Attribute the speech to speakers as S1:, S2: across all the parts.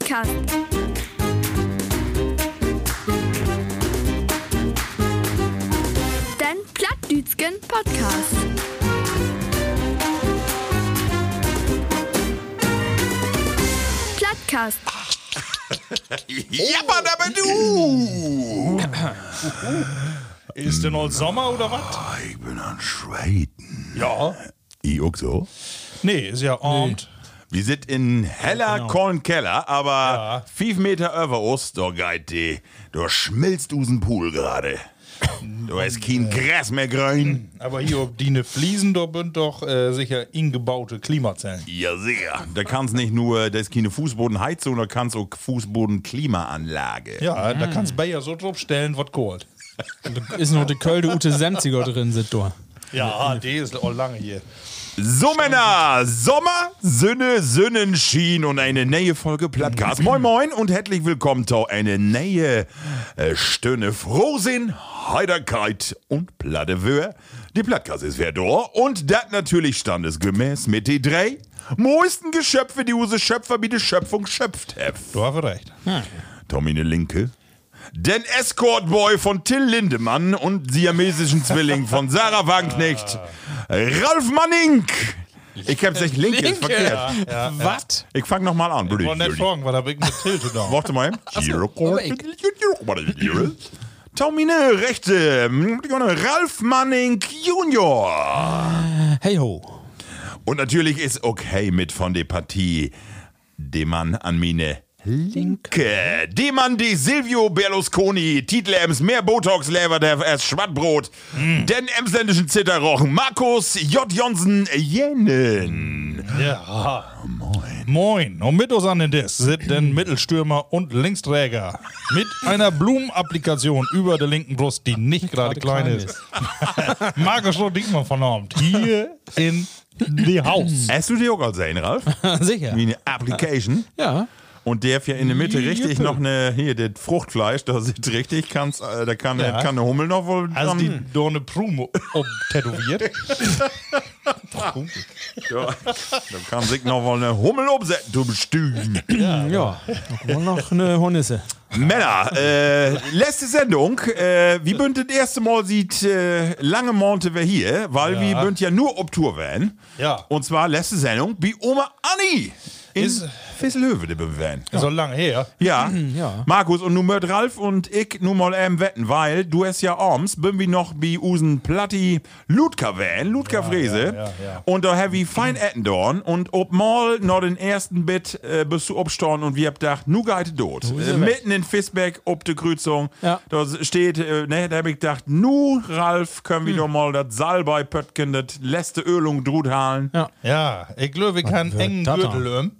S1: Plattkast. Dein Plattdütschen Podcast. Plattkast.
S2: Jabberdabadu!
S3: Ist denn all Sommer oder was?
S2: Ich bin an Schweden.
S3: Ja.
S2: Ich auch so.
S3: Nee, ist ja armt.
S4: Wir sind in heller
S3: Genau.
S4: Kornkeller, aber 5 Meter über Ost, da geht die. Du schmilzt usen Pool gerade. Du hast kein Gras mehr grün.
S3: Aber hier, ob die ne Fliesen, da sind doch äh, sicher ingebaute Klimazellen.
S4: Ja, sicher. Da kannst nicht nur, da ist keine Fußbodenheizung, da kannst auch Fußbodenklimaanlage.
S3: Ja, Hm. da kannst du Bayer so drauf stellen, was kohlt.
S5: Ist noch die Kölde Ute Semziger drin, sind da.
S3: Ja, die ist all lange hier.
S4: So, Männer, Sommer, Sünne, Sonnenschien und eine neue Folge Plattcast. Moin, moin und herzlich willkommen zu einer neue äh, Stunde Frohsinn, Heiterkeit und Plattewür. Die Plattcast ist wer da und das natürlich standesgemäß mit die drei meisten Geschöpfe, die use Schöpfer wie die Schöpfung schöpft. hef.
S3: Du hast recht.
S4: Tommy ne Linke. Den Escortboy von Till Lindemann und siamesischen Zwilling von Sarah Wagenknecht, Ralf Manning. Ich hab's echt Linke, ist verkehrt.
S5: Was?
S4: Ich fang nochmal an.
S3: Ich wollte nicht fragen, weil da wegen mit Tilte da.
S4: Warte mal.
S5: ich-
S4: Taumine Rechte, Ralf Manning Junior.
S5: Hey ho.
S4: Und natürlich ist okay mit von der Partie, dem Mann an meine Linke, dem Mann die Silvio Berlusconi, Titel Ems, mehr Botox, Leverdev, als Schwattbrot,
S3: Hm.
S4: den emsländischen Zitterrochen, Markus J. Jonsen, Jenen.
S3: Ja. Moin. Moin. Und mit uns an den Disk sind denn Mittelstürmer und Linksträger. Mit einer Blumenapplikation über der linken Brust, die nicht gerade klein, ist. Markus Rodinkmann von Abend. Hier in die Haus.
S4: Hast du die auch gesehen, Ralf?
S5: Sicher.
S4: Wie eine Application.
S5: Ja.
S4: Und der hat ja in der Mitte richtig
S3: Juppe.
S4: noch eine, hier, das Fruchtfleisch, da sieht richtig, kann's, äh, da kann,
S3: Ja.
S4: kann eine Hummel noch wohl
S3: Hast
S4: dran-
S3: du Also die Dorne Prumo tätowiert?
S4: Ja. Da kann sich noch wohl eine Hummel umsetzen, du Bestügen.
S5: Ja. Und noch eine Hornisse.
S4: Männer, äh, letzte Sendung. Äh, wie bünd das erste Mal sieht äh, lange Monte wer hier, weil
S3: Ja.
S4: wir bünd ja nur ob Tour wären.
S3: Ja.
S4: Und zwar letzte Sendung wie Oma Anni in
S3: Ist-
S4: Fisselhöwe de wären.
S3: So lange her.
S4: Ja.
S3: Mhm,
S5: ja.
S4: Markus und nun mört Ralf und ich nun mal ähm wetten, weil du es ja arms, bin wie noch wie usen Platti Ludka wählen, Ludka Frese.
S3: ja, ja, ja.
S4: Und da heavy fein Ettendorn und ob mal noch den ersten Bit äh, bist du obstorn und wir hab gedacht, nu geite dot.
S5: ist er
S4: Äh,
S5: weg.
S4: mitten in Fisbeck, ob de Grützung.
S5: Ja.
S4: Da s- steht, äh, ne, da hab ich gedacht, nu Ralf, können wir
S3: Hm.
S4: doch mal das Salbei Pöttgen, das letzte Ölung drut halen.
S5: Ja.
S3: Ja, ich glaube, ich kann
S5: wird
S3: engen
S5: das
S3: Gürtel um.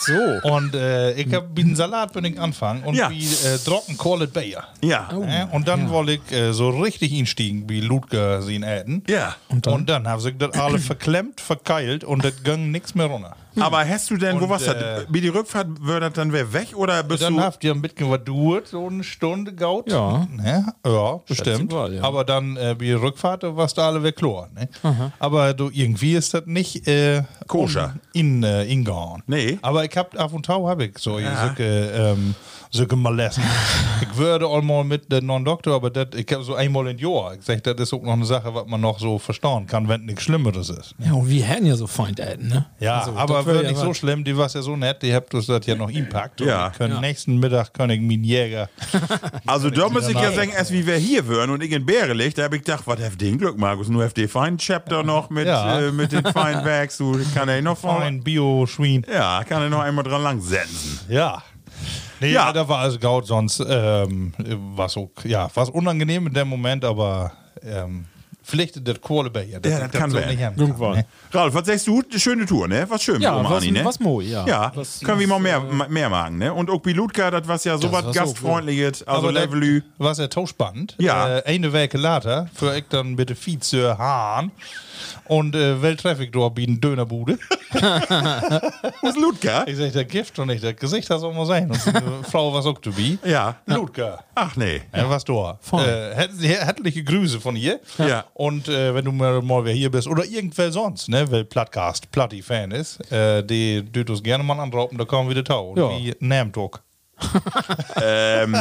S5: So.
S3: Und äh, ich habe den Salat bin ich anfangen und
S4: Ja. Oh.
S3: wie äh, trocken Corlet Bayer.
S4: Ja.
S3: Äh, und dann wollte ich äh, so richtig instiegen, wie Ludger sie ihn hätten.
S4: Ja.
S3: Und dann, haben sie das alle verklemmt, verkeilt und das ging nichts mehr runter.
S4: Aber hast du denn, wo
S3: Und,
S4: warst du?
S3: äh,
S4: Wie die Rückfahrt, wird das dann wer weg oder bist
S3: Dann
S4: du...
S3: habt ihr ein bisschen was duet, so eine Stunde gaut.
S5: Ja.
S3: Ne? Ja, bestimmt.
S5: wohl, ja.
S3: Aber dann äh, wie Rückfahrt, da warst du alle weg Chlor. Ne? Aber du, irgendwie ist das nicht äh,
S4: Koscher.
S3: un- In, äh, ingehauen.
S4: Nee.
S3: Aber ich hab ab und zu hab ich so solche, ähm, solche Malessen. ich würde einmal mit äh, der Non-Doktor, aber das, ich hab so einmal in Jahr. Ich sag, das ist auch noch eine Sache, was man noch so verstauen kann, wenn nichts Schlimmeres ist. ne?
S5: Ja, und wir hätten ja so Feind hätten, ne?
S3: Ja,
S5: Also,
S3: aber
S5: das wär
S3: wird
S5: ja
S3: nicht so
S5: was.
S3: schlimm. Die war ja so nett, die habt uns das halt ja noch impackt. Und
S4: Ja.
S3: wir Können
S5: Ja.
S3: Nächsten Mittag kann ich meinen Jäger.
S4: Also da muss ich ja
S3: danach.
S4: sagen, erst wie wir hier wären und ich in Bärelicht, da habe ich gedacht, was habt ihr den Glück, Markus? Nur habt ihr feinen Chapter noch mit,
S3: Ja.
S4: äh, mit den feinen Werks, du kann er noch fein.
S3: Ein Bio-Schwein.
S4: Ja, kann er noch einmal dran langsensen.
S3: Ja. Nee,
S4: Ja.
S3: ja. da war es gaut, sonst ähm, war es ja, war's unangenehm in dem Moment, aber ähm, Vielleicht ist das Qualibär. Ja,
S4: Ja, das kann
S3: so
S4: werden.
S3: nicht haben.
S5: Gut war.
S4: Ralf, was sagst du? Eine schöne Tour, ne? Was schön,
S5: Ja,
S4: Oma
S5: was-
S4: Anni, ne?
S5: was Mo, ja.
S4: Ja,
S5: Das-
S4: können wir mal
S5: das,
S4: mehr,
S5: äh,
S4: ma- mehr machen, ne? Und Okbi Ludka, das was ja sowas
S5: war's auch,
S4: gastfreundliches, also
S3: Aber
S4: Levelü.
S3: Was er tauschband.
S4: Ja.
S3: Äh, eine Woche later für ich dann bitte Vize Hahn und äh, Welttraffic dort bieten Dönerbude.
S4: Was Ludka?
S3: Ich sag, der Gift und nicht, das Gesicht das soll mal sein. Und äh, Frau, was auch du bi?
S4: Ja.
S3: Ludger.
S4: Ach nee.
S3: Ja, was du? Äh, her- herzliche Grüße von hier.
S4: Ja.
S3: Und äh, wenn du mal, mal wer hier bist oder irgendwer sonst, ne, weil Plattcast, Platti-Fan ist, äh, die dürft uns gerne mal anrauben, da kommen wir wieder tau.
S5: Ja.
S3: Wie Namdruck.
S4: ähm,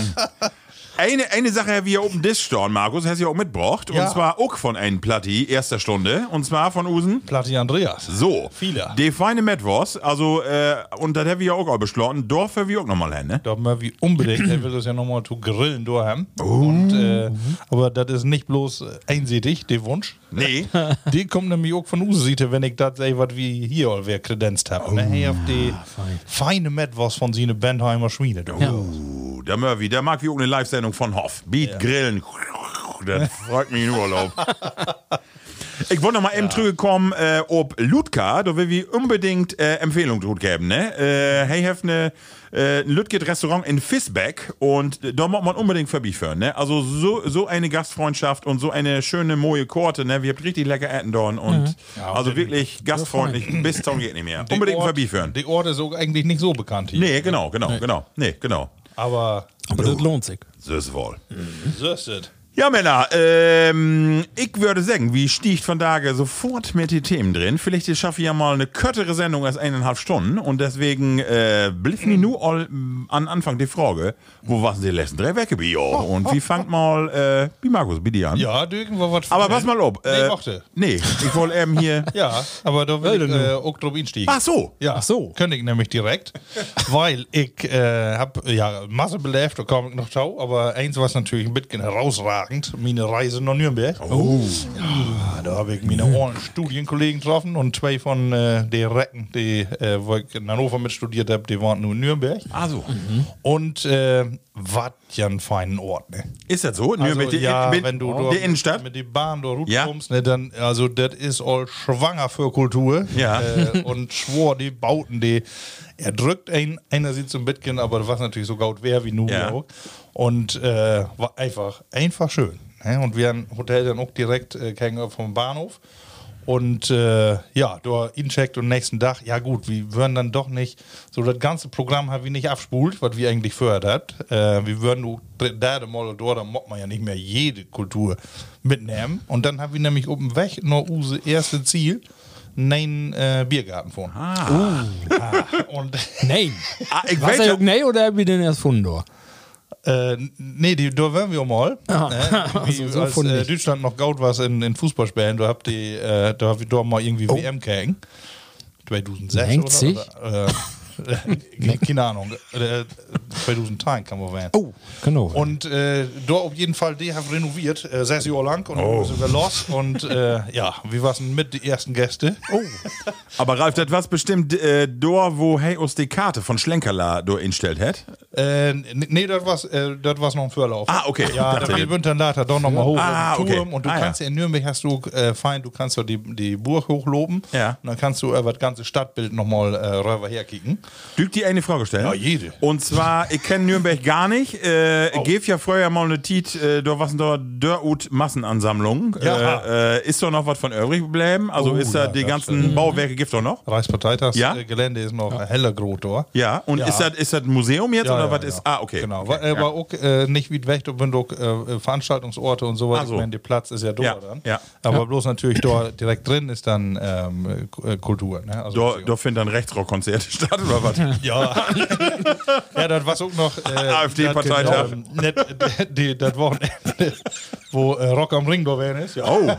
S4: eine, eine Sache habe ich hier oben Disc storn, Markus, hast du ja auch mitgebracht.
S3: Ja.
S4: Und zwar auch von einem Platti, erster Stunde. Und zwar von Usen.
S3: Platti Andreas.
S4: So.
S3: Viele.
S4: Die feine Metwurst, also, äh, und das habe ich ja auch beschlossen. Dorf habe ich auch nochmal hin, ne?
S3: Da mal wie unbedingt, er will das ja nochmal zu grillen durchhaben.
S4: Oh.
S3: Und, äh, aber das ist nicht bloß äh, einseitig, der Wunsch.
S4: Nee.
S3: Die kommt nämlich auch von Usite, wenn ich das sehe, was wir hier all wer kredenzt haben. ne? Hey, auf die feine Metwas von Sine Bentheimer Schmiede. du.
S4: Uh, der Murphy, der mag wie auch eine Live-Sendung von Hoff. Beat, Grillen. Das freut mich in Urlaub. Ich wollte noch mal eben zurückkommen, äh, ob Ludka, da will wir unbedingt äh, Empfehlung tut geben, ne? Äh, hey, heft ne, äh, ein Lütget Restaurant in Fisbeck und äh, da muss man unbedingt vorbeiführen, ne? Also so, so eine Gastfreundschaft und so eine schöne moje Korte, ne? Wir habt richtig lecker Ettendorn und also wirklich gastfreundlich bis zum geht nicht mehr.
S3: Die
S4: unbedingt
S3: Ort-
S4: vorbeiführen.
S3: Die Orte ist auch eigentlich nicht so bekannt hier.
S4: Nee, genau, genau, genau. Nee, genau.
S3: Aber
S5: Aber das lohnt sich.
S4: So ist wohl.
S3: so ist es.
S4: Ja, Männer, ähm, ich würde sagen, wie sticht von Tage sofort mit den Themen drin. Vielleicht schaffe ich ja mal eine kürzere Sendung als eineinhalb Stunden und deswegen äh, bliff mir nur all, m, an Anfang die Frage, wo waren die letzten drei Wecke bei ihr? Und wie fangt mal, äh, wie Markus, bitte an?
S3: Ja, Döken war was.
S4: Aber pass mal ob. äh,
S3: Nee, mochte.
S4: Nee, ich wollte eben hier...
S3: Ja, aber da will ich äh, auch drauf einsteigen.
S4: Ach so.
S3: Ja,
S5: Ach so.
S3: Könnte ich nämlich direkt, weil ich äh, habe ja Masse belebt, da komme ich noch tau, aber eins war natürlich ein bisschen herausragend, meine Reise nach Nürnberg. Oh. Ja, da habe ich meine ordentlichen Studienkollegen getroffen und zwei von äh, den Recken, die äh, wo ich in Hannover mit studiert habe, die waren nur in Nürnberg.
S4: Ach so.
S3: Und äh, was ja ein feinen Ort, ne?
S4: Ist das so?
S3: Also,
S4: mit der-
S3: ja,
S4: mit
S3: wenn du
S4: der
S3: dort
S4: Innenstadt?
S3: mit der Bahn dort
S4: Ja.
S3: kommst, ne, dann, also das ist all schwanger für Kultur.
S4: Ja.
S3: Äh, und schwor, die Bauten, die erdrückt einen, einer sieht zum Bitkin, aber was natürlich so gaut wäre wie nun
S4: Ja.
S3: auch. Und äh, war einfach, einfach schön. Ne? Und wir haben Hotel dann auch direkt äh, gegenüber vom Bahnhof. Und äh, ja, da incheckt und nächsten Tag, ja gut, wir würden dann doch nicht, so das ganze Programm haben wir nicht abspult, was wir eigentlich fördert habt. Äh, wir würden du da de Mal oder da mockt man ja nicht mehr jede Kultur mitnehmen. Und dann haben wir nämlich oben weg noch unser erstes Ziel, nein äh, Biergarten von.
S4: Ah.
S3: Und
S5: Nein.
S4: Ah, ich
S5: Was
S4: weiß ja-
S5: er nein oder hab ich den erst gefunden? da?
S3: Äh, nee, die, da wären wir auch mal. Äh, wie,
S5: Also so
S3: als
S5: fundig.
S3: äh, Deutschland noch gaut was in, in Fußballspielen, da habt ihr, äh, da habt ihr doch mal
S5: Oh.
S3: irgendwie WM gegen. 2006
S5: Nengzig?
S3: oder? oder äh, keine Ahnung. Äh, 2010 kann man werden.
S5: Oh, genau.
S3: Und äh, da auf jeden Fall, die haben renoviert, äh, sechs Jahre lang und
S5: Oh.
S3: dann sind wir los. Und äh, ja, wir waren mit die ersten Gäste. Oh.
S4: Aber Ralf, das war bestimmt äh, dort, wo Hey aus die Karte von Schlenkerla do instellt hat.
S3: Äh, n- nee, das war's, äh, das war's noch ein Vorlauf.
S4: Ah, okay.
S3: Ja,
S4: Dachte
S3: da
S4: ich.
S3: wir Bündner Later doch nochmal hoch
S4: Ah,
S3: auf den Turm
S4: okay.
S3: und du
S4: Ah, ja.
S3: kannst in Nürnberg hast du äh, fein, du kannst doch die, die Burg hochloben
S4: Ja.
S3: und dann kannst du äh, das ganze Stadtbild nochmal äh, rüber herkicken.
S4: Dürft ihr eine Frage stellen?
S3: Ja, jede.
S4: Und zwar, ich kenne Nürnberg gar nicht. Äh,
S3: Oh.
S4: Gef ja früher mal eine Tiet, äh, da was da Dörrut Massenansammlung.
S3: Ja.
S4: Äh, äh, ist doch noch was von übrig geblieben? Also
S3: Oh,
S4: ist da
S3: ja,
S4: die
S3: das
S4: ganzen Bauwerke gibt doch noch? Ja.
S3: Reichsparteitagsgelände äh, Gelände ist noch heller Grot, oder?
S4: Ja. Und
S3: Ja.
S4: ist das ist das ein Museum jetzt oder was ist? Ah, okay.
S3: Genau.
S4: Okay.
S3: Wa- aber auch äh, nicht wie weg, wenn du äh, Veranstaltungsorte und sowas,
S4: Ach so.
S3: ich meine, der Platz ist ja da
S4: Ja,
S3: dann.
S4: ja.
S3: Aber bloß natürlich dort direkt drin ist dann ähm, K- äh, Kultur. Ne? Also
S4: Da, da findet dann Rechtsrockkonzerte statt oder was?
S3: Ja. ja, das war auch noch. Äh,
S4: AfD-Parteitag.
S3: das- ähm, net- die- Das Wochenende, wo äh, Rock am Ring da wären ist. Ja.
S4: Oh.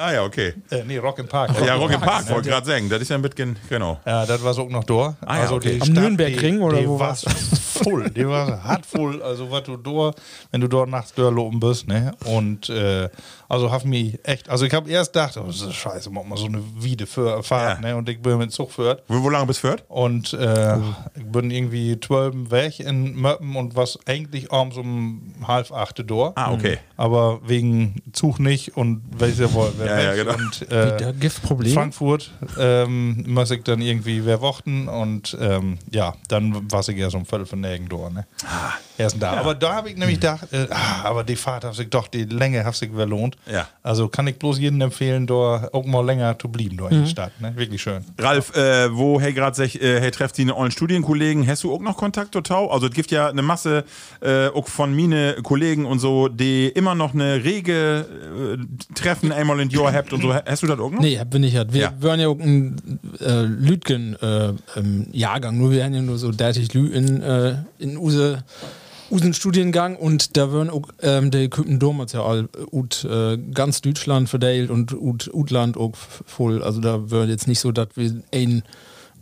S4: Ah ja, okay.
S3: Äh, nee, Rock im Park.
S4: Ja, Rock im Park, wollte gerade sagen. Das ist ja ein bisschen, genau.
S3: Ja, das war auch noch da.
S4: Ah ja, okay.
S3: die
S5: Am Nürnbergring oder
S3: die
S5: wo
S3: war's? voll. Die war hart voll. Also, was du da, wenn du dort nachts durchlopen bist, ne? Und, äh, also, hab mich echt, also, ich hab erst gedacht, oh, das ist scheiße, mach mal so eine Wiede für Fahrt,
S4: Ja.
S3: ne? Und ich bin mit dem Zug führt.
S4: Wo, wo lange bist du fährt?
S3: Und äh, ich bin irgendwie zwölf weg in Möppen und was eigentlich abends um halb acht Uhr.
S4: Ah, okay.
S3: Aber wegen Zug nicht und weiß ja wohl, wer
S4: Ja,
S3: weg.
S4: ja, genau.
S3: Und, äh,
S5: Wieder Giftproblem?
S3: Frankfurt ähm, muss ich dann irgendwie wer wochten und ähm, ja, dann war ich erst um Viertel von Nägendor, ne?
S4: Ah.
S3: Ersten da. Aber da habe ich nämlich gedacht, äh, ah, aber die Fahrt hat sich doch, die Länge hat sich verlohnt.
S4: Ja.
S3: Also kann ich bloß jedem empfehlen, da auch mal länger zu bleiben, da in der Stadt, ne? Wirklich schön.
S4: Ralf, äh, wo hey gerade sech, äh, hey trefft die einen ollen Studienkollegen, hast du auch noch Kontakt total? Also es gibt ja eine Masse äh, auch von mine Kollegen und so, die immer noch eine rege äh, Treffen einmal in Jahr habt und so. Hast du das auch noch?
S5: Nee, hab wir nicht. hat. Wir
S4: Ja.
S5: waren ja auch ein äh, Lütgen-Jahrgang. nur wir haben ja nur so dertig Lü in, äh, in Use. Usen Studiengang und da werden auch ähm, die Küppen damals ja all äh, ut äh, ganz Deutschland verteilt und ut Utland auch f- voll. Also da wird jetzt nicht so, dass wir einen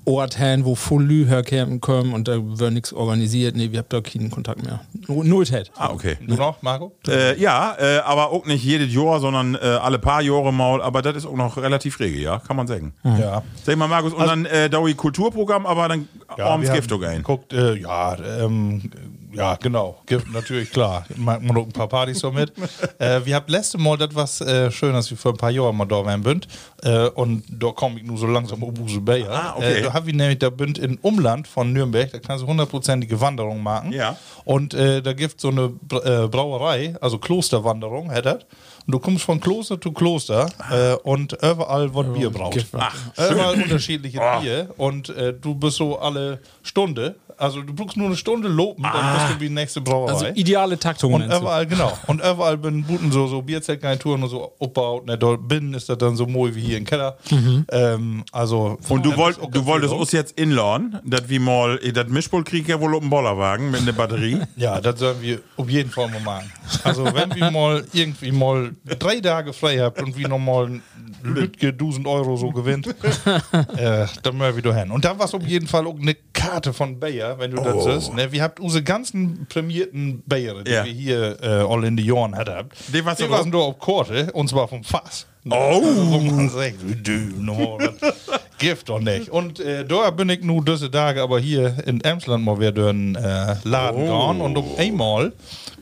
S5: Ort haben, wo voll Lü herkämen können und da wird nichts organisiert. Nee, wir haben da keinen Kontakt mehr. Nu- Null tät.
S4: Ah, okay.
S3: Du noch, Marco?
S4: Äh, ja, äh, aber auch nicht jedes Jahr, sondern äh, alle paar Jahre mal. Aber das ist auch noch relativ rege, ja, kann man sagen.
S3: Ja.
S4: Sag mal, Markus, und dann äh, Daui Kulturprogramm, aber dann
S3: Ja,
S4: abends
S3: wir
S4: Gift auch
S3: haben
S4: ein.
S3: Guckt, äh, ja, ähm, ja, genau. Gibt natürlich, klar. Mag man auch ein paar Partys so mit. äh, wir habt letzte Mal das was äh, schön, dass wir vor ein paar Jahren mal da waren bünd. Äh, und da komme ich nur so langsam um Buse Bayer.
S4: Ah, okay.
S3: äh, da haben wir nämlich da bünd in Umland von Nürnberg, da kannst du hundertprozentige Wanderung machen.
S4: Ja.
S3: Und äh, da gibt so eine Bra- äh, Brauerei, also Klosterwanderung, hat das. Und du kommst von Kloster zu Kloster
S4: Ah.
S3: äh, und überall wird Bier braut.
S5: Gift- Ach,
S3: Immer Äh, unterschiedliche
S4: Ah.
S3: Bier und äh, du bist so alle Stunde, also du brauchst nur eine Stunde lopen, dann
S4: Ah.
S3: bist du wie die nächste Brauerei.
S5: Also ideale Taktung.
S3: und
S5: meinst du?
S3: überall, genau. Und überall bin Buten so, so Bierzeltkleintouren und so abbaut. Ne, dort bin ist das dann so mooi wie hier im Keller.
S5: Mhm.
S3: Ähm, also
S4: Und du,
S3: das
S4: wollt,
S3: ist auch
S4: du
S3: ganz
S4: wolltest
S3: gut.
S4: uns jetzt inlawn, dass wir mal, das Mischpult kriegt ja wohl einen Bollerwagen mit einer Batterie.
S3: Ja, das sollen wir auf jeden Fall mal machen. Also wenn wir mal irgendwie mal drei Tage frei habt und wir noch mal Lütke 1000 Euro so gewinnt, äh, dann mal wieder hin. Und da war es auf jeden Fall auch eine Karte von Bayer, wenn du das siehst. Ne? Wir habt unsere ganzen prämierten Bayer, die
S4: Oh. Ja.
S3: wir hier äh, all in the Jorn hatten.
S4: Die war's
S3: die
S4: aber-
S3: waren nur auf Korte und zwar vom Fass. Also,
S4: Oh.
S3: Wo man sagt, du, no, das Gift doch nicht. Und äh, da bin ich nur diese Tage, aber hier in Emsland mal wieder in äh, Laden gegangen und um einmal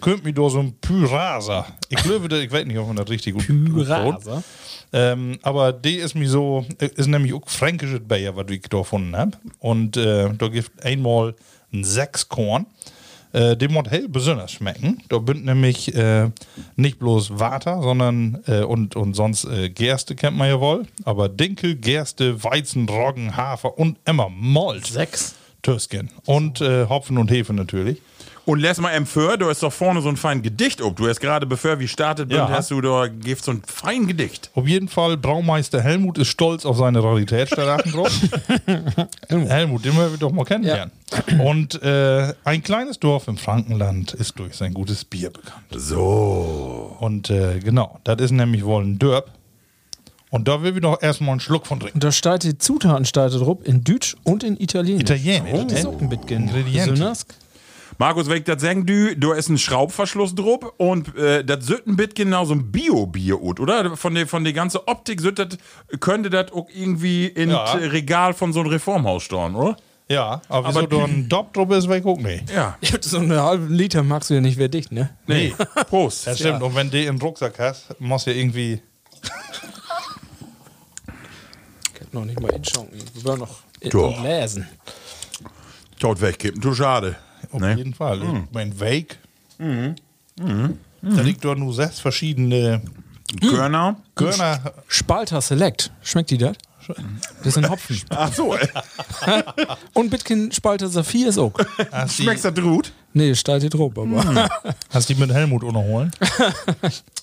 S3: kommt mir da so ein Pyraser. Ich glaube, das- ich weiß nicht, ob man das richtig gut
S5: Pyraser?
S3: ähm, aber die ist mir so, ist nämlich auch fränkisches Bayer, was ich da gefunden habe. Und äh, da gibt einmal ein Sechskorn. Äh, dem muss hell besonders schmecken. Da bünd nämlich äh, nicht bloß Water, sondern äh, und, und sonst äh, Gerste kennt man ja wohl. Aber Dinkel, Gerste, Weizen, Roggen, Hafer und immer Malt.
S5: Sechs.
S3: Tösken. Und äh, Hopfen und Hefe natürlich.
S4: Und lass mal empför, da ist doch vorne so ein fein Gedicht ob. Du hast gerade, bevor wir startet bin,
S3: Ja.
S4: hast du da gibt so ein fein Gedicht.
S3: Auf jeden Fall, Braumeister Helmut ist stolz auf seine Rarität, steht da hinten drauf. Helmut, den wollen wir doch mal kennenlernen. Und äh, ein kleines Dorf im Frankenland ist durch sein gutes Bier bekannt.
S4: So.
S3: Und äh, genau, das ist nämlich wohl ein Dörp. Und da will wir doch erstmal einen Schluck von trinken.
S5: Und da steht die Zutaten steht drauf in Deutsch und in Italienisch.
S3: Italienisch,
S5: Oh, das ist
S3: ne?
S5: auch ein bisschen
S3: Ingredienten.
S5: besonders.
S4: Markus, wenn ich das sagen du, da ist ein Schraubverschluss drüber und äh, das wird ein bisschen genau so ein Bio-Bier, ut, oder? Von der von der ganzen Optik süd dat, könnte das auch irgendwie in
S3: Ja.
S4: t- Regal von so einem Reformhaus stehen, oder?
S3: Ja, aber wieso
S4: Aber-
S3: da ein Dop drüber ist, weiß ich auch nicht.
S4: Ja.
S5: So einen halben Liter magst du ja nicht, wer dicht, ne?
S4: Nee. Prost.
S3: Das stimmt, und wenn du im Rucksack hast, musst du ja irgendwie...
S5: Ich hab noch nicht mal hinschauen. Wir wollen noch in-
S4: Doch.
S5: lesen.
S4: Tot wegkippen, du schade.
S3: Auf
S4: Nee. Mhm.
S3: jeden Fall. Mein Wake. Da liegt doch nur sechs verschiedene Hm.
S4: Körner.
S3: Körner.
S5: Spalter Select. Schmeckt die das? Das sind Hopfen.
S4: Ach so, äh, ey.
S5: Und Bitkin Spalter Saphir ist auch.
S3: Hast die,
S4: schmeckst das gut?
S5: Nee, steht hier drauf, aber.
S3: hast die mit Helmut auch noch holen?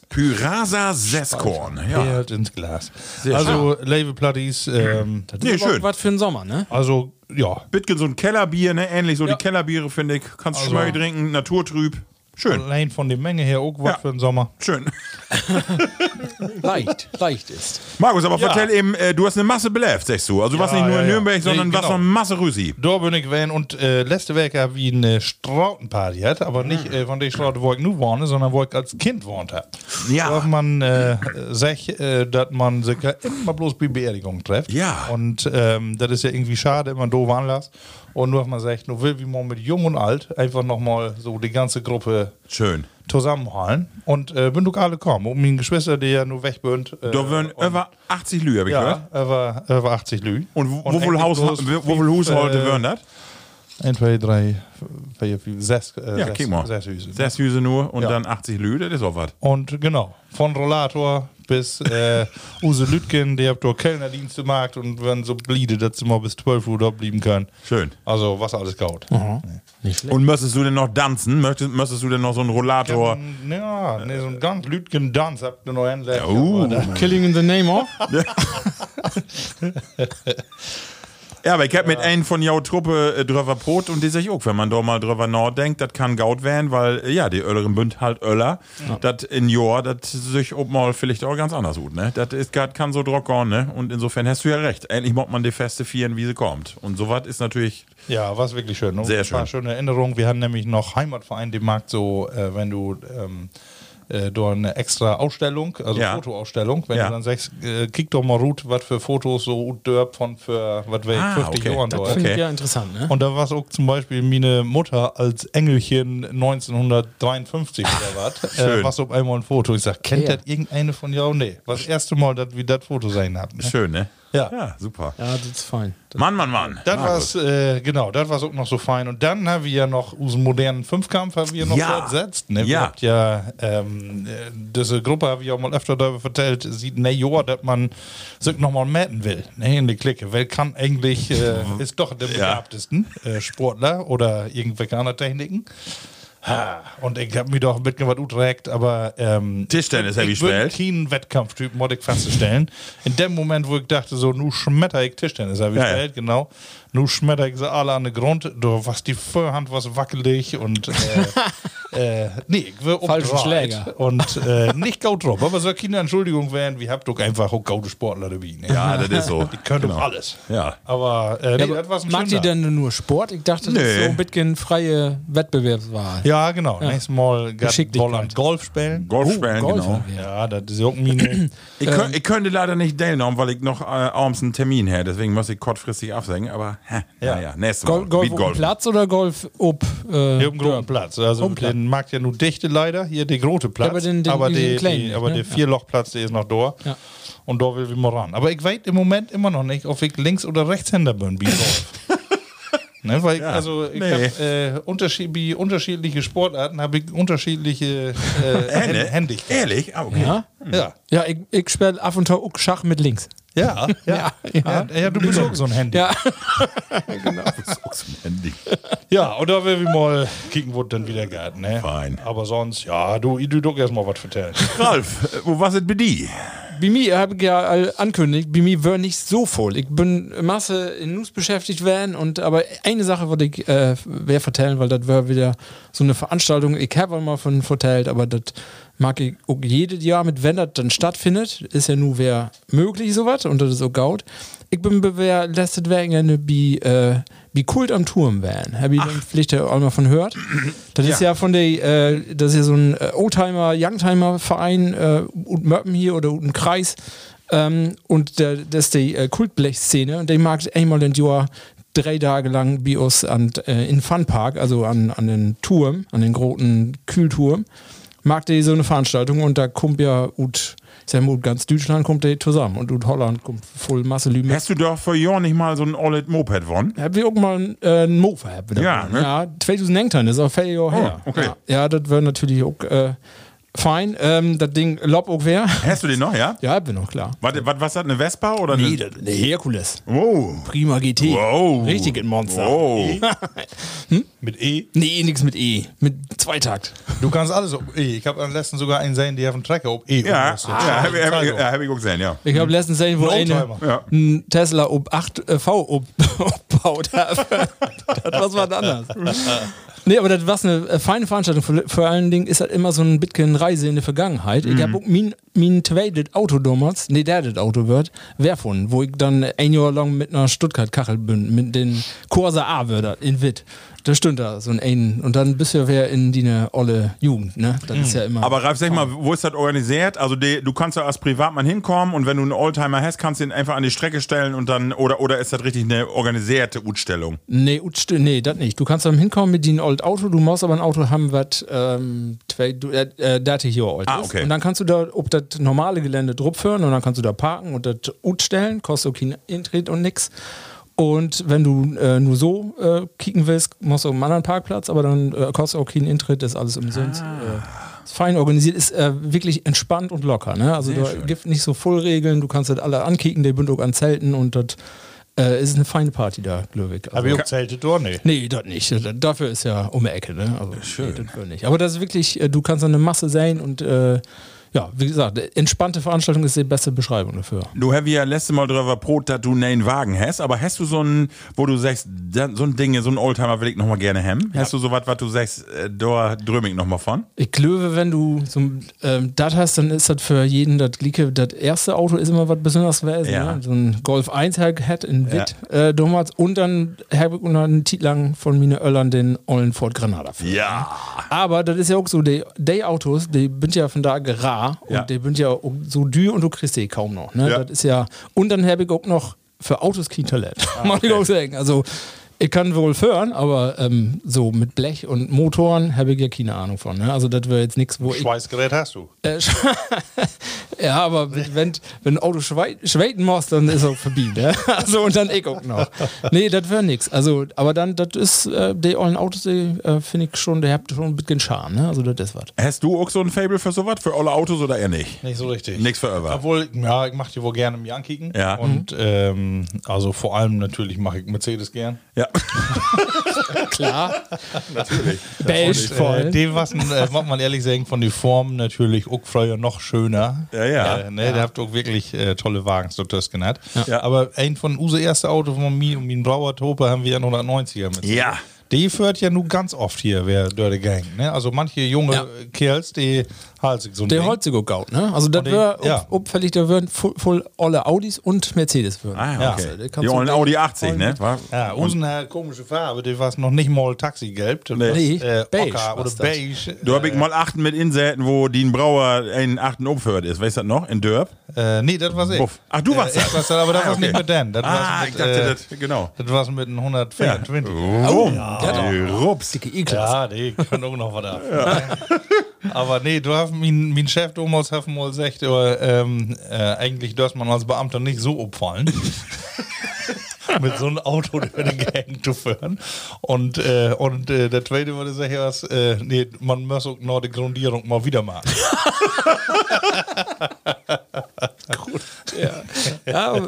S4: Pyrasa Seskorn. Ja.
S3: Halt ins Glas.
S4: Sehr
S3: also, Label Platties. Ähm,
S4: Nee, schön.
S5: Was für ein Sommer, ne?
S3: also, ja. Also.
S4: Bitgen so ein Kellerbier, ne? Ähnlich so die Kellerbiere, finde ich. Kannst du schmal trinken, naturtrüb. Schön.
S3: Allein von der Menge her auch was
S4: Ja.
S3: für den Sommer.
S4: Schön.
S6: Leicht, leicht ist.
S4: Markus, aber vertell eben, äh, du hast eine Masse beläft, sagst du. Also du warst
S3: Ja,
S4: nicht nur
S3: ja,
S4: in
S3: ja.
S4: Nürnberg,
S3: Nee,
S4: sondern warst
S3: genau.
S4: noch eine Masse Rüsi.
S3: Da bin ich gewesen und äh, letzte Woche habe ich eine Strautenparty gehabt, aber nicht äh, von der Straute, wo ich nur wohne, sondern wo ich als Kind wohnt habe.
S4: Ja.
S3: Wo man äh, sagt, äh, dass man sich ja immer bloß bei Beerdigungen trifft.
S4: Ja.
S3: Und ähm, das ist ja irgendwie schade, immer doof Anlass. Und nur, dass man sagt, nur will, wie man mit Jung und Alt einfach nochmal so die ganze Gruppe
S4: Schön.
S3: zusammenholen. Und äh, bin doch alle gekommen. Um meine Geschwister, die ja nur weg sind. Äh,
S4: Da würden
S3: und-
S4: über 80 Lü, habe ich
S3: ja,
S4: gehört.
S3: über, über 80 Lü.
S4: Und wo- wo wohl Haus,
S3: eigentlich bloß
S4: wo wohl Hus
S3: fünf,
S4: heute
S3: äh,
S4: würden das?
S3: 1, 2, 3, 4, 5, 6.
S4: Ja, guck mal.
S3: Sechs Hüse.
S4: Sechs Hüse nur und
S3: Ja.
S4: dann 80 Lü, das ist auch was.
S3: Und genau, von Rollator bis äh, Use Lütgen, die habt doch Kellnerdienste gemacht und werden so bliede, dass sie mal bis 12 Uhr da bleiben können.
S4: Schön. Mhm.
S3: Also, was alles gaut.
S4: Und müsstest du denn noch tanzen? Möchtest, müsstest du denn noch so einen Rollator?
S3: Ja, nee, so ein ganz Lütgen-Tanz habt ihr noch endlich. Ja,
S4: uh.
S5: Killing in the name of?
S4: Ja, aber ich hab mit einem von jou Truppe äh, drüber Brot und die sag ich auch, wenn man da mal drüber nachdenkt, das kann gaut werden, weil äh, ja, die Ölleren bünd halt Öller. Das in Jor, das sich auch mal vielleicht auch ganz anders gut, ne? Das ist grad kann so drock gorn, ne? Und insofern hast du ja recht. Endlich macht man die Feste vieren, wie sie kommt. Und sowas ist natürlich
S3: Ja, war wirklich schön. Und
S4: Sehr
S3: ein paar
S4: schön.
S3: schöne Erinnerungen. Wir hatten nämlich noch Heimatverein, den Markt so, äh, wenn du ähm, äh, da eine extra Ausstellung, also
S4: Ja.
S3: Fotoausstellung, wenn
S4: Ja.
S3: du dann sagst, äh, kick doch mal Ruth, was für Fotos so Ruth Dörp von für was weiß ich,
S4: Ah,
S3: 50
S4: okay.
S3: Jahren
S4: Das
S3: da.
S4: finde
S6: Ja, interessant, ne?
S3: Und da war es auch zum Beispiel meine Mutter als Engelchen 1953 oder was.
S4: Ah, Schön.
S3: Äh, was auf einmal ein Foto. Ich sag, kennt
S6: Ja.
S3: das irgendeine von ja nee. Was das erste Mal, dass wir das Foto sein hatten. Ne?
S4: schön, ne?
S3: Ja.
S4: Ja, super.
S5: Ja, das ist fein.
S4: Mann, Mann, Mann.
S3: Das war's, äh, genau, das war's auch noch so fein. Und dann haben wir ja noch unseren modernen Fünfkampf haben wir noch
S4: Ja.
S3: fortsetzt. Ne?
S4: Ja.
S3: Wir habt ja, ähm, äh, diese Gruppe habe ich auch mal öfter darüber vertellt, sieht, ne, jo, dass man sich nochmal metten will, ne, in die Clique. Wer kann eigentlich, äh, ist doch der begabtesten äh, Sportler oder irgendwelche anderen Techniken. Ha, und ich habe mich doch mitgemacht, utrecht, aber ähm,
S4: Tischtennis hab ich
S3: würde
S4: gespielt.
S3: keinen Wettkampftyp, muss ich festzustellen. In dem Moment, wo ich dachte, so, nu schmetter ich Tischtennis, habe ich
S4: Ja, ja.
S3: gespielt, genau. Nu schmetter ich sie alle an den Grund, du, was die Vorhand was wackelig und. Äh, äh, nee, ich will
S6: Falschen
S3: obdreit
S6: Schläger.
S3: Und äh, nicht gaut drauf, aber so keine Entschuldigung werden, wir habt doch einfach auch gaute Sportler dabei. Ne?
S4: Ja, genau. das ist so.
S3: Die können doch alles.
S4: Ja.
S3: Aber, äh, nee,
S6: aber
S3: das war's ein
S5: Mag die
S3: schöner-
S5: denn nur Sport? Ich dachte, das
S4: Nee.
S5: ist so ein bisschen freie Wettbewerbswahl.
S3: Ja, genau. Nächstes Mal
S5: Geschicklichkeit.
S3: wollen Golf spielen.
S4: Golf spielen,
S5: Golfer.
S4: genau.
S3: Ja, das ist ja auch meine.
S4: Ich,
S5: Ähm.
S4: könnt, ich könnte leider nicht teilnehmen, weil ich noch äh, abends einen Termin hätte. Deswegen muss ich kurzfristig absagen. Aber hä, ja.
S3: Ja.
S4: naja, nächstes Mal.
S5: Gol Golf
S4: Beat
S5: auf dem Platz oder Golf ob äh,
S3: Hier auf dem großen
S5: Dörp?
S3: Platz. Also
S5: Großen Platz.
S3: den mag ja nur dichte leider. Hier der große Platz.
S5: aber den- den-
S3: aber
S5: den
S3: die-
S5: kleinen
S3: die-
S5: nicht,
S3: aber
S5: ne?
S3: der Vierlochplatz, der ist noch da.
S5: Ja.
S3: Und da will wir mal ran. Aber ich weiß im Moment immer noch nicht, ob ich Links- oder Rechtshänder bin, wie Golf. Ne, weil ich, also ich
S4: nee.
S3: hab, äh, unterschied, wie unterschiedliche Sportarten habe ich unterschiedliche äh, Hände. Händigkeit.
S4: ne? Ehrlich? Ah, okay.
S5: Ja?
S3: Ja.
S5: Ja, ich, ich spiele ab und zu auch Schach mit links.
S3: Ja, ja,
S5: Ja,
S3: ja,
S5: ja.
S3: ja, du bist auch so ein Handy.
S5: Ja.
S4: genau.
S3: Ja, und da will wir mal kicken, wo dann wieder geht, ne?
S4: Fein.
S3: Aber sonst, ja, du, du doch erstmal was vertellen.
S4: Ralf, äh, wo was ist bei dir?
S5: Bei mir habe ich ja all angekündigt, bei mir war nicht so voll. Ich bin Masse in News beschäftigt werden und aber eine Sache würde ich äh, wer vertellen, weil das war wieder so eine Veranstaltung. Ich habe mal von vertellt, aber das mag ich auch jedes Jahr mit, wenn das dann stattfindet, ist ja nur wer möglich sowas und das ist auch gaut. Ich bin bewer letztes Wochenende bei, äh, bei Kult am Turm werden. Habe ich dann vielleicht auch mal von gehört. Das ist ja von der, äh, das ist ja so ein äh, Oldtimer, Youngtimer Verein, äh, und Möppen hier oder ein Kreis. Ähm, und der, das ist die äh, Kultblech-Szene und die mag einmal den Jahr drei Tage lang Bios an, äh, in Funpark, also an, an den Turm, an den großen Kühlturm, mag die so eine Veranstaltung und da kommt ja ut, ich sag mal, ut ganz Deutschland kommt die zusammen und ut Holland kommt voll Masse Lübeck.
S4: Hast du doch vor Jahren nicht mal so ein Olet Moped gewonnen?
S5: Hab wir auch mal ein, äh, ein Mofa gehabt. wieder.
S4: Ja, ne? Oh,
S5: ja, 2019 ist auch vier Jahre her.
S4: okay.
S5: Ja, ja das wäre natürlich auch äh, fein. Ähm, das Ding lob auch wer.
S4: Hast du den noch, ja?
S5: Ja, ich bin noch klar.
S4: Was, was, was hat eine Vespa oder eine? Oh.
S5: eine Herkules.
S4: Wow.
S5: Prima GT.
S4: Wow.
S5: Richtig ein Monster.
S4: Wow.
S3: Mit E.
S5: Nee, nix mit E. Mit Zweitakt.
S3: Du kannst alles ob E. Ich habe am letzten sogar einen sehen, die auf dem Tracker ob E.
S4: Ja,
S3: umrüstet.
S4: ja habe hab, ich-
S3: Zeitung.
S4: ja, hab ich auch gesehen, ja.
S5: Ich habe letztens gesehen, wo
S3: Ein
S5: eine,
S3: Oldtimer.
S4: Ja.
S5: ein Tesla ob 8 äh, V ob- obbaut hat. das war was anderes. Nee, aber das war eine äh, feine Veranstaltung. Vor, vor allen Dingen ist halt immer so ein bisschen Reise in die Vergangenheit. Ich habe auch mein, mein zweites Auto damals, nee, der das Auto wird, wer von, wo ich dann ein Jahr lang mit einer Stuttgart-Kachel bin, mit den Corsa A würde in Witt. Da stimmt da so ein ein und dann bist du ja wer in die ne olle Jugend, ne? Das ist ja immer.
S4: Aber Ralf, sag mal, wo ist das organisiert? Also die, du kannst da als Privatmann hinkommen und wenn du einen Oldtimer hast, kannst du ihn einfach an die Strecke stellen und dann, oder, oder ist das richtig eine organisierte Utstellung?
S5: Nee, ut- st- nee, das nicht. Du kannst dann hinkommen mit dem Old Auto, du musst aber ein Auto haben, was ähm, zwei- du- äh, äh, dat hier alt
S4: Ah,
S5: ist.
S4: okay.
S5: Und dann kannst du da ob das normale Gelände drauf führen und dann kannst du da parken und das ut stellen, kostet auch keinen Eintritt und nix. Und wenn du äh, nur so äh, kicken willst, musst du auf einen anderen Parkplatz, aber dann äh, kostet auch keinen Eintritt, ist alles umsonst. Äh, ist fein organisiert, ist äh, wirklich entspannt und locker. Ne? Also da gibt nicht so Vollregeln, du kannst das alle ankicken, der Bündung an Zelten und das äh, ist eine feine Party da, Glöwig. Also,
S3: Hab ich auch zeltet, oder? Nee.
S5: Nee, das nicht. Das- Dafür ist ja um die Ecke, ne? Also, Schön. Nee, das will nicht. Aber das ist wirklich, äh, du kannst eine Masse sein und äh, ja, wie gesagt, entspannte Veranstaltung ist die beste Beschreibung dafür.
S4: Du hast ja letztes Mal drüber prot, dass du einen Wagen hast, aber hast du so einen, wo du sagst, da- so ein Ding, so ein Oldtimer will ich nochmal gerne haben? Hast du so was, was du sagst, äh, da dröm ich nochmal von?
S5: Ich glaube, wenn du so ein, ähm, das hast, dann ist das für jeden das gleiche. Das erste Auto ist immer was Besonderes gewesen.
S4: Ja.
S5: Ne? So ein Golf 1 hat in Witt äh, damals und dann habe ich unter einen Titel lang von Mine Öllern den Ollen Ford Granada. für.
S4: Ja.
S5: Aber das ist ja auch so, die, die Autos, die sind ja von da rar und
S4: Ja.
S5: die sind ja auch so dür und du kriegst die kaum noch. Ne?
S4: Ja.
S5: Das ist ja, und dann habe ich auch noch für Autos kein Talent,
S4: Ah,
S5: muss ich auch sagen. Also ich kann wohl föhren, aber ähm, so mit Blech und Motoren habe ich ja keine Ahnung von. Ne? Also das wäre jetzt nichts, wo ich...
S3: Schweißgerät hast du.
S5: Äh, sch- ja, aber wenn, wenn ein Auto schwei- schweiten muss, dann ist auch vorbei. Ne? Also und dann ich auch noch. Nee, das wäre nix. Also, aber dann, das ist, äh, die alten Autos, die äh, finde ich schon, die habt schon ein bisschen Charme, ne? Also das ist was.
S4: Hast du auch so ein Fable für sowas? Für alle Autos oder eher nicht?
S3: Nicht so richtig.
S4: Nix für Över.
S3: Obwohl, ja, ich mache die wohl gerne im Jankicken.
S4: Ja.
S3: Und ähm, also vor allem natürlich mache ich Mercedes gern.
S4: Ja.
S5: Klar. Natürlich. Beige voll.
S3: Äh, dem was, äh, muss man ehrlich sagen, von den Formen natürlich auch früher noch schöner.
S4: Ja, ja.
S3: Äh, ne, Der habt auch wirklich äh, tolle Wagen, so das genannt.
S4: Ja.
S3: Aber ein von unser erste Auto von mir und meinem Brauer Tope haben wir ja 190er mit.
S4: Ja.
S3: Die führt ja nun ganz oft hier, wer Dirty Gang. Ne? Also manche junge
S5: Ja.
S3: Kerls, die halten sich so ein
S5: Der
S3: Ding.
S5: holzige Gaut, ne? Also das
S3: Und die-
S5: wäre
S3: ja.
S5: auffällig, da würden fu- voll alle Audis und Mercedes würden.
S4: Ah,
S5: Ja,
S4: okay.
S5: der
S4: Ja.
S5: kannst
S4: Die
S5: du-
S4: ollen Audi 80, ne? War-
S3: Ja, unsere eine komische Farbe, die war es noch nicht mal taxigelb. Das war,
S5: Nee,
S3: äh,
S5: beige
S3: Ocker oder
S5: war's das.
S3: beige.
S4: Du
S5: Äh.
S4: hab ich mal achten mit Insäten, wo Dean Brauer in achten aufhört ist. Weißt du das noch? In Dörp?
S3: Äh, nee, das war's ich.
S4: Buff. Ach, du warst
S3: äh,
S4: das.
S3: ich war's das, aber das
S4: Ah,
S3: war's
S4: okay.
S3: nicht mit Dan. Das
S4: Ah,
S3: war's mit,
S4: ich dachte,
S3: äh,
S4: das- genau.
S3: Das war's mit einem 124.
S4: Oh,
S5: ja.
S4: die Rups.
S5: Dicke E-Klasse.
S3: Ja, die können auch noch was ab. Aber nee, du hast mein, mein Chef damals hat mal gesagt, aber, ähm, äh, eigentlich darf man als Beamter nicht so abfallen. Mit so einem Auto durch die Gegend zu fahren. Und, äh, und äh, der Zweite würde sagen, was, äh, nee, man muss auch noch die Grundierung mal wieder machen.
S5: Ja, äh,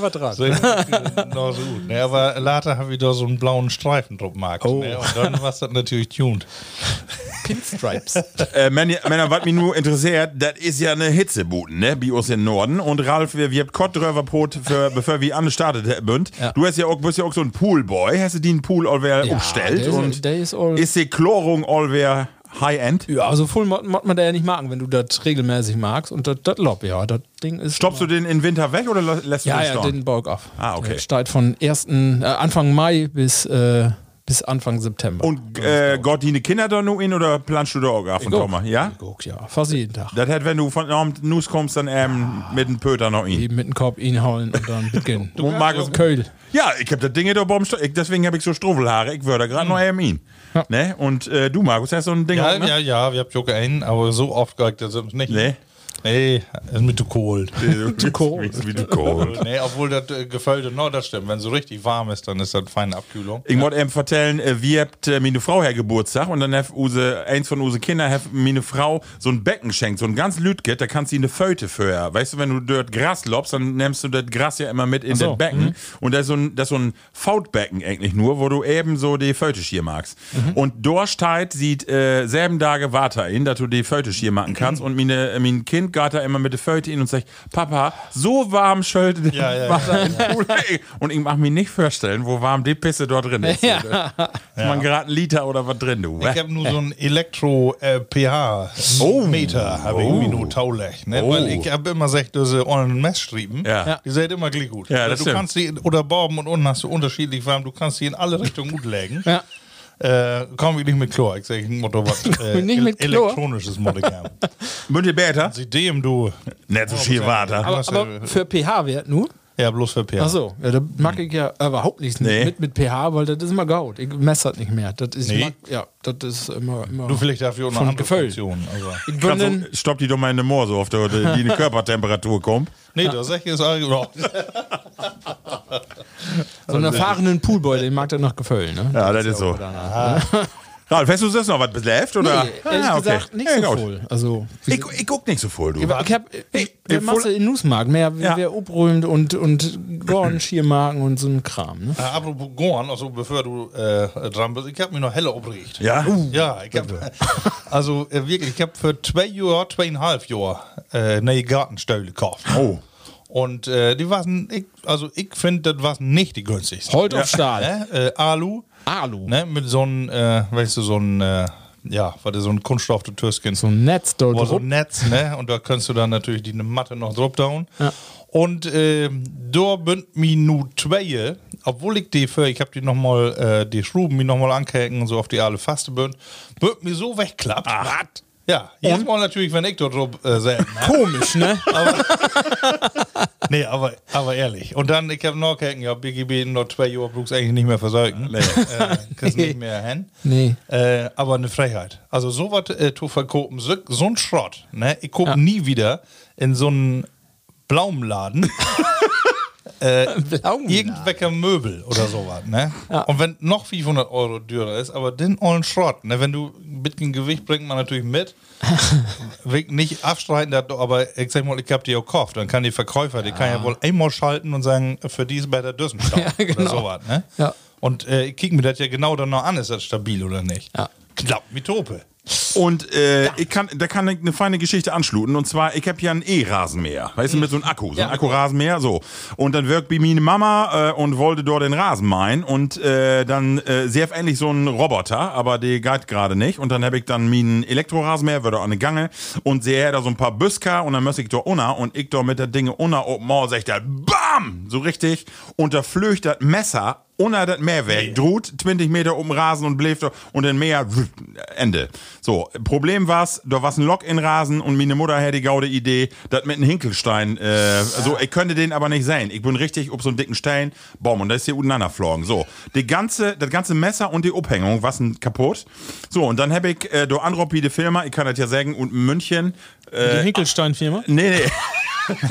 S5: was dran.
S3: So, noch so gut. Ne, aber later habe ich da so einen blauen Streifen drauf gemacht. Ne, und dann war es das natürlich tuned.
S5: Pinstripes.
S4: Äh, Männer, Männer, was mich nur interessiert, das ist ja eine Hitzebuten, ne? Bei uns im Norden. Und Ralf, wir, wir haben Kottdröverbrot, für, bevor wir angestartet sind.
S5: Ja.
S4: Du hast ja auch, bist ja auch so ein Poolboy. Hast du den Pool allwehr
S5: Ja,
S4: umstellt?
S5: der ist-
S4: und
S5: der ist all-
S4: ist die Chlorung allwehr High-End?
S5: Ja, also Full Mod, Mod man da ja nicht machen, wenn du das regelmäßig magst. Und das das Lob, ja, das Ding ist.
S4: Stoppst du den im Winter weg oder lä- lässt
S5: Ja,
S4: du
S5: ja,
S4: den
S5: den Borg auf.
S4: Ah, okay.
S5: Der steigt von 1., äh, Anfang Mai bis, äh, bis Anfang September.
S4: Und äh,
S5: genau.
S4: Gott, die Kinder da nur in oder planst du da auch ab und zu mal? Ja?
S5: Guck, ja, fast jeden Tag.
S4: Das hat, wenn du von abend News kommst, dann ähm, mit dem Pöter noch ihn.
S5: Eben mit dem Korb inhauen und dann beginnen.
S4: Und Markus,
S5: Köhl.
S4: ja, ich hab das Ding da oben, ich, deswegen hab ich so Struffelhaare, ich würde gerade noch eben ihn. Ne? Und äh, du, Markus, hast so ein Ding
S3: Hm. Ja,
S4: auch, ne?
S3: ja, ja, wir haben Joker einen, aber so oft geigt das uns nicht.
S4: Nee.
S3: Nee, ist mit zu cold.
S4: Du
S5: cold.
S4: Wie du cold.
S3: nee, obwohl das äh, gefällt, no, das stimmt. Wenn es so richtig warm ist, dann ist das eine feine Abkühlung.
S4: Ich wollte eben erzählen, äh, wir habt äh, meine Frau her Geburtstag und dann hat use, eins von unsere Kinder hat meine Frau so ein Becken schenkt, so ein ganz Lütget, da kannst du eine Föte für. Weißt du, wenn du dort Gras lobst, dann nimmst du das Gras ja immer mit in
S5: so,
S4: das Becken. Und das ist so ein, das ist so ein Fautbecken eigentlich nur, wo du eben so die Föte schier magst. Und Dorstheit sieht äh, selben Tage weiterhin, dass du die Föte schier machen kannst. Und meine, äh, mein Kind Kind geht da immer mit der Föte hin und sagt, Papa, so warm schölte der
S3: Ja, ja,
S4: Wasser im Pool." Und ich mag mir nicht vorstellen, wo warm die Pisse dort drin ist. Ja. Ist man gerade ein Liter oder was drin, du.
S3: Ich habe nur so äh,
S4: Oh.
S3: einen Elektro-pH-Meter, habe ich irgendwie nur taulech. Ne? Weil ich habe immer gesagt, diese ollen Messstriemen,
S4: Ja. Ja.
S3: die sind immer gleich gut. Also
S4: Ja, das
S3: du
S4: stimmt.
S3: kannst die in- oder Borben und unten hast du unterschiedlich warm, du kannst die in alle Richtungen gut legen.
S5: Ja.
S3: Äh, komm ich nicht mit Chlor, ich sage, ich Motto, was äh,
S5: nicht mit
S3: ele-
S5: Chlor.
S3: elektronisches Motto gern.
S4: Münde Bärter?
S3: Sie dem, du.
S4: Nicht
S5: Oh,
S4: so viel weiter.
S5: Aber,
S3: Was,
S5: aber
S3: äh,
S5: für pH-Wert nur?
S3: Ja, bloß für pH.
S5: Ach so, ja, da mag ich ja überhaupt nichts
S4: Hm. Nee.
S5: mit, mit pH, weil das ist immer gaut. Ich messe das nicht mehr. Das ist,
S3: Nee.
S5: mag, ja, das ist immer, immer.
S3: Du vielleicht dafür auch eine
S5: Von
S3: andere
S5: Gefühl.
S3: Funktion. Also.
S5: ich bin
S4: Kannst
S5: dann,
S4: du- Stopp die doch mal in den Moor, so oft die die eine Körpertemperatur kommt.
S3: Nee, das sag ich jetzt auch.
S5: so
S4: Also-
S5: einen erfahrenen Poolboy, den mag das noch gefüllen. Ne?
S4: Ja, das ist so. Ralf, hast du sonst noch was beläft? Oder?
S5: Nee, ehrlich
S4: Ah,
S5: gesagt, nicht so
S4: gut.
S5: voll. Also,
S4: Ich, ich guck nicht so voll, du.
S5: ich hab
S4: Hey,
S5: ich,
S4: wir
S5: ich Masse in Nusmark, mehr
S4: Ja.
S5: ja. wer obrühmt und, und Gornschiermarken und so ein Kram. Ne?
S3: Äh, apropos Gorn, also bevor du äh, dran bist, ich habe mich noch helle aufgeregt.
S4: Ja? Uh.
S3: Ja, ich habe also äh, wirklich, ich habe für zwei Jahre, zweieinhalb Jahre äh, eine Gartenstöhle gekauft.
S4: Oh.
S3: Und äh, die waren, ich, also ich finde, das war nicht die günstigste.
S5: Holt auf Stahl.
S3: Ne? Äh, Alu,
S5: Alu.
S3: ne? mit so einem, äh, weißt du, so einem, äh, ja, was ist so ein Kunststoff, du Türskin.
S5: So ein Netz dort
S3: Boah, so ein
S5: rum.
S3: Netz, ne? Und da kannst du dann natürlich die Matte noch dropdown. Und ähm, da bünd mi nu zwei, obwohl ich die für, ich hab die nochmal, äh, die Schruben mi nochmal ankecken und so auf die alle faste bünd, bünd mi so wegklappt. Ach. Ja, jetzt mal natürlich, wenn ich dort drop äh, selten. hab.
S5: Komisch, ne?
S3: nee, aber, aber ehrlich. Und dann, ich hab noch kecken, ja, BGB noch zwei Jahre brauchst eigentlich nicht mehr versorgen. Nee. Äh, kriegst nicht mehr hin.
S5: Nee.
S3: Äh, aber eine Frechheit. Also so was äh, zu verkopen, so, so ein Schrott. Ne? Ich gucke nie wieder in so einen blauen Laden
S5: Blauen.
S3: irgendwelcher Möbel oder sowas. Ne? Und wenn noch 500 Euro teurer ist, aber den ollen Schrott. Ne? Wenn du ein bisschen Gewicht bringt man natürlich mit. Will nicht abstreiten, dass du- aber ich sag mal, ich hab die auch gekauft. Dann kann die Verkäufer, die kann ja wohl einmal schalten und sagen, für die ist bei der Düssenstadt
S5: Ja, genau.
S3: oder sowas. Ne?
S5: Ja.
S3: Und äh, ich kick mir das ja genau dann noch an, ist das stabil oder nicht.
S5: Ja.
S3: Klappt mit Tope.
S4: Und äh, ich kann, da kann ich eine feine Geschichte anschluten. Und zwar, ich habe ja ein E-Rasenmäher. Weißt du, mit so einem Akku. So ein Akku-Rasenmäher, so. Und dann wirkt bei mir eine Mama äh, und wollte dort den Rasen mähen. Und äh, dann äh, sehr ähnlich so ein Roboter, aber der geht gerade nicht. Und dann habe ich dann meinen Elektrorasenmäher, würde an den Gange. Und sehe da so ein paar Büsker. Und dann muss ich da unter. Und ich da mit der Dinge unter Open Mall, sag ich da, BAM! So richtig. Und da flöcht das Messer unter das Meerwerk, nee. droht 20 Meter um Rasen und bläfte und dann Meer, wuff, Ende. So, Problem war's, da war's ein Lock-in-Rasen und meine Mutter hätte die gaude Idee, das mit einem Hinkelstein, äh, so, ich könnte den aber nicht sein. Ich bin richtig ob so einen dicken Stein, Baum, und da ist hier untereinander flogen. So, die ganze, das ganze Messer und die Abhängung was kaputt. So, und dann hab ich, äh, do Andropide Filmer, ich kann das ja sagen, und in München,
S5: Die Hinkelstein-Firma?
S4: Nee, nee.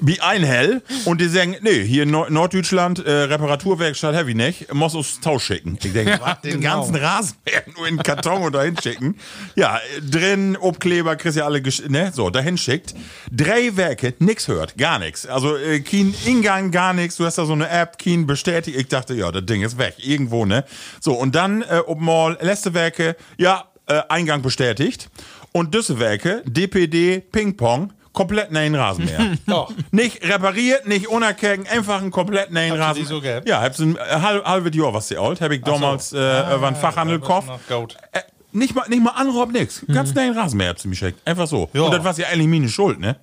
S4: Wie ein Hell. Und die sagen, nee, hier in Nord Norddeutschland, äh, Reparaturwerkstatt Heavy nicht, muss uns Tausch schicken. Ich denke, was, den ganzen Rasenmäher nur in den Karton oder hinschicken. Ja, äh, drin, Obkleber, kriegst ja alle, gesch- ne, so, dahin schickt. Drei Werke, nix hört, gar nix. Also, äh, Keen Ingang, gar nix. Du hast da so eine App, Keen bestätigt. Ich dachte, ja, das Ding ist weg, irgendwo, ne. So, und dann, äh, ob mal, letzte Werke, ja, äh, Eingang bestätigt. Und Düsselwerke, DPD, Ping-Pong, komplett neuen Rasenmäher.
S3: Ja.
S4: nicht repariert, nicht unerkecken, einfach einen komplett neuen
S3: Habt ihr
S4: Rasen.
S3: die so gehabt?
S4: ja, hab's ein äh, halb, halbes Jahr, was sie alt. Hab ich damals, äh,
S3: Ah,
S4: war ein Fachhandel
S3: da war's
S4: gekauft.
S3: noch gut.
S4: Äh, nicht mal, nicht mal Anraub, nix. Ganz neuen Rasenmäher habt sie mich geschickt. Einfach so.
S3: Ja.
S4: Und das war ja eigentlich meine Schuld, ne?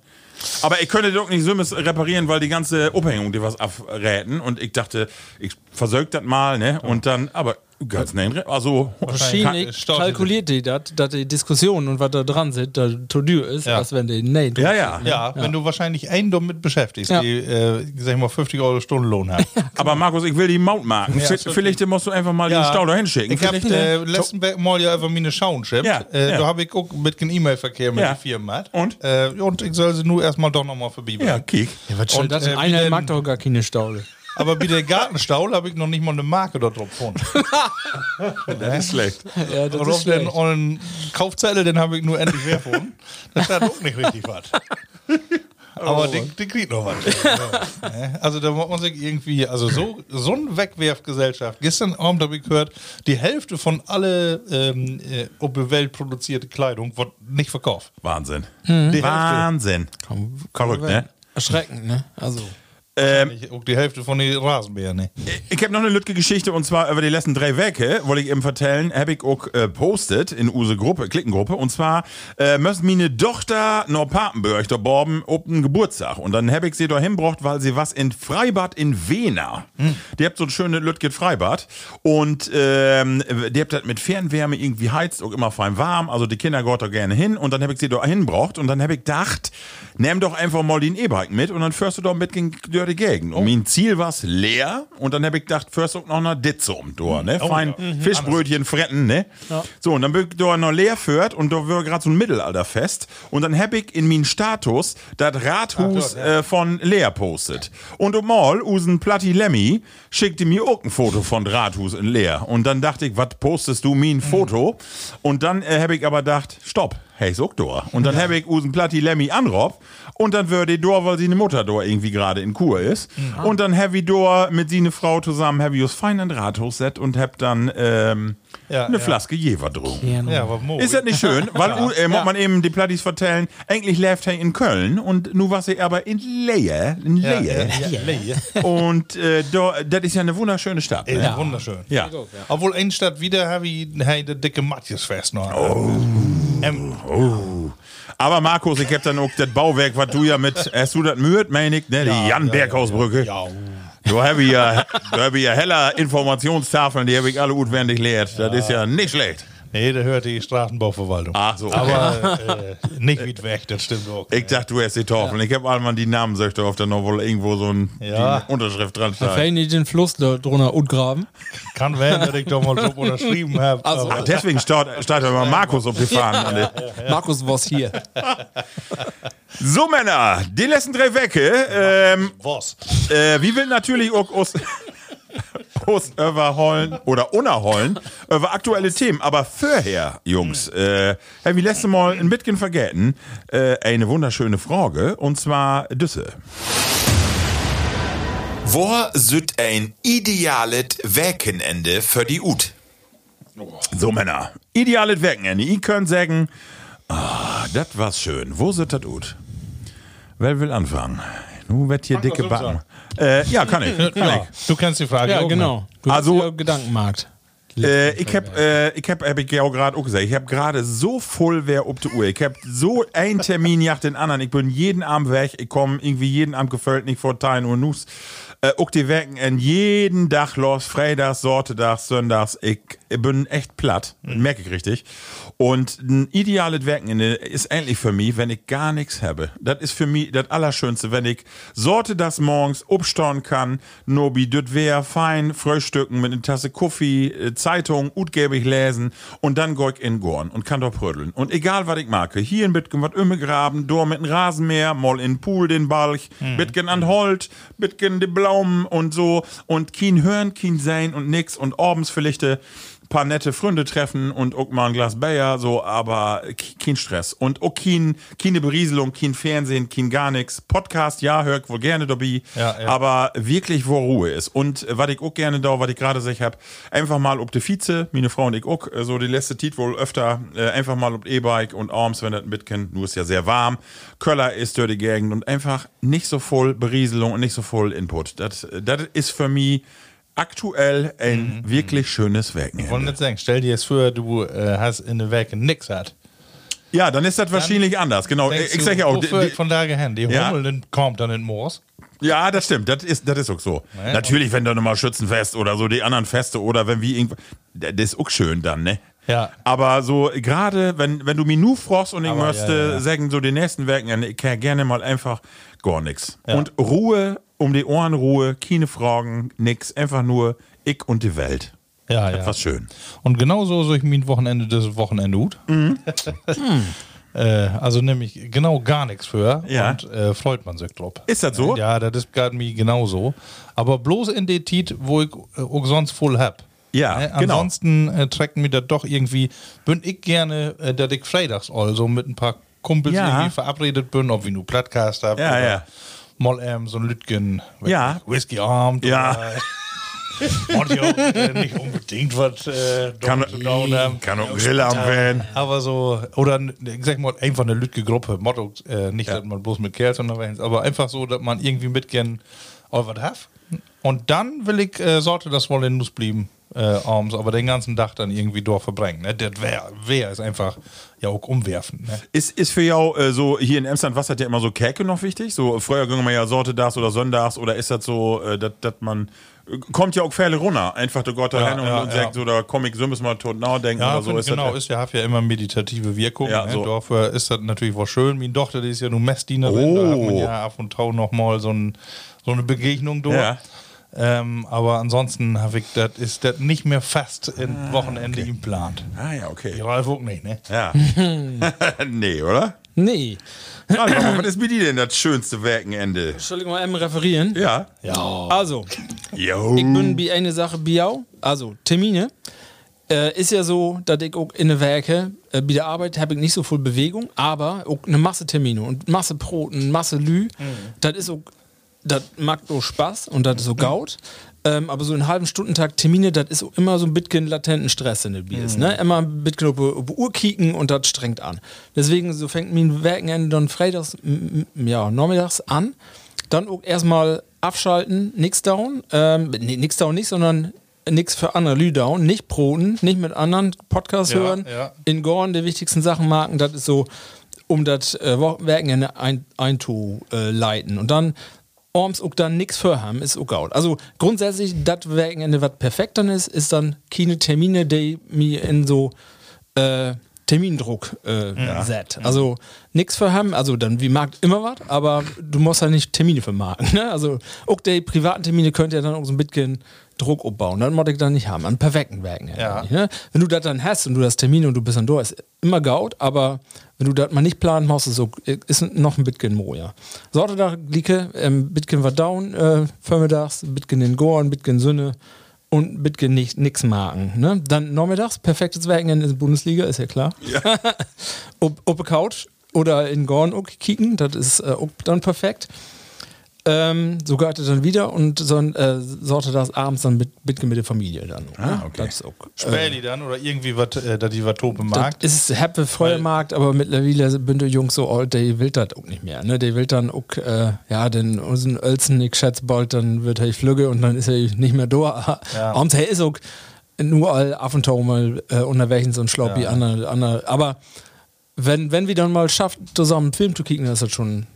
S4: Aber ich könnte doch nicht Sümmes reparieren, weil die ganze Abhängung dir was abräten. Und ich dachte, ich versög das mal, ne? Und dann, aber ganz neuen, also,
S5: Wahrscheinlich
S3: Kann- staut-
S5: kalkuliert die das, dass die Diskussion und was da dran sind, da to do ist,
S3: Ja.
S5: als wenn die nee
S4: ja, ja.
S3: Ja, wenn du wahrscheinlich einen damit beschäftigst,
S5: Ja.
S3: die, äh, sag ich mal, 50 Euro Stundenlohn hat.
S4: Aber Markus, ich will die Mount marken.
S3: Ja,
S4: Vi-
S3: ist okay.
S4: Vielleicht musst du einfach mal den Stau da hinschicken.
S3: Ich habe
S4: Vielleicht,
S3: äh,
S4: äh,
S3: letzten Be- Mal ja über meine Schauen geschickt.
S4: Ja,
S3: äh,
S4: ja.
S3: Da habe ich auch mit dem E-Mail-Verkehr mit
S4: Ja.
S3: ja. den Firmen. hat.
S4: Und?
S3: Äh, und ich soll sie nur erstmal doch nochmal
S4: ja,
S3: verbieten.
S4: kick.
S5: Was und das
S3: äh, wie
S5: einer
S3: denn-
S5: mag doch gar keine Staule.
S3: Aber bei der Gartenstaul habe ich noch nicht mal eine Marke da drauf gefunden.
S4: Das
S3: äh.
S4: ist schlecht.
S5: Ja, das
S3: Und auf den ollen Kaufzettel, den habe ich nur endlich gefunden. Da stand auch nicht richtig was. Aber
S4: Oh.
S3: die, die kriegt noch was. Ja. Ne? Also da muss man sich irgendwie, also so, so eine Wegwerfgesellschaft. Gestern Abend habe ich gehört, die Hälfte von alle ähm, äh, auf der Welt produzierte Kleidung wird nicht verkauft.
S4: Wahnsinn.
S3: Mhm. Die Hälfte.
S4: Wahnsinn. Verrückt, ne?
S5: Erschreckend, ne? Also.
S4: Ähm,
S3: Ich, auch die Hälfte von den Rasenmähern, ne?
S4: Ich habe noch eine lütke Geschichte und zwar über die letzten drei Werke, wollte ich eben vertellen, habe ich auch äh, postet in unsere Gruppe, Klickengruppe und zwar äh, müssen meine Tochter nach Papenburg da borben ob einen Geburtstag und dann habe ich sie da hinbracht, weil sie was in Freibad in Wena.
S3: Hm.
S4: Die habt so ein schönes lütke Freibad und ähm, die habt das mit Fernwärme irgendwie heizt, auch immer fein warm, also die Kinder gehen da gerne hin und dann habe ich sie da hinbracht und dann habe ich gedacht, nimm doch einfach mal den E-Bike mit und dann fährst du doch mit gegen die Gegend.
S3: Oh.
S4: Und mein Ziel war es leer und dann habe ich gedacht, fährst du auch noch eine Ditze um Tor,
S3: Mhm.
S4: ne?
S3: Oh,
S4: Fein Fischbrötchen fretten, ne? So, und dann bin ich da noch leer führt und da war gerade so ein Mittelalterfest und dann habe ich in meinen Status das Rathaus
S3: Ach, dort, ja.
S4: äh, von Lea postet. Und um all, Usen Platti Lemmy schickte mir auch ein Foto von das Rathaus in Lea. Und dann dachte ich, was postest du
S3: Mhm.
S4: mir ein Foto? Und dann äh, habe ich aber gedacht, stopp. Hey, ist auch da. Und dann habe ich Usen Platti Lemmy anrob und dann würde ich da, weil sie eine Mutter da irgendwie gerade in Kur ist.
S3: Mhm.
S4: Und dann habe ich da mit sie eine Frau zusammen, habe ich das fein in Rathaus set und habe dann ähm,
S3: Ja,
S4: eine
S3: ja.
S4: Flaske Jever drum.
S3: Ja, aber Mo.
S4: Ist das nicht schön? Weil, uh, äh, muss man eben die Plattis vertellen, eigentlich läuft er in Köln und nu war sie aber in Lehe. In
S3: ja,
S4: Lehe.
S3: ja, ja, Leje.
S4: Und äh, da- das ist ja eine wunderschöne Stadt.
S3: Ey,
S4: Ne?
S3: Wunderschön.
S4: Ja.
S3: Obwohl in Stadt wieder habe ich hey, das dicke Matjesfest noch. Ähm,
S4: Oh. Aber Markus, ich hab dann auch das Bauwerk, was du ja mit, hast du das müht, meine ich, ne? Die Jan-Berghaus-Brücke.
S3: ja.
S4: Du hab ich ja, du hab ich ja heller Informationstafeln, die hab ich alle utwendig lehrt. Das ist ja nicht schlecht.
S3: Nee, da hört die Straßenbauverwaltung.
S4: Ach so, okay.
S3: Aber äh, nicht weit weg, das stimmt auch.
S4: Ich dachte, du hast die Tafeln. Ich hab einmal die Namen söchte auf der Novel irgendwo so ein,
S3: Ja.
S4: die Unterschrift dran
S5: Da
S4: steht.
S5: fällt nicht den Fluss da drunter und graben.
S3: Kann werden, dass ich doch mal so unterschrieben habe.
S5: Also-
S3: aber-
S4: Ach, deswegen steht, steht da mal Markus auf die Fahnen.
S5: Markus was hier.
S4: So, Männer, die letzten drei Wecke. Ähm,
S3: Was?
S4: äh, wir will natürlich auch uns, uns überholen oder unerholen über aktuelle Themen. Aber vorher, Jungs, äh, haben wir letzte Mal ein bisschen vergessen, äh, eine wunderschöne Frage, und zwar Düsse. Wo süd ein idealet Wochenende für die Ut? So, Männer, idealet Wochenende. Ich könnt sagen, ah, das war's schön. Wo süd das Ut? Wer will anfangen? Nun wird hier
S3: Fang
S4: dicke
S3: doch selbst
S4: Backen. Äh, ja, kann ich. Kann ich.
S3: Ja, du kennst die Frage.
S5: Ja,
S3: auch,
S5: genau. Du
S4: Also-
S5: hast ja Gedankenmarkt.
S4: Äh, ich hab, äh, ich hab, hab ich ja auch gerade auch gesagt, ich hab gerade so voll wer ob die Uhr. Ich hab so einen Termin nach den anderen. Ich bin jeden Abend weg. Ich komme irgendwie jeden Abend gefällt nicht vor Teilen und Nus. Äh, auch die Werken an jeden Tag los. Freitags, Sortedags, Sonntags. Ich, ich bin echt platt. Merke ich richtig. Und ein ideales Werkenende ist eigentlich für mich, wenn ich gar nichts habe. Das ist für mich das Allerschönste, wenn ich Sorte das morgens upstauen kann, Nobi, das wär fein, frühstücken mit einer Tasse Kaffee, äh, Zeitung, utgäbig lesen und dann geh ich in Gorn und kann doch prödeln. Und egal, was ich mag, hier in Bitgen was immer graben, dort mit dem Rasenmäher, mal in den Pool den Balch, Bitgen an Holt, Bitgen die Blaumen und so und kein hören, kein sein und nix und abends vielleicht äh, paar nette Freunde treffen und auch mal ein Glas Bayer, so, aber ke- kein Stress. Und auch kein, keine Berieselung, kein Fernsehen, kein gar nix. Podcast, ja, hör ich wohl gerne dabei,
S3: Ja, ja.
S4: aber wirklich, wo Ruhe ist. Und äh, was ich auch gerne da, was ich gerade sag hab, einfach mal ob die Vize, meine Frau und ich auch, äh, so die letzte Tit wohl öfter, äh, einfach mal ob die E-Bike und Arms, wenn das mitkennt, nur ist ja sehr warm. Köller ist dort die Gegend und einfach nicht so voll Berieselung und nicht so voll Input. Das, äh, das ist für mich aktuell ein
S3: Mhm.
S4: wirklich schönes Wochenende.
S3: Ich wollte nicht sagen, stell dir jetzt vor, du äh, hast in der Werke nix hat.
S4: Oh, Ja, dann ist das wahrscheinlich anders. Genau.
S3: Denkst
S4: Ich
S3: du,
S4: sag ja auch, die,
S3: wofür
S4: die,
S3: von daher hin, die
S4: Ja.
S3: Hummeln kommt dann in Moors.
S4: ja, das stimmt. Das ist, das ist auch so.
S3: Naja.
S4: Natürlich, wenn dann nochmal Schützenfest oder so die anderen Feste oder wenn wir irgendwo, das ist auch schön dann, ne?
S3: Ja.
S4: Aber so gerade, wenn, wenn du mir nur fragst und ich
S3: Aber
S4: möchte
S3: ja, ja, ja.
S4: sagen, so die nächsten Werken, ich kann gerne mal einfach gar nix. Und Ruhe um die Ohren, Ruhe, keine Fragen, nix. Einfach nur ich und die Welt.
S3: Ja,
S4: Das war's schön.
S3: Und genau so soll ich mein Wochenende das Wochenende gut.
S4: Mhm.
S3: äh, also nämlich genau gar nichts für
S4: Ja.
S3: und äh, freut man sich drauf.
S4: Ist das so?
S3: Ja, das ist gerade mir genauso. Aber bloß in der Tit, wo ich äh, auch sonst voll hab.
S4: Ja,
S3: Ne?
S4: genau.
S3: Ansonsten äh, trecken mir das doch irgendwie, bin ich gerne, äh, dass ich freitags also mit ein paar Kumpels
S4: Ja.
S3: irgendwie verabredet bin, ob wir nur Plattcast haben.
S4: Ja,
S3: oder
S4: ja.
S3: Moll Ems und Lütgen.
S4: Ja.
S3: Whisky Armed.
S4: Ja.
S3: oder- Und ja, auch, äh, nicht unbedingt was äh,
S4: Kann,
S3: Down- Downer.
S4: kann auch Grill am Van.
S3: Aber so, oder ne, ich sag mal, einfach eine lütge Gruppe. Motto, äh, nicht, dass man bloß mit Kerls unterwegs ist, aber einfach so, dass man irgendwie mitgern all was hat. Und dann will ich, äh, sollte das wohl in Nuss blieben, äh, abends, aber den ganzen Tag dann irgendwie dort verbringen. Ne? Das wäre wär ist einfach ja auch umwerfend. Ne?
S4: Ist, ist für jou äh, so hier in Emsland, was hat ja immer so Käke noch wichtig? So früher gingen wir ja Sortedags oder Sonntags oder ist das so, äh, dass man äh, kommt ja auch Pferde runter, einfach der Gott dahin und,
S3: ja,
S4: und
S3: ja.
S4: sagt so, da Comic so müssen wir tot nachdenken
S3: Ja,
S4: oder so.
S3: find-
S4: Ist
S3: genau,
S4: das,
S3: ist ja, hat ja immer meditative Wirkung.
S4: Ja,
S3: ne?
S4: so.
S3: Dafür ist das natürlich was schön. Meine Tochter, die ist ja nur Messdienerin, da hat man
S4: Oh.
S3: ja ab und tau nochmal so, ein, so eine Begegnung durch.
S4: Ja.
S3: Ähm, aber ansonsten habe ich das ist das nicht mehr fast in Wochenende im Plan.
S4: ah ja, okay.
S3: Die Ralf auch nicht, ne?
S4: Ja. nee, oder?
S5: Nee.
S4: Ralf, aber was ist mit dir denn das schönste Werkenende?
S5: Entschuldigung, mal eben referieren.
S4: Ja. Hm.
S5: Also,
S4: Jo.
S5: ich bin wie eine Sache biau, also Termine. Äh, ist ja so, dass ich auch in der Werke, äh, bei der Arbeit habe ich nicht so viel Bewegung, aber auch eine Masse Termine und Masse Broten, Masse Lü, das ist auch, das macht auch Spaß und das ist so gaut. Ähm, aber so einen halben Stundentag Termine, das ist auch immer so ein bisschen latenten Stress in der Biers. Ne? Immer ein bisschen auf, auf die Uhr kicken und das strengt an. Deswegen so fängt mein Werkenende dann freitags, m- m- ja, nachmittags an. Dann auch erstmal abschalten, nix down. Ähm, nee, nix down nicht, sondern nix für andere Lü down. Nicht broten, nicht mit anderen Podcasts
S3: Ja,
S5: hören.
S3: ja.
S5: In Gorn die wichtigsten Sachen marken, das ist so, um das äh, Wo- Werkenende ein, einzuleiten. Und dann Orms auch dann nix für haben, ist auch out. Also grundsätzlich, das Werkenende, was perfekt dann ist, ist dann keine Termine, die mir in so äh, Termindruck äh, set. Also nix für haben, also dann wie Markt immer was, aber du musst halt nicht Termine für marken. Ne? Also auch die privaten Termine könnt ihr dann auch so ein bisschen Druck aufbauen. Dann muss ich dann nicht haben, an perfekten Werken.
S3: Ja.
S5: nicht, Ne? Wenn du das dann hast und du hast Termine und du bist dann durch, ist immer gaut, aber wenn du das mal nicht planen musst, ist, so, ist noch ein bisschen moja. Sorte da Glicke, ähm, Bitcoin war down, äh, vormittags, Bitcoin in Gorn, Bitcoin Sünne und Bitcoin nicht, nix marken. Ne? Dann nachmittags, perfektes Werkenende in der Bundesliga, ist ja klar. Ob, ob Couch oder in Gorn auch kicken, das ist äh, auch dann perfekt. Ähm, so geht es dann wieder und so, äh, sorte das abends dann mit, Bitcoin mit der Familie dann. auch, ne?
S4: Ah, okay.
S5: Das ist auch, äh,
S3: Späli dann oder irgendwie was, äh, da die was tope
S5: das
S3: mag.
S5: ist Happy Vollmarkt, aber mittlerweile sind die Jungs so alt, der will das auch nicht mehr. Ne? Der will dann auch, äh, ja, den unseren Ölzen, ich schätze bald, dann wird er flügge und dann ist er nicht mehr da.
S3: Ja.
S5: Und er ist auch nur all ab und zu mal äh, unterwegs und schlau wie
S3: Ja.
S5: andere, andere. Aber wenn, wenn wir dann mal schafft, zusammen einen Film zu kicken, ist das schon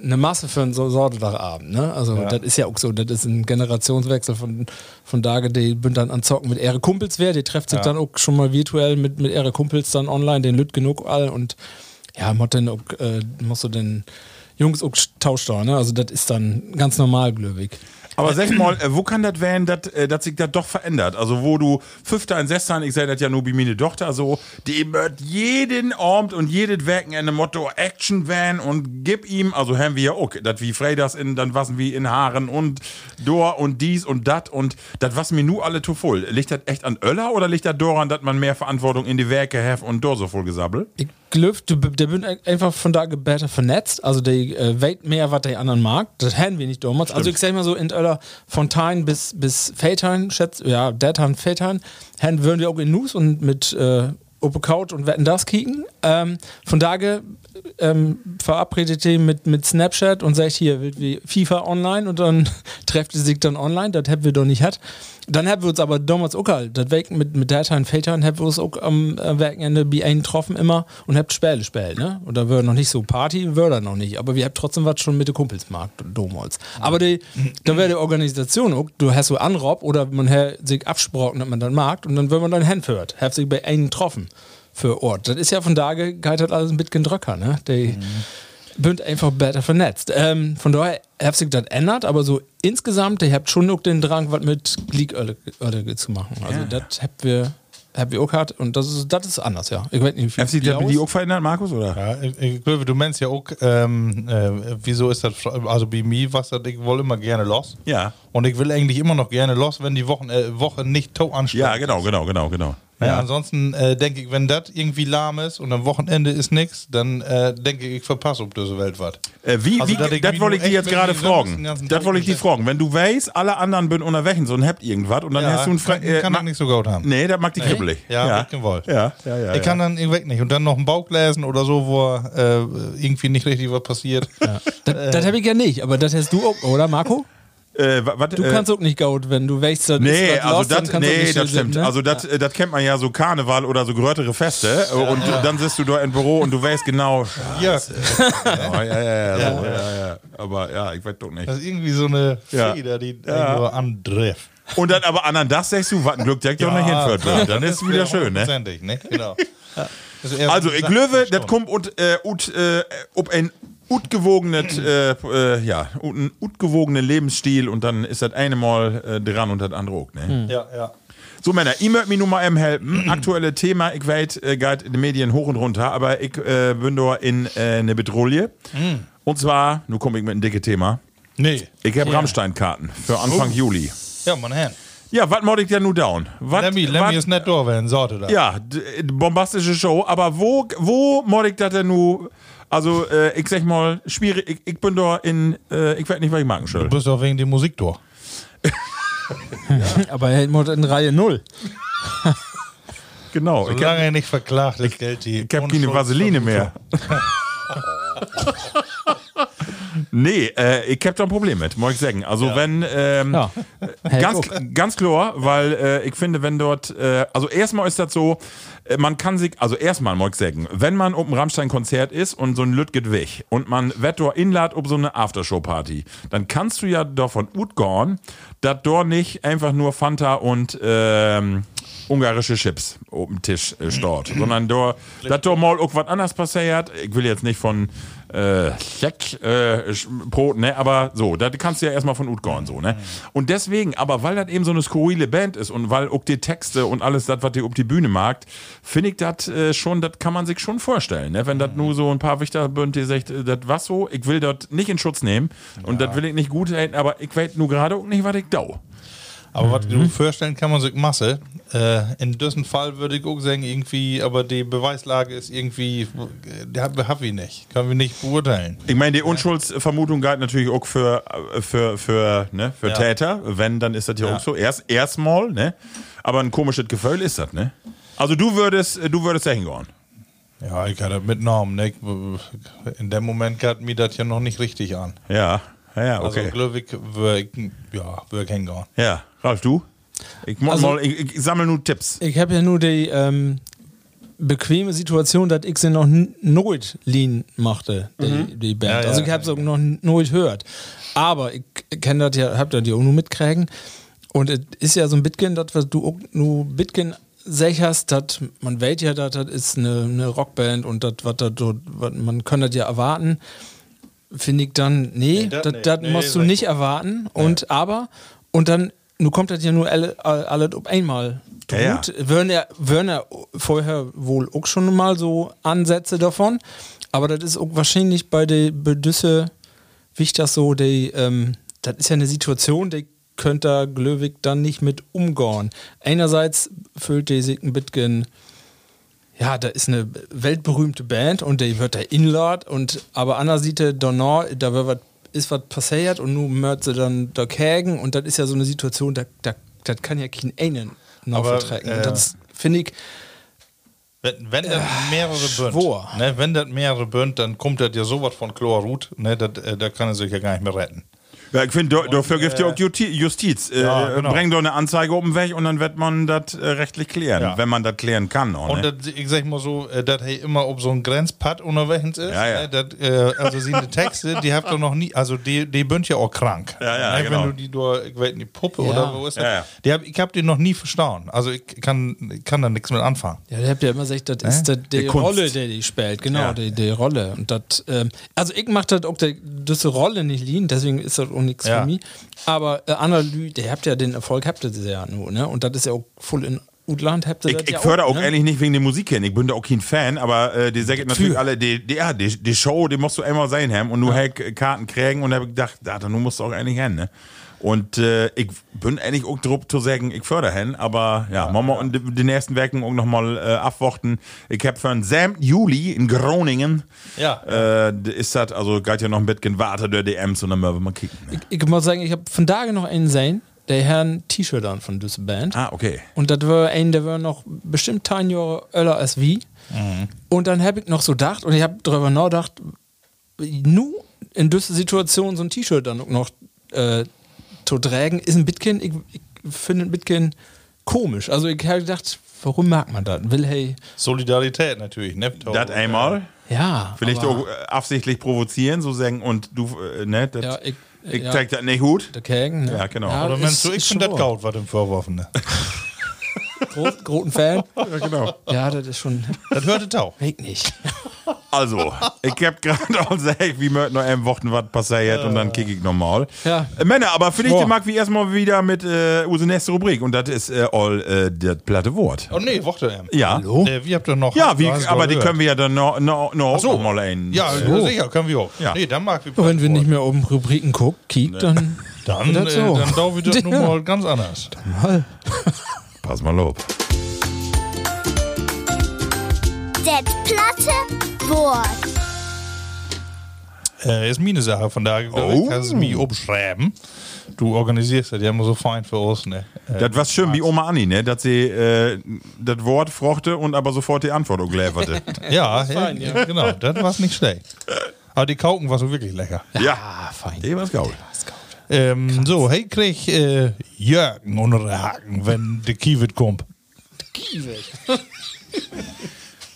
S5: eine Masse für einen so Sortetagabend. Ne? Also das ist ja auch so, das ist ein Generationswechsel von, von Tage, die bünd dann an Zocken mit ihre Kumpels wer, die trefft sich dann auch schon mal virtuell mit, mit ihre Kumpels dann online, den lüt genug all und ja, muss dann auch, äh, musst du den Jungs auch tauscht da, ne? Also das ist dann ganz normal, glöwig.
S4: Aber sag mal, äh, wo kann das werden, dass äh, dass sich das doch verändert? Also wo du Fünfter und Sechster, ich sage das ja nur wie meine Tochter so, die wird jeden Abend und jedes Werkenende Motto Action Van und gib ihm, also haben wir ja auch, das wie Freitags in, dann wassen wir in Haaren und Dor und dies und dat und das was mir nu alle zu voll. Liegt das echt an Öller oder liegt das daran, dass man mehr Verantwortung in die Werke have und Dor so voll gesabbelt?
S5: Ich glaube, der bin einfach von da besser vernetzt. Also der äh, weiß mehr, was der anderen mag. Das haben wir nicht damals. Also ich sag mal so, in aller Fontaine bis, bis Feldheim, schätz, ja, Deadheim, Feldheim, haben würden wir auch in News und mit äh, Open Couch und Wetten das kicken. Ähm, von da ähm, verabredet die mit, mit Snapchat und sagt hier, wird wie FIFA online und dann trefft die sich dann online. Das hätten wir doch nicht hat. Dann haben wir uns aber damals auch halt, das Weg mit, mit Data und Vätern, haben wir uns auch am äh, Wochenende bei einem getroffen immer und habt Späle gespielt, ne? Und da wäre noch nicht so Party, wäre da noch nicht. Aber wir habt trotzdem was schon mit den Kumpels markt damals. Aber die, da wäre die Organisation auch, du hast so Anrob oder man hat sich abgesprochen, dass man dann markt und dann wird man dann hinführt. Habt sich bei einem getroffen für Ort. Das ist ja von da geitert alles ein bisschen dröcker, ne? Die, bünd einfach besser vernetzt. Ähm, von daher hat sich das ändert, aber so insgesamt, ihr habt schon noch den Drang, was mit Gliederle zu machen. Also das habt wir, habt wir auch gehabt und das ist, das ist anders, ja. Ich weiß nicht, wie
S4: FC
S5: wie
S4: Derby die
S5: aus-
S4: auch verändert, Markus, oder?
S3: Ja, ich, ich glaube, du meinst ja auch, ähm, äh, wieso ist das, fr- also bei mir, was das, ich wollte immer gerne los.
S4: Ja.
S3: Und ich will eigentlich immer noch gerne los, wenn die Wochen, äh, Woche nicht to ansteht.
S4: Ja, genau, genau, genau, genau.
S3: Ne, Ansonsten äh, denke ich, wenn das irgendwie lahm ist und am Wochenende ist nichts, dann äh, denke ich, ich verpasse ob das Weltwart.
S4: Äh, wie,
S3: Also,
S4: wie,
S3: da
S4: das,
S3: denk
S4: wollte
S3: ich nur
S4: ich dir
S3: echt,
S4: jetzt
S3: wenn
S4: gerade
S3: die Sonne ist
S4: fragen.
S3: den ganzen
S4: Das
S3: Tag
S4: wollte ich dir
S3: nicht
S4: fragen. Wenn du weißt, alle anderen bin unterwechen so und habt irgendwas und dann hast du einen Fre äh,
S3: kann, kann
S4: ma-
S3: ich nicht so gut haben.
S4: Nee, das mag die kribbelig.
S3: Ja,
S4: ja.
S3: wird gewollt.
S4: Ja, ja, ja.
S3: ich kann dann weg nicht. Und dann noch einen Bauch lesen oder so, wo äh, irgendwie nicht richtig was passiert.
S4: äh,
S5: Das, das habe ich ja nicht, aber das hast du auch, oder Marco?
S4: ja. Äh, wa- wat,
S5: Du
S4: äh,
S5: kannst auch nicht gaut, wenn du wächst. dann ist
S4: Nee,
S5: was
S4: also
S5: lost, dann
S4: das,
S5: kannst du auch
S4: nee,
S5: nicht
S4: das
S5: schön
S4: stimmt.
S5: sitzen, ne?
S4: Also das, äh, das kennt man ja so Karneval oder so grötere Feste äh, und dann sitzt du da im Büro und du weißt genau. oh,
S3: ja,
S4: Ja, ja, ja, ja, so, ja, ja. Aber ja, ich weiß doch nicht.
S3: das ist irgendwie so eine
S4: Ja.
S3: Feder, die
S4: Ja.
S3: irgendwo andrift.
S4: Und dann aber anderen das sagst du, was ein Glück, der doch nicht hinführt. wird. Dann ist es wieder schön, ne?
S3: hundertprozentig, ne? Genau. Das ist eher
S4: Also,
S3: so
S4: ich
S3: eine
S4: löwe,
S3: Sache-
S4: das kommt und, äh, und, äh, ob ein utgewogenet, äh, äh, ja, ut- ein utgewogene Lebensstil und dann ist das eine Mal äh, dran und das andere auch, ne?
S3: Ja, ja.
S4: So Männer, ihr mögt mir nun mal eben helfen. Hm, Aktuelle Thema, ich weiß, äh, geht in den Medien hoch und runter, aber ich äh, bin da in äh, eine Bedrohung.
S3: Hm.
S4: Und zwar, nun komme ich mit einem dicken Thema.
S3: Nee.
S4: Ich habe Rammstein-Karten für Anfang Juli.
S3: Ja, mein Herr.
S4: Ja, was mod ich denn nun down? Wat,
S3: Oh. Lemmy,
S4: wat-
S3: Lemmy ist nicht da, wenn Sorte da.
S4: Ja, d- bombastische Show, aber wo, wo mod ich das denn nun? Also, äh, ich sag mal, schwierig, ich, ich bin da in, äh, ich weiß nicht, was ich machen soll.
S3: Du bist doch wegen der Musik da.
S5: aber Helmut in Reihe 0.
S4: Genau, ich
S3: Solange er nicht verklagt ist, gilt die.
S4: Ich hab keine Vaseline mehr. nee, äh, ich hab da ein Problem mit, muss ich sagen. Also wenn, ähm,
S5: Ja.
S4: ganz, ganz klar, weil äh, ich finde, wenn dort, äh, also erstmal ist das so, äh, man kann sich, also erstmal muss ich sagen, wenn man um ein Rammstein-Konzert ist und so ein Lüt geht weg und man wird dort inlad um so eine Aftershow-Party, dann kannst du ja davon utgorn, dass dort nicht einfach nur Fanta und ähm, ungarische Chips auf dem Tisch äh, stort, sondern da, dass da mal auch was anderes passiert. Ich will jetzt nicht von äh, Leck, äh, Sch- Brot, ne, aber so, da kannst du ja erstmal von Utgorn so, ne. Und deswegen, aber weil das eben so eine skurrile Band ist und weil auch die Texte und alles das, was die auf die Bühne magt, finde ich das äh, schon, das kann man sich schon vorstellen, ne, wenn das nur so ein paar Wichter bünd, die sagt, das was so, ich will das nicht in Schutz nehmen und das will ich nicht gut halten, aber ich weiß nur gerade auch nicht, was ich dau.
S3: Aber was
S4: Mhm.
S3: du vorstellen kann man sich Masse. Äh, in diesem Fall würde ich auch sagen, irgendwie, aber die Beweislage ist irgendwie, äh, die haben hab ich nicht. Können wir nicht beurteilen.
S4: Ich meine, die Unschuldsvermutung galt natürlich auch für, äh, für, für, ne, für
S3: Ja.
S4: Täter. Wenn, dann ist das ja, auch so. Erst, erstmal, ne? Aber ein komisches Gefühl ist das, ne? Also du würdest, äh, du würdest da hingehen.
S3: Ja, ich hatte mitgenommen. Ne? Ich- In dem Moment galt mir das ja noch nicht richtig an.
S4: Ja, ja, ja,
S3: Also,
S4: okay.
S3: glaube ich, wär ich- ja, wär ich hingehen.
S4: ja, Ralf, du? Ich, mo-
S5: Also-
S4: mal, ich, ich sammle nur Tipps.
S5: Ich habe ja nur die ähm, bequeme Situation, dass ich sie noch n- nooit lean machte, die, die
S3: Mhm.
S5: Band.
S3: Ja, ja,
S5: also ich habe sie auch noch nooit gehört. Aber ich kenne das ja, hab das ja auch nur mitkriegen. Und es ist ja so ein Bitcoin, das was du auch nur Bitcoin sicherst, dass man weiß ja, dass das ist eine, eine Rockband und das, was da dort, wat- man kann das ja erwarten finde ich dann, nee,
S3: Nee, dat
S5: das
S3: nicht. Nee,
S5: musst du
S3: sag ich.
S5: nicht erwarten. Und aber, und dann, nun kommt das ja nur alle- all- alles auf einmal.
S4: Ja, ja.
S5: Gut, Würden ja, würden ja vorher wohl auch schon mal so Ansätze davon, aber das ist auch wahrscheinlich bei den Bedüsse, wie ich das so, die, ähm, das ist ja eine Situation, die könnte da Glöwig dann nicht mit umgehen. Einerseits füllt die sich ein bisschen ja, da ist eine weltberühmte Band und die wird der Inlord und aber Anna sieht der Donner, da wird wat, ist was passiert und nun mört sie dann der Kägen und das ist ja so eine Situation, da, da, das kann ja kein einen noch
S3: Aber,
S5: vertragen.
S3: äh,
S5: und das finde ich,
S3: Wenn, wenn das
S4: Eh,
S3: mehrere
S5: schwor.
S3: bünd, ne, wenn das mehrere bünd, dann kommt das ja sowas von Chlorut, ne, dat, äh, da kann er sich ja gar nicht mehr retten.
S4: Ja, ich finde, dafür gibt ja auch Juti- Justiz. Äh,
S3: äh, Ja, genau.
S4: Bring doch eine Anzeige oben weg und dann wird man das äh, rechtlich klären,
S3: Ja.
S4: wenn man das klären kann. Auch,
S3: Und
S4: ne?
S3: dat, ich sag mal so, äh, dass hey immer ob so ein Grenzpad unterwegs ist,
S4: Ja, ja.
S3: Ne, dat, äh, also sind die Texte, die habt ihr noch nie, also die, die bünd ja auch krank.
S4: Ja, ja,
S3: ne,
S4: genau.
S3: Wenn du die durch, ich weiß nicht, Puppe
S5: Ja.
S3: oder wo ist das?
S4: Ja, ja.
S3: Die hab, ich hab die noch nie verstauen. Also ich kann, ich kann da nichts mit anfangen.
S5: ja, ihr habt ja immer gesagt, das ist dat die,
S4: Die Kunst.
S5: Rolle, die die spielt, genau,
S4: Ja.
S5: die, die Rolle. Und das, ähm, also ich mache das auch, der, diese Rolle nicht liegen, deswegen ist das auch nichts
S3: Ja.
S5: für mich. Aber äh, Anna Lü, der habt ja den Erfolg, habt ihr das ja nur, ne? Und das ist ja auch voll in Utland, habt ihr
S4: Ich,
S5: das
S4: ich
S5: ja
S4: fördere auch
S5: ne?
S4: ehrlich nicht wegen der Musik hin. Ich bin da auch kein Fan, aber äh, die sagen natürlich alle, die, die, ja, die, die Show, die musst du einmal sein haben und nur halt Karten kriegen und da hab ich gedacht, da, nun musst du auch eigentlich hin, ne? Und äh, ich bin eigentlich auch drup zu sagen, ich fördere hin, aber ja, ja machen wir und die- die nächsten Werken auch nochmal äh, abwarten. Ich habe für den 7. Juli in Groningen,
S3: Ja.
S4: äh, ist das, also geht ja noch ein bisschen warten der DMs und dann werden wir mal kicken. ne?
S5: Ich muss sagen, ich habe von Tage noch einen sehen, der Herrn T-Shirt an von dieser Band.
S4: Ah, okay.
S5: Und das war ein, der war noch bestimmt 10 Jahre öller als wie.
S4: Mhm.
S5: Und dann habe ich noch so gedacht, und ich habe darüber nachgedacht, nu in dieser Situation so ein T-Shirt dann auch noch äh, zu tragen, ist ein Bitkin, ich, ich finde ein Bitkin komisch. Also ich habe gedacht, warum mag man das? Will, hey,
S3: Solidarität natürlich,
S5: ne?
S3: Neptun.
S4: Das einmal.
S5: ja.
S4: Vielleicht
S5: aber-
S4: auch äh, absichtlich provozieren, so sagen, und du, äh, ne, das,
S5: Ja, ich-
S4: ich
S5: ja.
S4: zeig das nicht gut.
S5: Der Kägen, ne?
S4: Ja, genau.
S5: Ja,
S4: Oder
S3: Oder meinst
S5: ist-
S3: du, ich
S5: ist
S3: bin das
S5: schon
S3: Gaut, was dem vorworfen. Ne?
S5: Gro großen Fan.
S4: Ja, genau.
S5: Ja, das ist schon.
S3: Das hörte Tau.
S5: Weg nicht.
S4: Also, ich hab gerade auch gesagt, wie möchten noch ein Wochen was passiert und dann kicke ich nochmal.
S5: Ja.
S4: Äh, Männer, aber finde ich
S3: Boah.
S4: den mag wie erstmal wieder mit äh, unsere nächste Rubrik und das ist äh, all äh, das platte Wort.
S3: Oh nee, warte. Ähm.
S4: Ja.
S3: Äh, wie habt ihr noch?
S4: Ja, wie,
S3: Du hast
S4: aber die
S3: gehört.
S4: können wir ja dann noch, noch, noch
S3: so.
S4: noch mal ein.
S3: Ja,
S4: äh,
S3: äh, sicher, können wir auch.
S4: Ja.
S3: Nee, dann mag wir.
S5: Wenn wir nicht mehr oben Rubriken gucken, kicken, dann.
S3: Dann,
S5: Das
S3: äh,
S5: so.
S3: dann dauert wir das nun
S5: Ja.
S3: mal ganz anders.
S4: pass mal auf.
S7: Das platte Wort.
S3: Äh, ist meine Sache von daher. Oh.
S4: Oh.
S3: Kannst du mich umschreiben? Du organisierst das ja immer so fein für uns, ne? Äh,
S4: Das war schön wie Oma Anni, ne? Dass sie äh, das Wort frochte und aber sofort die Antwort auch gelieferte.
S3: ja, fein, ja, genau. Das war's nicht schlecht. Aber die Kauken war so wirklich lecker.
S4: ja.
S5: fein.
S4: Die war's geil.
S3: Ähm, so, hey, krieg äh, Jürgen unter den Haken, wenn der Kiewit kommt.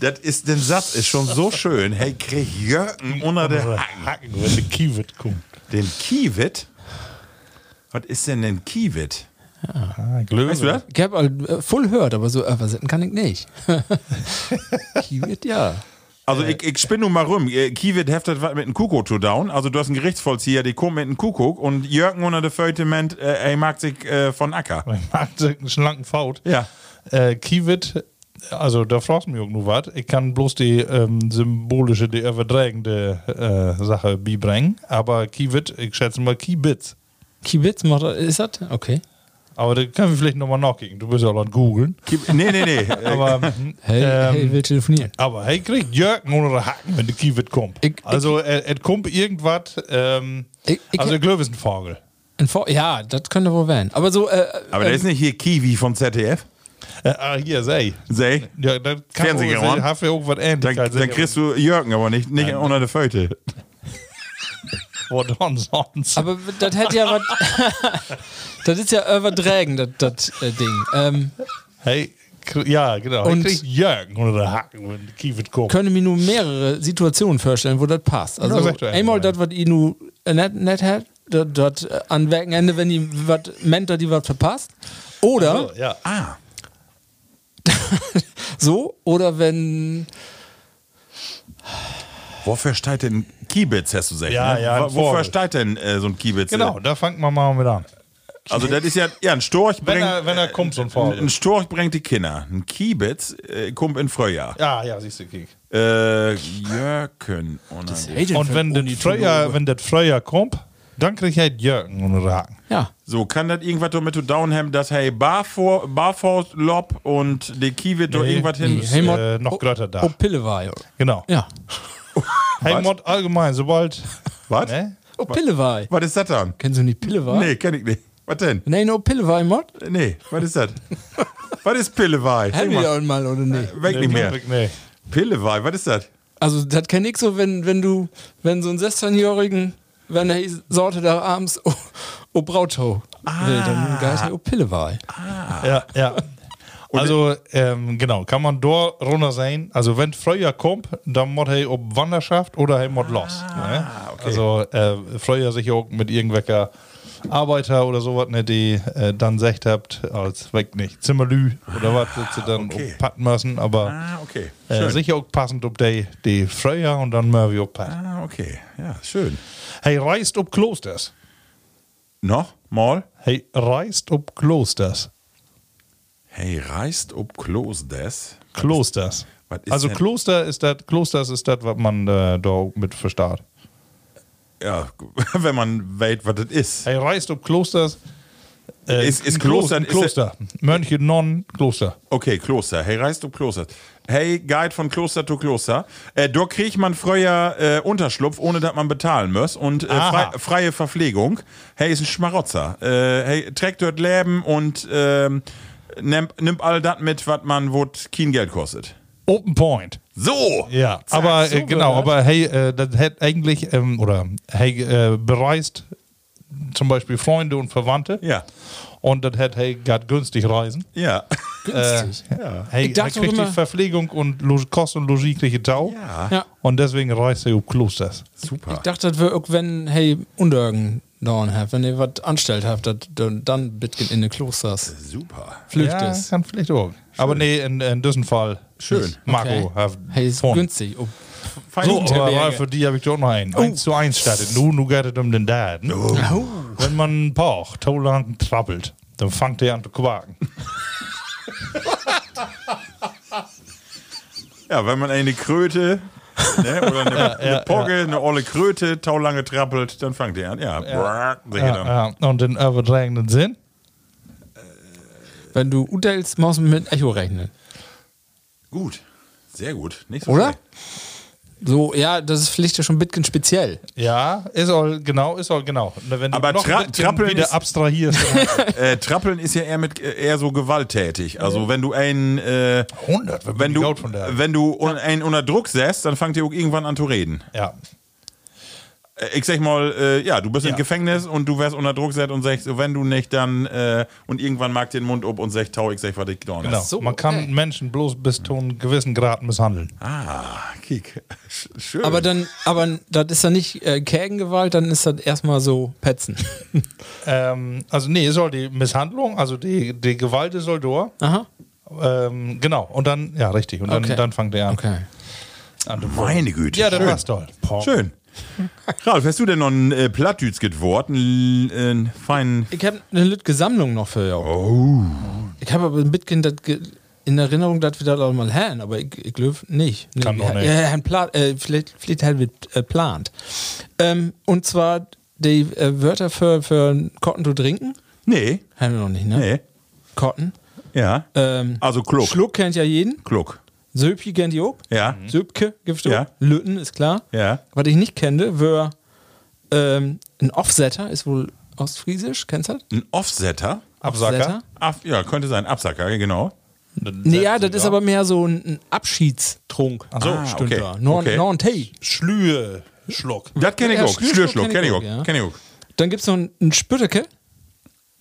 S4: Das ist, den Satz ist schon so schön. Hey, krieg Jürgen unter der Haken.
S3: Haken, wenn der Kiewit kommt.
S4: Den Kiewit? Was ist denn ein Kiewit?
S3: Ah, Glöwe.
S4: Weißt du das?
S5: Ich hab halt, äh, voll gehört, aber so übersetzen kann ich nicht. Kiewit, ja.
S3: Äh.
S4: Also ich, ich spinne nun mal rum. Äh, Kiewit heftet was mit einem Kuckuck to down. Also du hast einen Gerichtsvollzieher, der kommt mit einem Kuckuck und Jürgen unter der Feuilletement, äh, er mag sich äh, von Acker.
S3: Man macht einen schlanken Faut.
S4: Ja.
S3: Äh, Kiewit, also da fragst du mich auch nur was. Ich kann bloß die ähm, symbolische, die übertragende äh, Sache bibringen. Aber Kiewit, ich schätze mal Kiebitz.
S5: Kiewitz macht das, ist das? Okay.
S3: Aber da können wir vielleicht nochmal nachkicken. Du bist ja auch an googeln.
S4: Kiewit, nee, nee, nee. Äh,
S3: Aber,
S5: Hey,
S3: ähm,
S5: hey, will telefonieren.
S3: aber hey, kriegt Jürgen ohne den Haken, wenn der Kiewit kommt.
S5: Ich-
S3: also, er, er kommt irgendwas. Ähm,
S5: Ich- ich-
S3: also, Glöw ist ein Vogel.
S5: Ein Vor- ja, das könnte wohl werden. Aber so, äh,
S4: aber der ist nicht hier Kiwi vom ZDF.
S3: Äh, ah, hier, sei.
S4: Seh?
S3: Ja, da kann
S4: Fernsehen,
S3: auch,
S4: Mann.
S3: hat ja irgendwas
S4: Dann,
S3: ähnliches.
S4: dann kriegst du Jürgen aber nicht, nicht unter der Feuilleton.
S3: What on sonst?
S5: aber das hätte ja was. das ist ja übertragen, das- das äh, Ding. Ähm,
S3: Hey, kr- ja, genau.
S5: Und-
S3: Und ich krieg Jürgen oder der Haken, wenn die Kiewit kommt.
S5: können mir nur mehrere Situationen vorstellen, wo das passt. Also,
S3: Ja, sag doch einfach
S5: einmal
S3: mal.
S5: das, was ihr nur äh, net, net hat, das- das äh, an Wochenende, wenn ihr was meint, dass ihr was verpasst. Oder.
S3: So, ja.
S4: Ah,
S5: So, oder wenn.
S4: Wofür steigt denn Kiebitz, hast du gesagt?
S3: Ja,
S4: ne?
S3: ja,
S4: Wo-
S3: ein
S4: Wofür
S3: Vogel.
S4: steigt denn äh, so ein Kiebitz?
S3: Genau, da fangen wir mal mit an.
S4: Also das ist ja, ja ein Storch bringt,
S3: Wenn er- wenn er kommt, so ein Vogel.
S4: Ein Storch bringt die Kinder. Ein Kiebitz äh, kommt in Frühjahr.
S3: Ah, Ja, ja, siehst du, Kiek.
S4: Äh, Jürgen. Oh nein.
S3: Und wenn das Freuer, wenn das Freuer kommt, dann krieg ich halt Jürgen oder den Haken.
S5: Ja.
S4: So, kann das irgendwas damit zu down haben, dass hey Barfor, Barfors Lob und der Kiewit doch irgendwas hin.
S5: Nee. Helmut-
S3: äh, noch grötter da.
S5: Oh, Pille war ja.
S3: Genau.
S5: Ja.
S3: Helmut allgemein, sobald.
S4: Was?
S3: Ne?
S5: Oh, Pille war.
S4: Was ist das dann?
S5: Kennst du nicht Pille war?
S4: Nee, kenn ich nicht. Was denn?
S5: Nein, oh, Pille war Mod?
S4: Nee, was ist das? was ist Pillewei? Sing
S5: Haben wir
S4: mal.
S5: ja mal, oder nee?
S4: Weg nicht mehr.
S3: Nee.
S4: Pillewei, was ist das?
S5: Also, das kenne ich so, wenn, wenn du, wenn so ein 16-Jährigen, wenn er Sorte da abends, oh, oh Brautau will, dann heißt er, oh, Pille war.
S4: Ah.
S3: Ja, ja. Also, ähm, genau, kann man da runter sein. Also, wenn Freuer kommt, dann muss er ob Wanderschaft oder er muss los.
S4: Ah,
S3: ne? Also, äh, Freuer sich auch mit irgendwelcher Arbeiter oder sowas, ne, die äh, dann sagt habt, als weg nicht, Zimmerlü oder was, wird sie dann
S4: Ah, okay.
S3: auch packen müssen, aber
S4: Ah, okay.
S3: äh,
S4: Schön.
S3: sicher auch passend ob die, die Freuer und dann Murphy auch passen.
S4: Ah, okay. Ja, schön.
S3: Hey, reist ob Klosters.
S4: Noch mal?
S3: Hey, reist ob Klosters.
S4: Hey, reist ob Klos des?
S3: Klosters.
S4: Was ist
S3: also
S4: denn-
S3: Kloster ist das, Klosters ist das, was man äh, da mit verstaat.
S4: ja, wenn man weiß, was das ist.
S3: Hey, reist ob Klosters. Äh,
S4: Ist- ist
S3: ein Klo-
S4: Kloster-
S3: ein
S4: ist-
S3: Kloster. Mönche, Nonnen, Kloster.
S4: Okay, Kloster. Hey, reist du Kloster. Hey, Guide von Kloster zu Kloster. Äh, dort kriegt man früher äh, Unterschlupf, ohne dass man bezahlen muss. Und äh,
S3: Aha.
S4: frei, freie Verpflegung. Hey, ist ein Schmarotzer. Äh, hey, trägt dort Leben und ähm, nimmt, nimmt all das mit, was man, wo es kein Geld kostet.
S3: Open Point.
S4: So!
S3: Ja, aber
S5: so
S3: äh, genau,
S5: gehört.
S3: aber hey, äh, das hätte eigentlich, ähm, oder hey, äh, bereist zum Beispiel Freunde und Verwandte.
S4: Ja.
S3: Und das hätte hey, gerade günstig reisen.
S4: Ja.
S5: Günstig.
S3: Hey,
S5: Ich dachte
S3: er kriegt
S5: auch immer-
S3: die Verpflegung und Lo- Kost und Logis kriegt ihr Tau.
S5: Ja.
S3: Und deswegen reist er auf Klosters.
S5: Ich dachte, das wäre wenn, hey, Untergen dauern habt, wenn ihr was anstellt habt, dat- dann, dann bitte in den Klosters.
S4: Super.
S5: Flüchtest.
S3: kann vielleicht auch. Aber nee, in, in diesem Fall.
S4: Schön.
S3: Marco,
S5: Okay.
S3: hat
S5: Hey, ist
S3: von.
S5: günstig. Oh,
S3: So, aber
S5: Jugendherberge.
S3: Ralf, für die habe ich doch noch einen. Eins zu eins startet. Nun, nun geht es um den Daden.
S5: Oh.
S3: Wenn man einen Bauch zu lang trappelt, dann fängt er an zu quaken.
S4: Ja, wenn man eine Kröte ne, oder eine, eine Pogge, eine olle Kröte, taulange trappelt, dann fangt ihr an. Ja, brrr, seht ihr dann.
S3: Ja, ja. Und den übertragenden Sinn?
S5: Wenn du urteilst, musst du mit Echo rechnen.
S4: Gut. Sehr gut. Nicht so
S5: Oder?
S4: schlecht.
S5: So, ja, das ist vielleicht ja schon ein bisschen speziell.
S3: Ja, ist all genau, ist all genau. Und Wenn du
S4: Aber
S3: noch
S4: tra-
S3: ein bisschen
S4: trappeln
S3: wieder
S4: ist-
S3: abstrahierst.
S4: Äh, Trappeln ist ja eher mit äh, eher so gewalttätig. Also wenn du einen äh,
S3: 100, wenn
S4: wenn
S3: die
S4: du
S3: Haut von der-
S4: wenn du un, einen unter Druck setzt, dann fangt ihr auch irgendwann an zu reden.
S3: ja.
S4: Äh, Ich sag mal, äh, ja, du bist
S3: Ja.
S4: im Gefängnis und du wärst unter Druck gesetzt und sagst, so, wenn du nicht, dann äh, und irgendwann mag den Mund ob und sagt, tau, ich sag, was ich getan
S3: Genau.
S4: hab.
S5: so,
S3: Man kann
S5: okay.
S3: Menschen bloß bis zu einem gewissen Grad misshandeln.
S4: Ah, Kick. Sch- Schön.
S5: Aber dann, aber das ist dann nicht äh, Kägengewalt, dann ist das erstmal so Petzen.
S3: Ähm, also nee, soll die Misshandlung, also die, die Gewalt ist soll durch.
S5: Aha.
S3: Ähm, genau. Und dann, ja, richtig. Und dann,
S5: Okay.
S3: dann fängt er an.
S5: Okay.
S3: an zu
S4: meine Güte.
S3: Ja, das
S4: schön.
S3: war's toll.
S4: Schön. Ralf, hast du denn noch ein äh, Plattdütschget-Wort? Ein, äh, ein feinen.
S5: Ich habe eine Lütgesammlung noch für jou. Oh. Ich habe aber ein bisschen das ge- in Erinnerung, dass wir das auch mal haben, aber ich, ich glaube nicht. Nee,
S3: Kann
S5: wir
S3: doch
S5: ha-
S3: nicht.
S5: Ja, ein Plan, äh, vielleicht, vielleicht haben wir äh, plant. Ähm, und zwar die äh, Wörter für, für Kotten zu trinken.
S4: Nee,
S5: Haben wir noch nicht, ne?
S4: nee.
S5: Kotten.
S4: Ja.
S5: Ähm,
S4: Also Kluck.
S5: Schluck kennt ja jeden.
S4: Kluck.
S5: Söpi kennt ihr auch.
S4: Ja.
S5: Söpke gibt's
S4: Ja.
S5: auch. Lütten ist klar.
S4: Ja.
S5: Was ich nicht kenne, wäre ähm, ein Offsetter, ist wohl ostfriesisch, kennst du das?
S4: Ein Offsetter?
S3: Absacker.
S4: Ab, ja, könnte sein. Absacker, genau.
S5: Nee, ja, das ist aber mehr so ein ein Abschiedstrunk. Ah,
S4: so, okay.
S5: da. Non,
S4: Okay.
S5: non Tee.
S3: Schlühe, Schluck.
S4: Das kenne ich
S5: Ja,
S4: auch.
S5: Schlürschluck
S4: Schlürschluck,
S5: kenn
S4: kenne ich
S5: ich auch,
S4: auch.
S5: ja.
S4: Kenn ich auch.
S5: Dann gibt es noch einen Spütteke.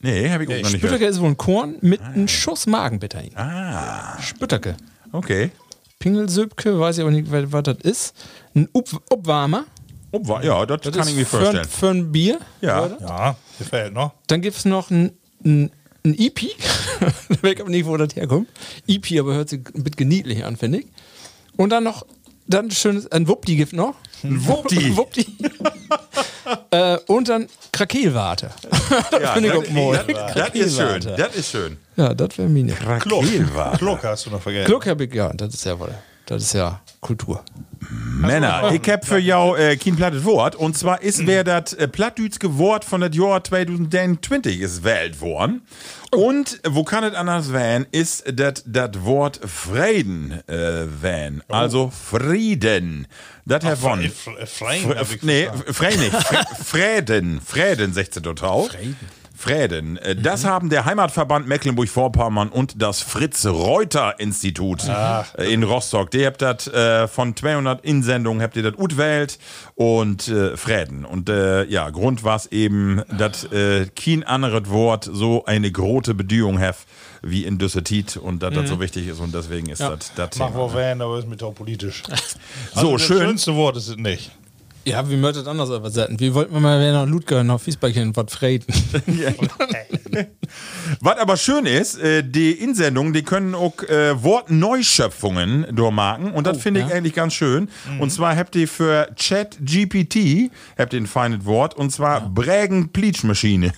S4: Nee, habe ich auch noch nicht
S5: Spütteke
S4: gehört. Ah,
S5: ist wohl ein Korn mit einem Schuss Magenbitter. Ah. Spütteke.
S4: Okay.
S5: Pingelsöpke, weiß ich aber nicht, was was das ist. Ein Up Upwarmer.
S4: Oh, wa- ja, das, kann ich mir
S5: für ein-
S4: vorstellen.
S5: Für ein Bier.
S4: Ja.
S5: Leute.
S3: Ja, gefällt, ne?
S5: Dann gibt es noch ein, ein, ein EP. E ich weiß aber nicht, wo das herkommt. EP, aber hört sich ein bisschen niedlich an, finde ich. Und dann noch dann ein schönes, ein Wuppdi gibt noch. Ein
S4: Wuppdi?
S5: Wuppdi. äh, und dann Krakelwarte. das
S4: Ja,
S5: finde ich
S4: das-
S5: auch mooi.
S4: das- Das ist schön. Das ist schön.
S5: Ja, das wäre meine.
S3: Kluck.
S4: Kehlwader.
S3: Kluck hast du noch vergessen.
S5: Glück habe ich, ja, das ist ja wohl. Das ist ja Kultur.
S4: Männer, ich hab für jou äh, kein plattes Wort. Und zwar
S3: Mhm.
S4: ist wer das äh, plattdütske Wort von das Jahr 2020 ist wählt worden.
S3: Oh.
S4: Und wo kann es anders werden, ist das das Wort Frieden äh, werden.
S3: Oh.
S4: Also Frieden. Das hat von.
S3: Freien
S4: Fr-
S3: hab ich
S4: Nee,
S3: verstanden.
S4: Freinig. Fräden. Fräden, 16 total. Fräden. Äh, Das haben der Heimatverband Mecklenburg-Vorpommern und das Fritz-Reuter-Institut äh, in Rostock. Die habt das äh, von 200 Insendungen, habt ihr das gut wählt und äh, Fräden. Und äh, ja, Grund war es eben, dass äh, kein anderes Wort so eine große Bedeutung hat wie in Düsseldorf und dass das so wichtig ist und deswegen ist das das
S3: Mach
S4: Thema.
S3: wohl wählen, aber ist mit auch politisch. Also
S4: So,
S3: das
S4: schön.
S3: schönste Wort ist es nicht.
S5: Ja, wie möchtet anders übersetzen? Wie wollten wir mal, wenn noch Ludger noch Fiesballchen was freden?
S4: Was aber schön ist, äh, die Insendungen, die können auch äh, Wortneuschöpfungen durchmarken. Und das finde ich
S5: ja.
S4: eigentlich ganz schön. Und zwar habt ihr für ChatGPT, habt ihr ein feines Wort, und zwar Brägen Pleatschmaschine.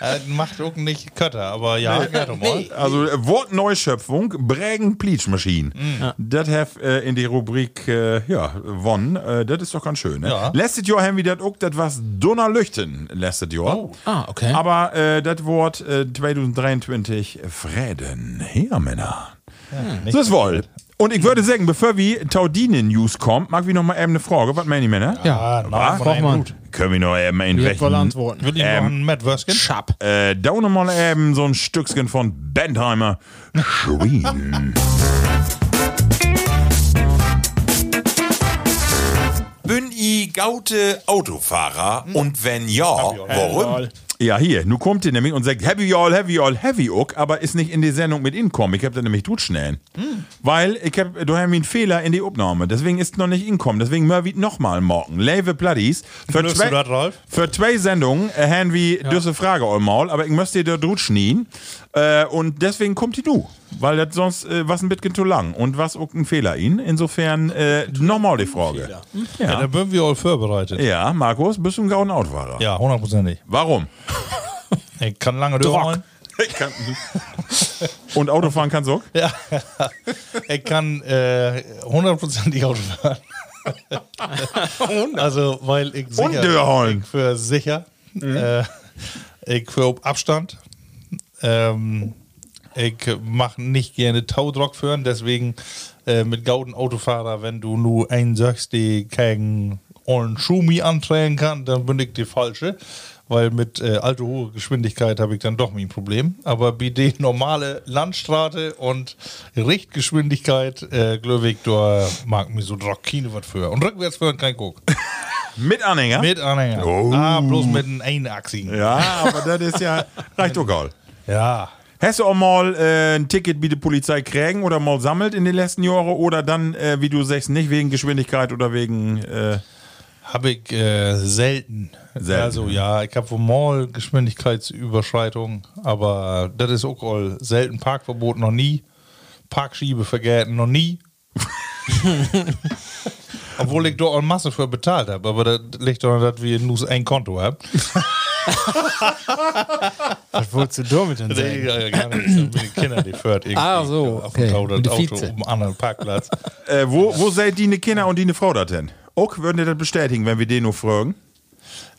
S3: Äh, macht auch nicht Kötter, aber ja, nee, doch mal.
S4: Also äh, Wortneuschöpfung, Brägen Pleatschmaschine. Das hef äh, in die Rubrik, äh, ja, gewonnen. Äh, das ist doch ganz schön. Ne?
S3: Ja.
S4: Letztes Jahr haben wir das auch, das war Donnerlüchten letztes Jahr.
S5: Ah, okay.
S4: Aber äh, das Wort äh, 2023 Frieden. Hier, Männer. so ist wohl. Und ich würde sagen, bevor wir Taudine-News kommt, mag ich noch mal eben eine Frage. Was meinen die Männer?
S5: ja,
S3: na,
S5: braucht man.
S4: Können wir noch eben
S5: Jetzt wohl
S4: einrechnen?
S5: antworten.
S3: Will ich noch einen Matt Wörskin?
S5: Schab.
S4: Äh, da noch mal eben so ein Stückchen von Bentheimer. Schwien.
S8: Bin i gaute Autofahrer und wenn ja, warum?
S4: Ja, hier, nun kommt ihr nämlich und sagt Heavy All, Heavy All, Heavy Oak, aber ist nicht in die Sendung mit inkommen. Ich hab da nämlich totschnellen. Weil ich hab, du hast einen Fehler in die Aufnahme. Deswegen ist noch nicht inkommen. Deswegen Murphy nochmal morgen. Leve Platties. Für,
S3: Löst
S4: zwei-
S3: du das, Ralf?
S4: für zwei Sendungen äh, haben wir diese Frage all mal, aber ich möchte dir da drutschnien. Äh, und deswegen kommt die du. Weil das sonst äh, was ein bisschen zu lang und was auch ein Fehler ihn. Insofern äh, nochmal die Frage. Hm?
S3: Ja, da würden wir all vorbereitet.
S4: Ja, Markus, bist du ein gauen Autofahrer?
S3: Ja, hundertprozentig.
S4: Warum?
S3: Ich kann lange durchholen.
S4: Ich kann- und Autofahren kannst du auch?
S3: Ja. Ich kann äh, hundertprozentig Auto fahren. also, weil ich sicher.
S4: Und durchholen.
S3: Ich für sicher. Äh, ich für auf Abstand. Ähm, ich mache nicht gerne Taudrock führen, deswegen äh, mit gauten Autofahrer, wenn du nur einen sagst, die keinen ollen Schumi anträgen kann, dann bin ich die falsche. Weil mit äh, allzu hoher Geschwindigkeit habe ich dann doch mein Problem. Aber bei der normale Landstraße und Richtgeschwindigkeit, äh, glaube ich, da mag mir so Drock keine was für. Und rückwärts fahren kein Guck.
S4: Mit Anhänger?
S3: Mit Anhänger.
S4: Oh.
S3: Ah, bloß mit einem Einachsigen.
S4: Ja, aber das ist ja. Reicht doch all.
S3: Ja.
S4: Hast du auch mal äh, ein Ticket wie die Polizei kriegen oder mal sammelt in den letzten Jahren oder dann, äh, wie du sagst, nicht wegen Geschwindigkeit oder wegen. Äh,
S3: Habe ich äh, selten.
S4: Selten.
S3: Also ja, ich habe wohl mal Geschwindigkeitsüberschreitung, aber das ist auch all. selten Parkverbot noch nie. Parkschiebe vergelten noch nie. Obwohl ich doch eine Masse für bezahlt habe, aber das liegt daran, dass wir nur ein Konto haben.
S5: Was wolltest du damit denn
S3: Nee,
S5: sagen?
S3: äh, gar nicht. Mit den Kindern, die fährt irgendwie
S5: Ah, so,
S3: auf
S5: okay.
S3: dem Auto,
S5: Mit der
S3: Auto auf
S5: Vize.
S3: einem anderen Parkplatz.
S4: äh, wo, wo seid die ne Kinder und die ne Frau da denn? Auch würden die das bestätigen, wenn wir den nur fragen?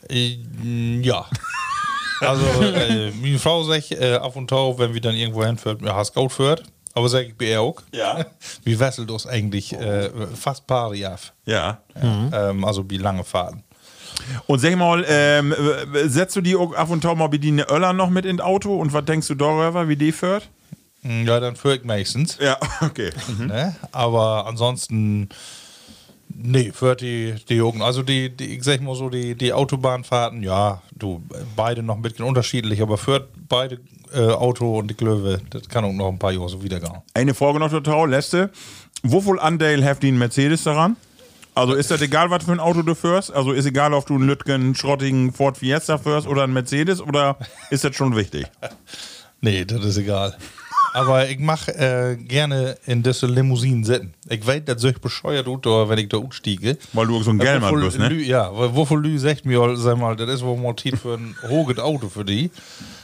S3: Äh, Ja. Also, äh, meine Frau sagt äh, ab und zu, wenn wir dann irgendwo hinfährt, mir Hass Gold fährt. Aber sag ich, bin er auch.
S4: Ja.
S3: Wie wesselt das eigentlich äh, fast pari af?
S4: Ja.
S3: Ähm, also, wie lange Fahrten.
S4: Und sag mal, ähm, äh, setzt du die auch ab und zu mal wie die ne Öller noch mit ins Auto und was denkst du darüber, wie die fährt?
S3: Hm, Ja, dann fähr ich meistens.
S4: Ja, okay.
S3: Ne? Aber ansonsten, nee, fährt die, die Jugend. Also, die, die, ich sag mal so, die, die Autobahnfahrten, ja, du, beide noch ein bisschen unterschiedlich, aber fährt beide äh, Auto und die Glöwe, das kann auch noch ein paar Jahre so wieder gehen.
S4: Eine Frage noch total, letzte. Wovon Anteil hat die ein Mercedes daran? Also ist das egal, was für ein Auto du fährst? Also ist egal, ob du einen Lütgen, einen schrottigen Ford Fiesta fährst oder einen Mercedes oder ist das schon wichtig?
S3: Nee, das ist egal. Aber ich mache äh, gerne in diese Limousinen sitten. Ich weiß, das soll ich bescheuert tut, wenn ich da umstiege.
S4: Weil du auch so ein Gellmann bist, ne?
S3: Lü, ja, weil wovon Lü sagt mir, all, sag mal, das ist wohl mal Tiet für ein hohes Auto für die.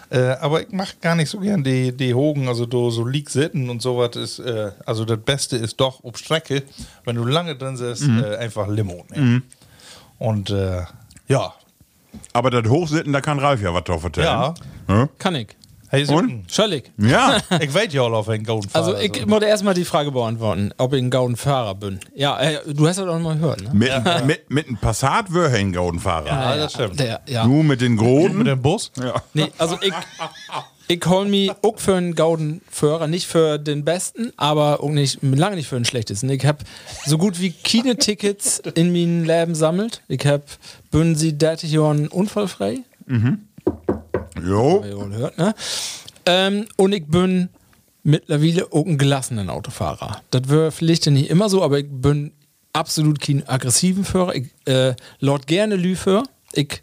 S3: Äh, aber ich mache gar nicht so gern die, die Hogen, also do, so Leak sitten und sowas ist, äh, also das Beste ist doch auf Strecke, wenn du lange drin sitzt,
S4: Mhm.
S3: äh, einfach Limo. Ne? Und äh, ja,
S4: Aber das Hochsitten, da kann Ralf ja was drauf erzählen.
S3: ja.
S4: Hm?
S5: Kann ich.
S3: Hey,
S4: Und?
S5: Schöllig.
S4: Ja.
S3: Ich weiß ja all auf einen Golden
S5: Also, ich muss erstmal die Frage beantworten, ob ich ein Gaudenfahrer bin. Ja, äh, du hast das auch noch mal gehört, ne?
S4: Mit, mit, mit einem Passat wäre ein Gaudenfahrer.
S3: Ja, das stimmt.
S5: Der, ja.
S4: Nur mit den
S3: Mit
S4: Groten.
S3: dem Bus?
S4: Ja.
S5: Nee, also ich, ich hol mich auch für einen Gaudenführer, nicht für den besten, aber auch nicht, lange nicht für den schlechtesten. Ich habe so gut wie keine Tickets in meinen Leben sammelt. Ich habe bünden sie 30 Jahren unfallfrei,
S4: Jo.
S5: wie ihr wohl hört, ne? Ähm, und ich bin mittlerweile auch ein gelassenen Autofahrer. Das wäre vielleicht nicht immer so, aber ich bin absolut kein aggressiven Führer. Ich äh, laut gerne Lüfer. Ich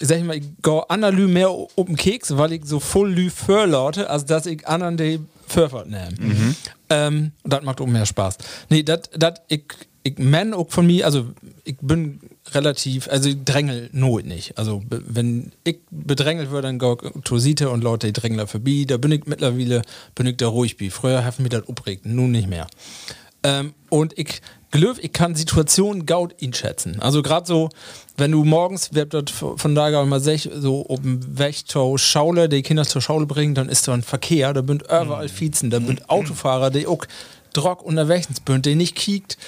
S5: sag ich mal, ich gehe anderen Lü mehr um den Keks, weil ich so voll Lü für laute, als dass ich anderen die Pfeffer nehme. Ähm, und das macht auch mehr Spaß. Nee, das, das, ich, ich man auch von mir, also ich bin relativ, also ich drängel not nicht. Also be- wenn ich bedrängelt würde, dann gehe ich zur Seite und Leute, die drängeln vorbei, da bin ich mittlerweile, bin ich da ruhig wie. Früher haben mir das upregt, nun nicht mehr. Ähm, und ich glöf, ich kann Situationen gaut einschätzen. Also gerade so, wenn du morgens, wird dort von daher mal sech, so oben weg zur Schaule, die Kinder zur Schaule bringen, dann ist da ein Verkehr, da bünd überall Fietzen, da bünd Autofahrer, die auch Drock unterwegs bünd, die nicht kiegt.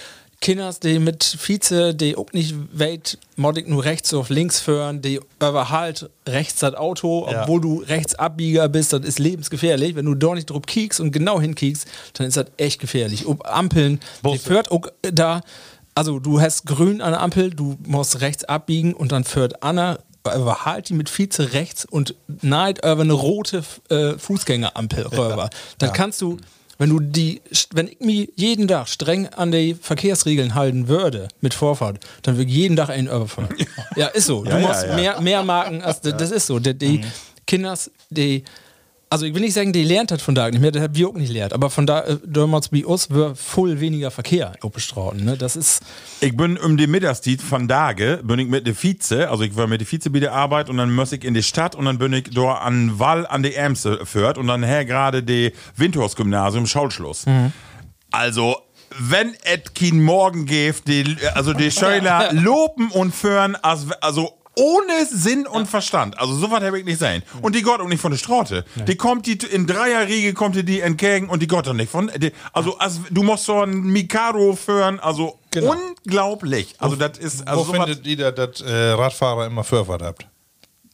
S5: Kinders, die mit Vize, die auch nicht weit, moddig nur rechts auf links fahren, die überhalt rechts das Auto,
S3: Ja.
S5: obwohl du rechtsabbieger bist, das ist lebensgefährlich. Wenn du da nicht drauf kiekst und genau hinkiekst, dann ist das echt gefährlich. Ob Ampeln, die fährt auch da, also du hast grün an der Ampel, du musst rechts abbiegen und dann fährt Anna überhalt die mit Vize rechts und naht über eine rote äh, Fußgängerampel rüber. Dann kannst du wenn du die, wenn ich mich jeden Tag streng an die Verkehrsregeln halten würde mit Vorfahrt, dann würde ich jeden Tag einen überfahren. ja, ist so. Du
S4: ja,
S5: musst
S4: ja.
S5: Mehr, mehr Marken, als, das ist so. Die,
S3: Mhm.
S5: die Kinders, die, also ich will nicht sagen, die lernt hat von da nicht mehr, das haben wir auch nicht lernt, aber von da, äh, damals wie uns, wir voll weniger Verkehr auf den Straßen, ne? Das ist,
S4: Ich bin um die Mittagszeit von Tage, bin ich mit der Vize, also ich war mit der Vize bei der Arbeit und dann muss ich in die Stadt und dann bin ich da an Wall an die Ämse führt und dann her gerade die Windhorst-Gymnasium Schaulschluss. Also, wenn Etkin morgen gibt, die, also die Schüler loben und föhren, als- also ohne Sinn und Verstand. Also so was habe ich nicht sein. Und die Gott auch nicht von der Straße. Die kommt die in Dreierriege kommt die, die entgegen und die Gott auch nicht von. Die, also, als- du musst so ein Mikado föhren, also
S5: Genau.
S4: unglaublich. Also das ist
S3: Wo
S4: also so was,
S3: findet ihr, dass äh, Radfahrer immer Förfert habt?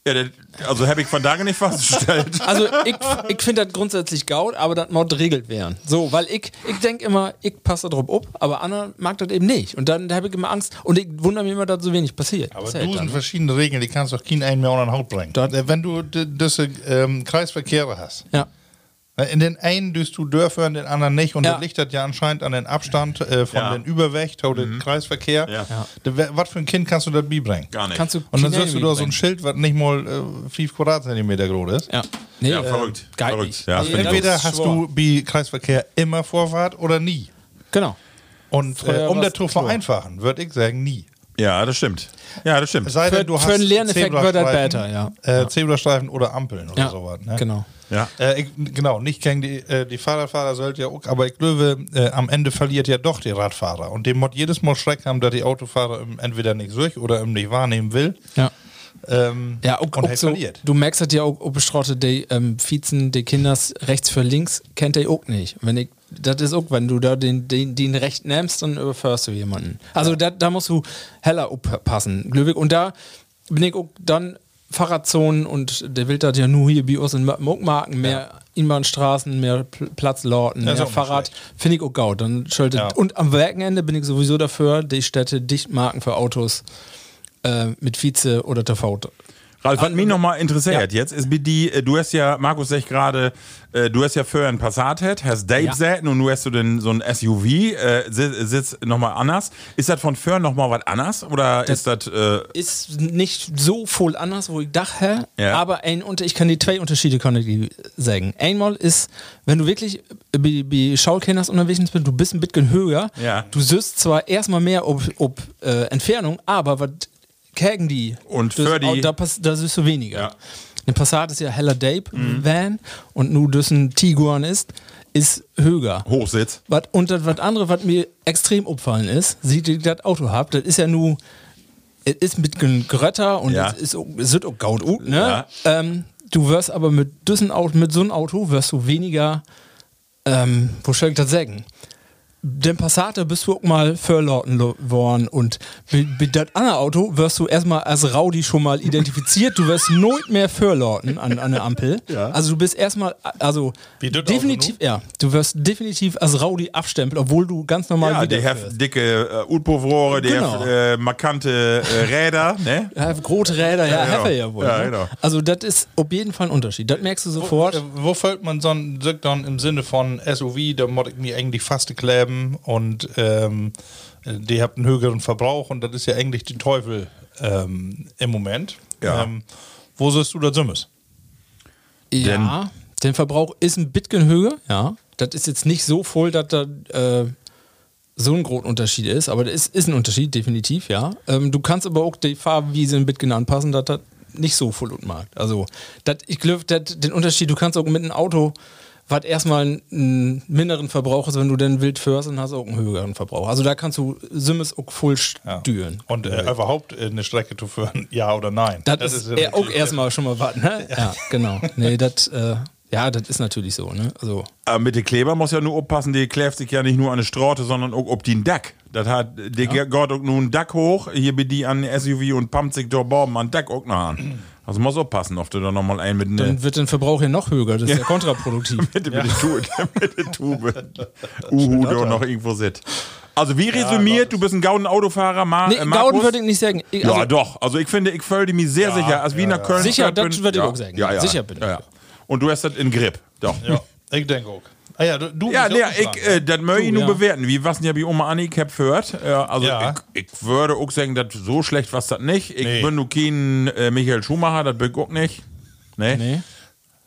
S4: ja, das, also habe ich von da nicht festgestellt.
S5: also ich, ich finde das grundsätzlich gaut, aber das muss regelt werden. So, weil ich, ich denke immer, ich passe drauf ob, aber Anna mag das eben nicht. Und dann habe ich immer Angst und ich wundere mich immer, dass so wenig passiert.
S3: Aber
S5: Das ist ja
S3: du
S5: dann,
S3: sind
S5: ne?
S3: verschiedene Regeln, die kannst doch keinen einen mehr unter den Haut bringen.
S5: Das-
S3: Äh, Wenn du d- diese ähm, Kreisverkehre hast,
S5: Ja.
S3: Na, In den einen düst du Dörfer, in den anderen nicht. Und
S5: Ja.
S3: das liegt das ja anscheinend an den Abstand äh, von
S4: Ja. Mhm.
S3: den Überwächt oder den Kreisverkehr.
S4: Ja. Ja.
S3: Da wär- Was für ein Kind kannst du das beibringen?
S4: Gar nicht.
S5: Kannst du
S3: Und dann
S5: Kinder
S3: siehst du da so ein
S5: mitbringen.
S3: Schild, was nicht mal äh, 5 Quadratzentimeter groß ist.
S5: Ja. Nee,
S4: ja,
S5: äh,
S4: verrückt.
S5: geil
S4: verrückt.
S5: nicht.
S4: Ja, das
S5: Nee,
S4: bin ich auch.
S3: Entweder
S5: das ist
S3: hast
S5: schwor.
S3: du bei Kreisverkehr immer Vorfahrt oder nie.
S5: Genau.
S3: Und äh,
S5: Früher
S3: um
S5: war's
S3: das zu
S5: klar.
S3: vereinfachen, würde ich sagen, nie.
S4: ja, das stimmt. Ja, das
S3: Es
S4: stimmt.
S3: sei
S5: Für- für einen Lerneffekt wird das
S3: Zebrastreifen,
S5: better, ja.
S3: Äh, Zebrastreifen oder Ampeln oder
S5: Ja,
S3: sowas. Ne?
S5: genau.
S4: Ja.
S3: Äh, ich, genau, nicht gegen die, äh, die Fahrradfahrer sollte ja auch, aber ich glaube, äh, am Ende verliert ja doch die Radfahrer. Und dem muss jedes Mal Schreck haben, dass die Autofahrer ihm entweder nicht durch oder ihm nicht wahrnehmen will.
S5: Ja.
S3: Ähm,
S5: Ja, auch,
S3: und
S5: auch
S3: halt
S5: so,
S3: verliert.
S5: du merkst das ja auch, ob Strotte, die ähm, Vizen, die Kinders rechts für links, kennt ihr auch nicht. Wenn ich, das ist auch, wenn du da den, den, den recht nimmst, dann überfährst du jemanden. Also da, da musst du heller aufpassen, Glöwig. Und da bin ich auch dann Fahrradzonen und der will das ja nur hier bei uns in Muckmarken, mehr Inbahnstraßen, mehr Pl- Platzlorten,
S3: Das ist
S5: mehr
S3: auch nicht
S5: Fahrrad, finde ich auch gaut. Dann sollte,
S3: Ja.
S5: Und am Wochenende bin ich sowieso dafür, die Städte dicht marken für Autos äh, mit Vize oder TV.
S4: Ralf, was mich nochmal interessiert jetzt, ist wie die, äh, du hast ja, Markus sagt gerade, äh, du hast ja vorher einen Passat hat, hast Dave
S5: Ja.
S4: ja. und du hast so, den, so ein SUV, äh, si- sitzt nochmal anders. Ist das von Föhr nochmal was anders oder ist das, äh,
S5: ist nicht so voll anders, wo ich dachte,
S4: Ja.
S5: aber ein unter, ich kann die zwei Unterschiede kann ich die sagen. Einmal ist, wenn du wirklich bei, bei Schaulkenners unterwegs bist, du bist ein bisschen höher,
S4: Ja.
S5: du siehst zwar erstmal mehr ob, ob äh, Entfernung, aber was kägen die?
S4: Und
S5: Das-
S4: für die-
S5: Da, pass- da siehst du weniger.
S4: Ja. Mhm.
S5: Ein Passat ist ja heller Dape Van und nur das ein Tiguan ist, ist höher.
S4: Hochsitz?
S5: Wat, und das was andere, was mir extrem auffallen ist, sieht ihr das Auto habt, das ist ja nur, es ist mit gen Grötter und
S4: Ja.
S5: es ist auch- es sind auch gaut gut, ne?
S4: Ja.
S5: Ähm, du wirst aber mit diesem Auto, mit so einem Auto wirst du weniger, ähm, wo soll ich das sagen? Den Passater bist du auch mal verloren lo- worden und mit das andere Auto wirst du erstmal als Rowdy schon mal identifiziert. Du wirst nooit mehr verloren an, an der Ampel. Also du bist erstmal, also
S3: Wie das Auto ne?
S5: definitiv, ja, du wirst definitiv als Rowdy abstempelt, obwohl du ganz normal
S4: Ja,
S5: wieder
S4: die haben dicke äh, Utpuffrohre, die
S5: Genau.
S4: haben äh, markante äh, Räder, ne?
S5: Ja, große Räder, ja,
S4: genau.
S5: Heffe ja wohl.
S4: Ja,
S5: ne?
S4: genau.
S5: Also das ist auf jeden Fall ein Unterschied. Das merkst du sofort.
S3: Äh, Wo fällt man so einen Sick dann im Sinne von SUV, da muss ich mir eigentlich fast kleben und ähm, die habt einen höheren Verbrauch und das ist ja eigentlich die Teufel ähm, im Moment.
S4: Ja.
S3: Ähm, wo siehst du das Summes?
S5: ja, der Verbrauch ist ein bisschen höher, ja. Das ist jetzt nicht so voll, dass da äh, so ein großer Unterschied ist, aber das ist, ist ein Unterschied, definitiv, ja. Ähm, du kannst aber auch die Fahrwiese ein bisschen anpassen, dass das nicht so voll und mag. Also, das, ich glaube, das- den Unterschied, du kannst auch mit einem Auto was erstmal einen- einen minderen Verbrauch ist, wenn du denn wild fährst, dann hast du auch einen höheren Verbrauch. Also da kannst du Simmes auch voll stühlen.
S3: Und äh, überhaupt äh, eine Strecke zu führen, ja oder nein.
S5: Das, ist,
S4: äh,
S3: ja
S5: eher auch
S3: natürlich-
S5: erstmal schon mal was, ne? Ja, genau. Nee, das, äh, ja, das ist natürlich so, ne? Also,
S4: Aber Äh, mit den Kleber muss ja nur aufpassen, die klebt sich ja nicht nur an eine Straße, sondern auch ob die einen Dack. Das hat, der geht auch nur einen Dack hoch, hier bin die an den SUV und pumpt sich da Borben an den Dack auch noch an. Also muss aufpassen, ob du da nochmal einen mit
S5: dann
S4: ne-
S5: wird dein Verbrauch hier noch höher. Das ist ja, kontraproduktiv.
S4: mit der Tube, mit der Tube, Uhu, da noch irgendwo sitzt. Also wie resümiert, du bist ein gauden Autofahrer, Mar
S5: Nee,
S4: äh,
S5: Gauden
S4: Markus?
S5: würde ich nicht sagen. Ich,
S4: Ja,
S5: also,
S4: doch. Also ich finde, ich fühle mich sehr sicher. Als Wiener Köln.
S5: Sicher,
S4: Köln
S5: das
S4: bin-
S5: würde ich
S4: ja.
S5: auch sagen.
S4: Ja, ja.
S5: Sicher bin ich.
S4: ja, ja. Und du hast das in Grip. Doch.
S3: Ja, ich denke auch. Ah ja, du, du
S4: Ja,
S3: bist
S4: nee,
S3: auch dran.
S4: ich, äh, das möchte ich
S5: Du,
S4: nur
S5: ja.
S4: bewerten. Wie was denn, wie Oma Anni Cap hört. Äh, also
S3: Ja.
S4: ich, ich würde auch sagen, dass so schlecht was das nicht. Ich
S3: Nee.
S4: bin nur kein äh, Michael Schumacher, das bin ich auch nicht. Nee.
S5: Nee.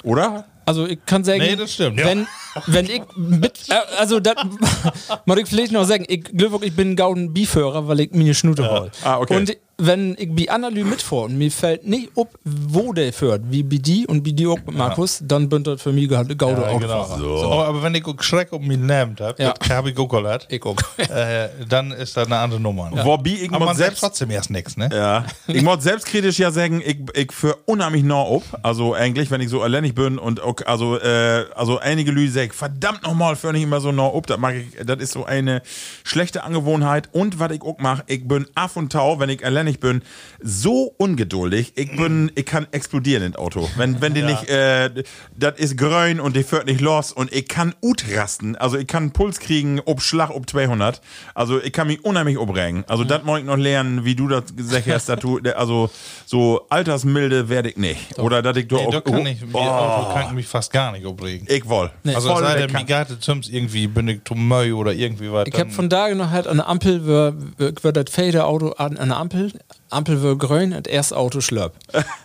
S4: Oder?
S5: Also ich kann sagen,
S3: Nee, das stimmt, ja.
S5: wenn, wenn ich mit, äh, also das muss ich vielleicht noch sagen, ich glaube ich bin gauden Biförer, weil ich meine Schnute hol.
S4: Ah, okay.
S5: Und wenn ich bi Analyse mitfahre und mir fällt nicht ob, wo der fährt, wie bi die und bi die auch mit Markus, dann bin das für mich halt gerade gaude
S3: ja, genau.
S5: Autofahrer.
S3: So. aber wenn ich auch Schreck um mich nehmt habe,
S5: Ja.
S3: das habe ich auch gehört,
S5: Ich auch.
S3: äh, dann ist das eine andere Nummer. ne?
S4: Wobei ich
S3: Aber
S4: muss
S3: man selbst
S4: selbst
S3: trotzdem erst nichts, ne?
S4: Ja. Ich muss selbstkritisch ja sagen, ich, ich für unheimlich nah ob. Also eigentlich, wenn ich so alleinig bin und auch, also, äh, also einige Leute sagen, verdammt nochmal, für nicht immer so nah ob. Das mag ich, das ist so eine schlechte Angewohnheit. Und was ich auch mache, ich bin af und tau, wenn ich alleinig bin, so ungeduldig. Ich bin, ich kann explodieren in Auto. Wenn, wenn die nicht, äh, das ist grün und die fährt nicht los und ich kann utrasten. Also ich kann einen Puls kriegen, ob Schlag, ob 200. Also ich kann mich unheimlich umregen.
S3: Mhm.
S4: Also das muss ich noch lernen, wie du das gesagt hast. dass du, also so altersmilde werde ich nicht. Oder dass ich doch
S3: Nee, da
S4: auch,
S3: kann ich, mir
S4: oh,
S3: Auto kann ich mich fast gar nicht umregen.
S4: ich woll.
S3: also es sei denn,
S4: kann-
S3: die Garte Zims irgendwie, bin ich Tomei oder irgendwie was.
S5: Ich habe von da noch halt an der Ampel, wär- wär- wär das fade Auto an an der Ampel, Ampel wird grün, das erste Auto schlöp.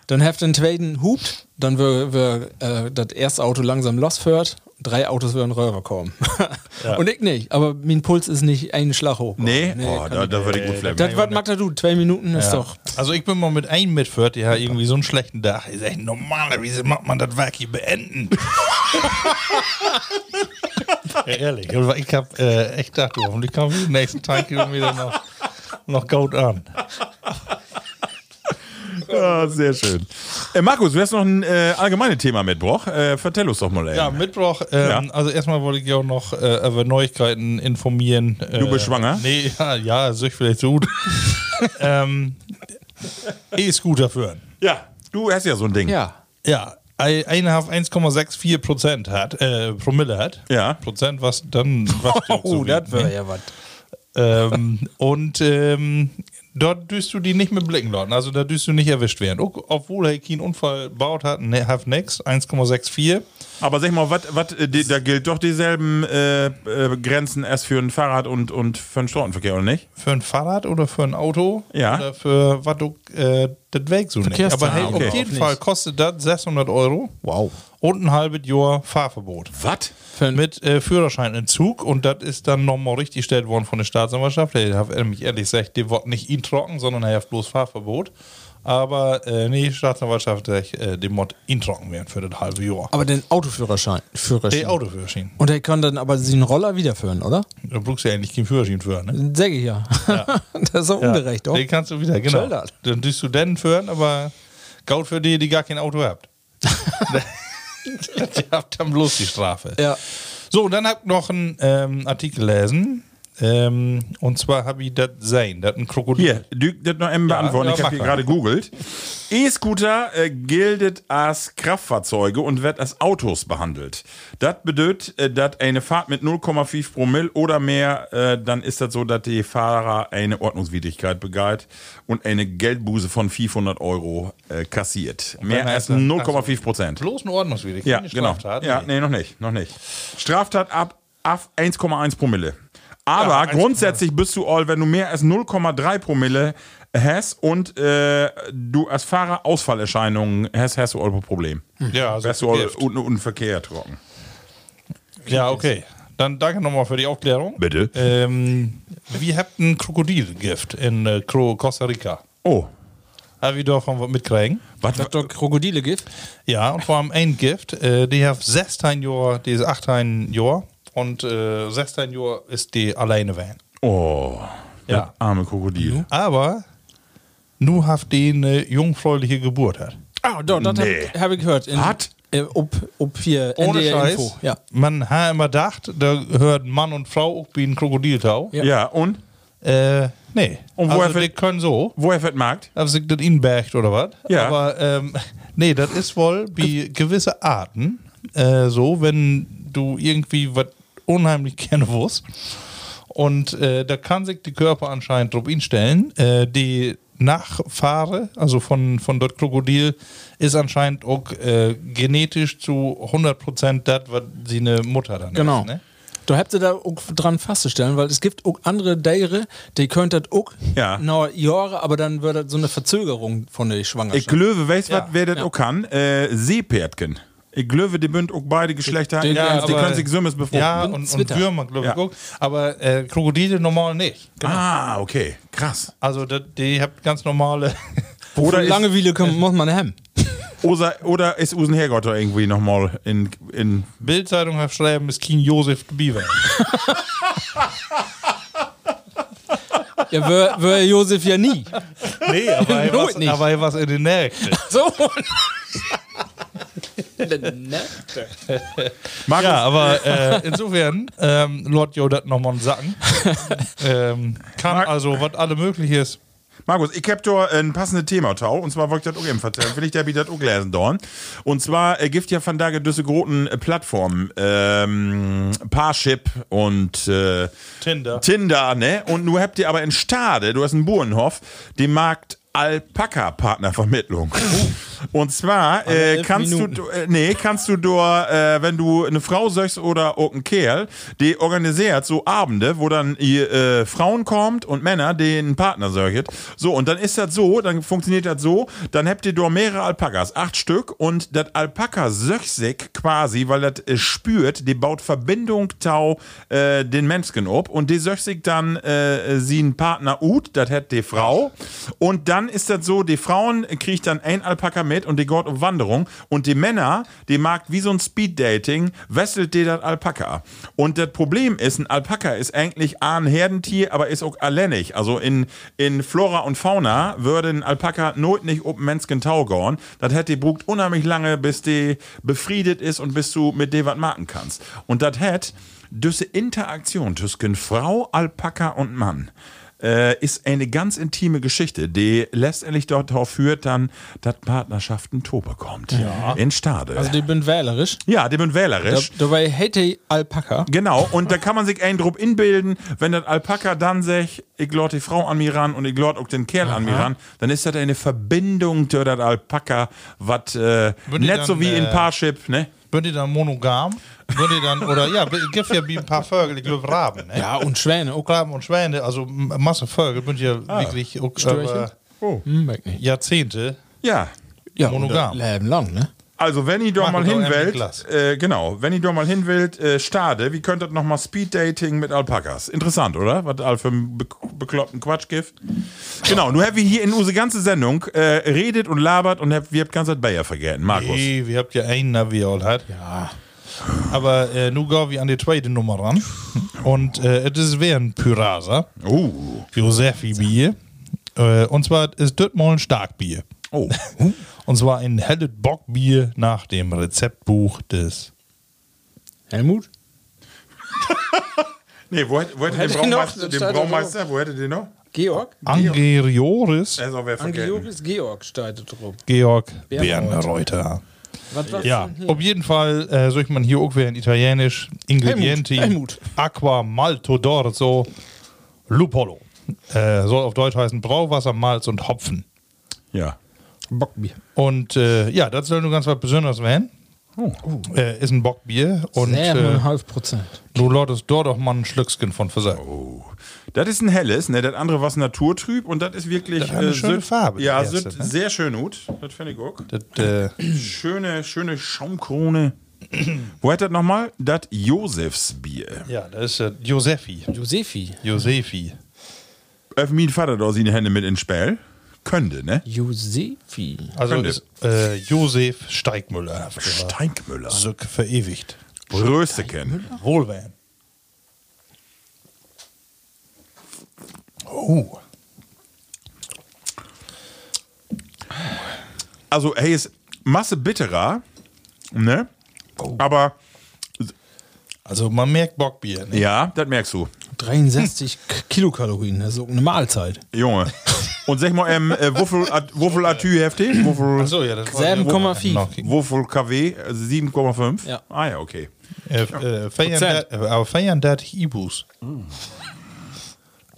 S5: dann habt den zweiten hupt, dann wird äh, das erste Auto langsam losfährt, drei Autos würden Röhre kommen. Und ich nicht, aber mein Puls ist nicht einen Schlag hoch.
S4: Nee, oh, da, da würde ich gut flammen.
S5: Das was macht er du? Zwei Minuten ist doch.
S3: Also ich bin mal mit einem mitführt, die hat irgendwie so einen schlechten Tag. Ich sag, normalerweise macht man das Werk hier beenden. ja, ehrlich, aber ich hab äh, echt gedacht, du, hoffentlich kann ich den nächsten Tag wieder noch, noch gut an.
S4: Ja, Ah, sehr schön. Äh, Markus, du hast noch ein äh, allgemeines Thema mitgebracht. Äh, vertell uns doch mal, ey.
S3: Ja, Mittwoch. Ähm,
S4: Ja.
S3: Also erstmal wollte ich ja auch noch äh, über Neuigkeiten informieren. Äh,
S4: Du bist schwanger?
S3: Nee, ja, ja ist euch vielleicht so gut. ähm, eh, E-Scooter führen.
S4: ja, du hast ja so ein Ding.
S5: Ja.
S3: Ja, ei- eine Haft 1,64 Prozent hat, äh, Promille hat.
S4: Ja.
S3: Prozent, was dann... Was
S5: Oh, das
S3: wird
S5: wäre ja was.
S3: ähm, Und ähm, dort dürst du die nicht mehr blicken lassen. Also da dürst du nicht erwischt werden. Ob- Obwohl er keinen Unfall baut hat, ne, hat nix, 1,64.
S4: Aber sag mal, wat, wat, äh, die- da gilt doch dieselben äh, äh, Grenzen erst für ein Fahrrad und, und für den Straßenverkehr, oder nicht?
S3: Für ein Fahrrad oder für ein Auto?
S4: Ja.
S3: Oder für was du, äh, das weg so nicht. Aber
S5: Verkehrszahlen
S3: hey,
S5: okay.
S3: auf jeden
S5: Nicht.
S3: Fall kostet das 600 Euro. Wow. Und ein halbes Jahr Fahrverbot.
S4: Was?
S3: Mit äh, Führerscheinentzug und das ist dann nochmal richtig gestellt worden von der Staatsanwaltschaft. Der hat nämlich ehrlich gesagt, die wollten nicht ihn trocken, sondern er hat bloß Fahrverbot. Aber äh, nee, Staatsanwaltschaft, sagt, äh, die Mod ihn trocken werden für das halbe Jahr.
S5: Aber den Autoführerschein. Führerschein.
S3: Der Autoführerschein.
S5: Und er kann dann aber den Roller wiederführen, oder?
S3: Du brauchst ja eigentlich keinen Führerschein für, ne?
S5: Säge ich ja. das ist doch ungerecht, doch.
S3: Den kannst du wieder, genau.
S5: Schildert.
S3: Dann tust du den führen, aber gaut für die, die gar kein Auto habt. die habt dann bloß die Strafe.
S5: Ja.
S3: So, und dann hab ich noch einen ähm, Artikel gelesen. Ähm, und zwar habe ich das sein, das ein Krokodil.
S4: Hier, du, das noch eben beantworten.
S3: ja,
S4: ich
S3: mach
S4: habe hier
S3: mal.
S4: gerade googelt. E-Scooter äh, gilt als Kraftfahrzeuge und wird als Autos behandelt. Das bedeutet, äh, dass eine Fahrt mit 0,5 Promille oder mehr, äh, dann ist das so, dass die Fahrer eine Ordnungswidrigkeit begeht und eine Geldbuße von 500 Euro äh, kassiert. Mehr
S3: man
S4: als
S3: erst-
S4: 0,5 Prozent.
S3: Bloß eine Ordnungswidrigkeit.
S4: Ja,
S3: keine
S4: genau.
S3: Straftat.
S4: Ja, nee, noch nicht, noch nicht. Straftat ab, ab 1,1 Promille. Aber grundsätzlich bist du all, wenn du mehr als 0,3 Promille hast und äh, du als Fahrer Ausfallerscheinungen hast, hast du all ein Problem.
S3: Ja, also
S4: Wärst du all
S3: Gift.
S4: un, un Verkehr trocken.
S3: ja, okay. Dann danke nochmal für die Aufklärung.
S4: Bitte.
S3: Ähm, wir habt ein Krokodilgift in äh, Kro- Costa Rica.
S4: Oh.
S3: Habe ich davon was mitkriegen?
S4: Was?
S5: Das doch Krokodile gibt.
S3: Ja, und vor allem ein Gift. Äh, die haben 16 Jahre, die ist 18 Jahre und äh, 16 Jahre ist die alleine Van.
S4: Oh,
S3: Ja.
S4: das arme Krokodil.
S3: Aber nur haft die eine jungfräuliche Geburt hat.
S5: Ah, doch, das
S4: Nee.
S5: habe ich, hab ich gehört. In,
S4: Hat?
S5: Äh, ob, ob hier
S3: Ohne
S5: NDR
S3: Scheiß.
S5: Info. Ja.
S3: Man hat immer gedacht, da hört Mann und Frau auch wie ein Krokodiltau.
S5: Ja.
S4: Ja. und?
S3: Äh, nee.
S4: Und woher
S3: also, die
S4: wird-
S3: können so.
S4: Woher wird Markt?
S3: Ob sich Also, das ihnen bergt oder was.
S4: Ja.
S3: Aber ähm, nee, das ist wohl wie gewisse Arten äh, so, wenn du irgendwie was unheimlich gerne wusst. Und äh, da kann sich die Körper anscheinend drauf instellen. Äh, die Nachfahre, also von, von dort Krokodil, ist anscheinend auch äh, genetisch zu 100% das, was sie eine Mutter dann
S5: Genau.
S3: ist. Ne?
S5: Da habt ihr da auch dran festzustellen, weil es gibt auch andere Tiere, die können das auch
S4: Ja.
S5: noch Jahre, aber dann wird das so eine Verzögerung von der Schwangerschaft.
S4: Ich glaube, weißt
S3: Ja.
S4: was, wer das auch kann? Äh, Seepferdchen. Ich glaube, die bünd auch beide Geschlechter.
S5: Die- die-
S4: Ja, also die
S3: aber-
S4: können sich Sümmes befruchten.
S3: Ja,
S5: Und
S3: und, und
S5: Zwitter.
S3: Würmer, glaube ich,
S4: Ja.
S3: auch. Aber äh, Krokodile normal nicht.
S4: Ah, okay. Krass.
S3: Also das- die habt ganz normale. Also
S5: Oder
S4: Oder ist,
S5: Langeweile kann, muss man haben.
S4: oder, oder ist Usen Hergotter irgendwie nochmal in, in.
S3: Bildzeitung hat schreiben, ist King Josef de Beaver.
S5: Ja, wär, wär Josef ja nie.
S3: nee, aber er
S5: Not
S3: was,
S5: nicht.
S3: aber er was in den Nächten.
S5: So. Also,
S4: Markus,
S3: Ja, aber äh, insofern, ähm, Lord Jo das nochmal einen Sacken. ähm, kann also, was alle möglich ist.
S4: Markus, ich hab da ein passendes Thema, Tau. Und zwar wollte ich das auch eben vertellen. Will ich der bietet auch lesen, Dorn. Und zwar äh, gibt ja von daher diese großen äh, Plattformen. Ähm, Parship und äh,
S3: Tinder.
S4: Tinder, ne? Und nur habt ihr aber in Stade, du hast einen Burenhof, den Markt Alpaka-Partnervermittlung.
S3: Oh.
S4: Und zwar äh,
S5: elf
S4: kannst
S5: Minuten.
S4: du, äh, nee, kannst du da, äh, wenn du eine Frau söchst oder auch einen Kerl, die organisiert so Abende, wo dann die, äh, Frauen kommt und Männer den Partner söchet. So, und dann ist das so, dann funktioniert das so, dann habt ihr da mehrere Alpakas, acht Stück, und das Alpaka söchsig quasi, weil das äh, spürt, die baut Verbindung tau äh, den Menschen ob und die söchsig dann äh, sie einen Partner ut, das hat die Frau. Und dann ist das so, die Frauen kriegt dann ein Alpaka mit und die geht auf Wanderung. Und die Männer, die mag wie so ein Speed-Dating, wesselt die das Alpaka. Und das Problem ist, ein Alpaka ist eigentlich A, ein Herdentier, aber ist auch alleinig. Also in, in Flora und Fauna würde ein Alpaka not nicht ob Mensken Tau gorn. Das hätte die brugt unheimlich lange, bis die befriedet ist und bis du mit dem was machen kannst. Und das hätte diese Interaktion zwischen Frau, Alpaka und Mann äh, ist eine ganz intime Geschichte, die letztendlich dort darauf führt, dann, dass Partnerschaften Tobe kommt. In Stade.
S5: Also, die bin wählerisch.
S4: ja, dem bin
S5: Da-
S4: wählerisch.
S5: Dabei hätte Alpaka.
S4: Genau, und da kann man sich einen Druck inbilden, wenn das Alpaka dann sagt, ich lort die Frau an mir ran und ich lort auch den Kerl an mir ran, dann ist das eine Verbindung zu das Alpaka, was äh,
S3: Würden die
S4: nicht
S3: dann,
S4: so wie in
S3: äh,
S4: Parship, ne?
S3: Würdet ihr dann monogam? Würdet ihr dann, oder ja, gibt ja wie ein paar Vögel, ich glaube Raben. Ne?
S5: Ja, und Schwäne.
S3: Auch
S5: Okay.
S3: Raben und Schwäne, also m- Masse Vögel, würdet ihr wirklich auch,
S5: Störchen?
S3: äh,
S5: Hm, weg nicht.
S3: Jahrzehnte
S4: Ja.
S5: Ja,
S3: Monogam.
S5: und das Leben lang, ne?
S4: Also wenn ihr doch
S3: Mach
S4: mal
S3: doch
S4: hin
S3: einfach
S4: wollt,
S3: Glas.
S4: äh, genau, wenn ihr doch mal hin wollt, äh, Stade, wie könnt ihr nochmal Speed Dating mit Alpakas? Interessant, oder? Was all für einen be bekloppten Quatsch gibt. Genau, nur habt ihr hier in unsere ganze Sendung äh, redet und labert und habt, wir habt ganz das Bayer vergessen, Markus.
S3: Nee, wir habt ja einen, na, wie ihr all hat. Ja. Aber äh, nu gehen wir an die zweite Nummer ran. Und äh, das wäre ein Pyraser.
S4: Oh.
S3: Josefi Bier. Äh, und zwar ist das mal ein Starkbier.
S4: Oh.
S3: Und zwar ein helles Bockbier nach dem Rezeptbuch des.
S5: Helmut?
S4: Nee, wo, hätt- wo hätte den
S5: hätte ihr noch?
S4: Braumeister,
S5: Dann
S4: den
S5: steht da
S4: Braumeister, wo hätte den noch?
S5: Georg?
S3: Angerioris
S4: Er ist auch wer Ah, vergessen.
S5: Angelioris Georg steigt drum.
S3: Georg
S5: Bernreuter.
S3: Bernreuter.
S5: Was war's
S3: Ja,
S5: denn hier?
S3: auf jeden Fall äh, soll ich man hier auch wieder in Italienisch Ingredienti
S5: Helmut.
S3: Aqua Malto d'Orzo Lupolo. Äh, soll auf Deutsch heißen Brauwasser, Malz und Hopfen.
S4: Ja.
S5: Bockbier.
S3: Und äh, ja, das soll nur ganz was Besonderes werden. Äh, ist ein Bockbier und äh,
S5: 7,5 Prozent.
S3: du lortest dort auch mal ein Schlückskin von versagt.
S4: Oh. Das ist ein helles, ne? Das andere was naturtrüb und das ist wirklich äh,
S3: hat eine schöne
S4: süd-
S3: Farbe, die
S4: Ja,
S3: erste,
S4: süd-
S3: ne?
S4: sehr schön gut. Das finde ich auch.
S3: Das, äh,
S4: Schöne, schöne Schaumkrone. Wo hat das nochmal? Das Josefsbier.
S3: ja, das ist äh, Josefi.
S5: Josefi.
S3: Josefi.
S4: Öff mein Vater da seine Hände mit ins Spiel. Könnte, ne?
S5: Josefi.
S3: Also
S4: Könnte.
S3: ist, äh, Josef Steigmüller.
S4: Steigmüller.
S3: Sück Also, verewigt.
S4: Röseken.
S3: Wohlwählen. Oh.
S4: Also, hey, ist Masse bitterer, ne? Aber
S3: Also man merkt Bockbier. Ne?
S4: ja, das merkst du.
S5: 63
S4: Hm.
S5: K- Kilokalorien, das ist auch eine Mahlzeit.
S4: Junge. Und sag mal, ähm, äh, Wuffel, at, Wuffel Atü heftig? Wuffel,
S3: Achso, ja, das war-
S5: 7,5.
S3: Noch-
S4: Wuffel KW äh, 7,5?
S5: Ja.
S4: Ah ja, okay.
S3: Äh, äh, feiern dat- äh, Aber feiern dat Ibus.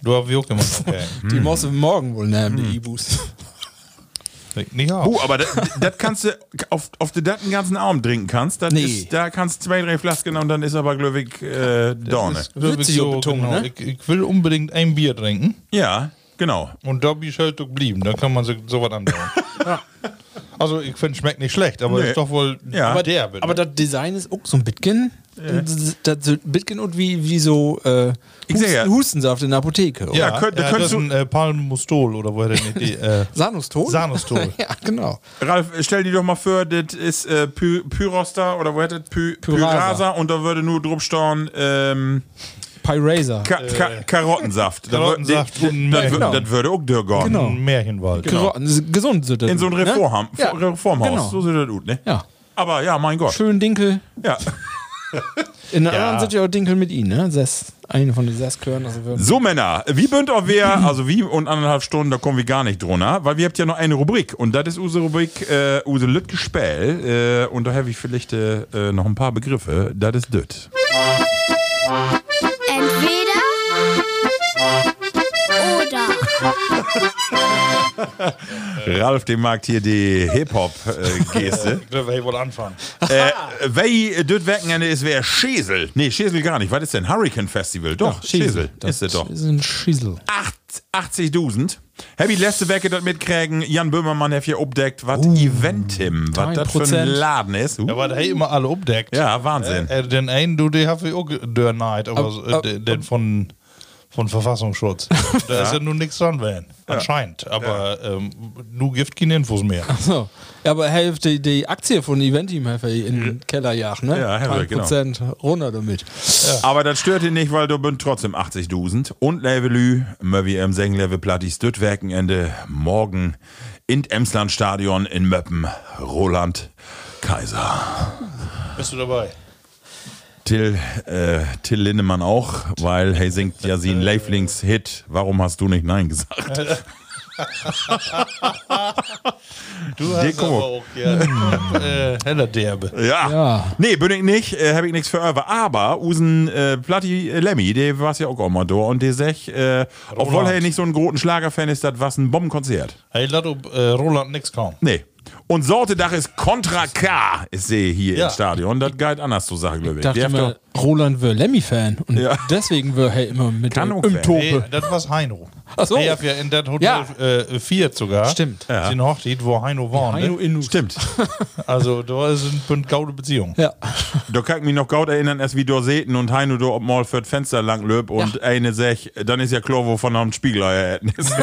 S3: Du hast auch gemacht. Okay.
S5: Die musst du morgen wohl nehmen,
S4: Hm.
S5: die Ibus.
S3: Nicht auf.
S4: Oh, aber das kannst du, auf, auf den ganzen ganzen Abend trinken kannst, dat
S5: Nee.
S4: ist, da kannst du zwei, drei Flasken und dann ist aber glücklich äh, Dorne.
S5: Witzig
S3: so,
S5: betont,
S3: genau.
S5: ne?
S3: ich, ich will unbedingt ein Bier trinken.
S4: Ja, genau.
S3: Und da bin ich halt geblieben. Da kann man so, so was andauern. Also, ich finde, schmeckt nicht schlecht, aber
S4: Nee.
S3: ist doch wohl
S4: Ja.
S3: aber
S4: Aber-
S3: der. bitte.
S5: Aber das Design ist auch so ein Bitkin. Das sind Bitkin und wie, wie so äh,
S4: Ich seh
S5: Husten,
S4: ja.
S5: Hustensaft in der Apotheke. oder?
S4: Ja, könnt- da
S3: das
S4: könntest
S3: ist ein äh, Palmustol oder woher denn die. Äh,
S5: Sanustol?
S3: Sanustol.
S5: ja, genau.
S4: Ralf, stell dir doch mal vor, das ist äh, Py Pyroster oder wo hättet Py
S5: Pyrasa.
S4: Pyrasa und da würde nur drauf stehen, ähm,
S5: Pyraser.
S4: Ka Ka Karottensaft. Da wür-
S3: Karottensaft
S4: das-
S3: und
S4: das,
S3: Melk.
S4: wür- das würde auch Dürgon.
S5: Genau.
S3: Ein Märchenwald.
S5: Genau. Gesund sind das.
S4: In so ein
S5: ne?
S4: Reformham
S5: Ja.
S4: Reformhaus.
S5: Genau.
S4: So sieht das gut, ne?
S5: Ja.
S4: Aber ja, mein Gott.
S5: Schön Dinkel.
S4: Ja.
S5: In der anderen sind ja auch Dinkel mit ihnen, ne? Das, eine von den Sesskörnern. Also wir-
S4: So, Männer, wie bünd auch wir, also wie und anderthalb Stunden, da kommen wir gar nicht drunter, weil wir habt ja noch eine Rubrik und das ist unsere Rubrik, äh, unsere Lüttgespäl äh, und da habe ich vielleicht äh, noch ein paar Begriffe, das ist Lütt.
S7: Entweder oder.
S4: Ralf, dem mag hier die Hip-Hop-Geste.
S3: Ich glaube, ich wollte anfangen.
S4: äh, wei das Wochenende ist wer Schesel. Nee, Schesel gar nicht. Was ist denn? Hurricane Festival. Doch, Schesel. Ist das doch.
S5: ist ein Schiesel.
S4: Acht- 80.000. Happy letzte Wecke das mitkriegen. Jan Böhmermann hat hier obdeckt, was Eventim, was das für ein
S5: 3%.
S4: Laden ist. Uh.
S3: Ja, weil der hat immer alle umdeckt.
S4: Ja, Wahnsinn.
S3: Äh, den einen, du, den habe ich auch der Neid, aber
S5: Ab-
S3: so,
S5: ab-
S3: äh, den von, von Verfassungsschutz. da ist ja nun nichts dran, wenn. Anscheinend. Aber ähm, nur gibt keine Infos mehr.
S5: So. Ja, aber helft die, die Aktie von Eventim helfe in den Keller jagen, ne?
S4: Ja, Herr Röck, genau.
S5: Prozent runter damit.
S4: Aber das stört ihn nicht, weil du bin trotzdem 80.000. Und Levelü, wie im Senglevel Plattis Düttwerkenende, morgen in Emsland Stadion in Möppen. Roland Kaiser.
S3: Bist du dabei?
S4: Till, äh, Till Lindemann auch, weil hey singt ja sie einen Leiflings-Hit. Warum hast du nicht Nein gesagt?
S3: Du hast
S4: Deko.
S3: aber auch, ja. äh, heller Derbe.
S4: Ja.
S5: Ja.
S4: Nee, bin ich nicht, äh, hab ich nichts für Erwe. Aber Usen äh, Platti äh, Lemmy, der war's ja auch immer da und der sech, äh, obwohl er nicht so ein großen Schlagerfan ist, das war's ein Bombenkonzert.
S3: Hey, lass ob, äh, Roland nix kaum.
S4: Nee. Und Sortedach ist Contra K, ist sie hier
S3: Ja.
S4: im Stadion. Das geht anders zu sagen, glaube ich.
S5: Dachte
S4: Der hat
S5: immer,
S4: doch-
S5: Roland wär Lemmy-Fan und
S4: Ja.
S5: deswegen wär hey immer mit
S4: Kann
S5: im
S4: auch werden.
S5: Tope.
S3: Hey, das war's Heino.
S5: Ach so.
S3: Der hat ja in das Hotel
S5: Ja.
S3: äh, 4 sogar.
S5: Stimmt.
S3: Ja. Den Hochzeit, wo Heino war.
S5: Heino
S3: ne?
S5: Innu.
S4: Stimmt.
S3: Also, da ist ein- eine gaude Beziehung.
S5: Ja.
S4: da kann ich mich noch gut erinnern, erst wie Dorseten und Heino do ob mal für das Fenster lang löb und eine sech, dann ist ja klar, wovon er einen Spiegel hätten.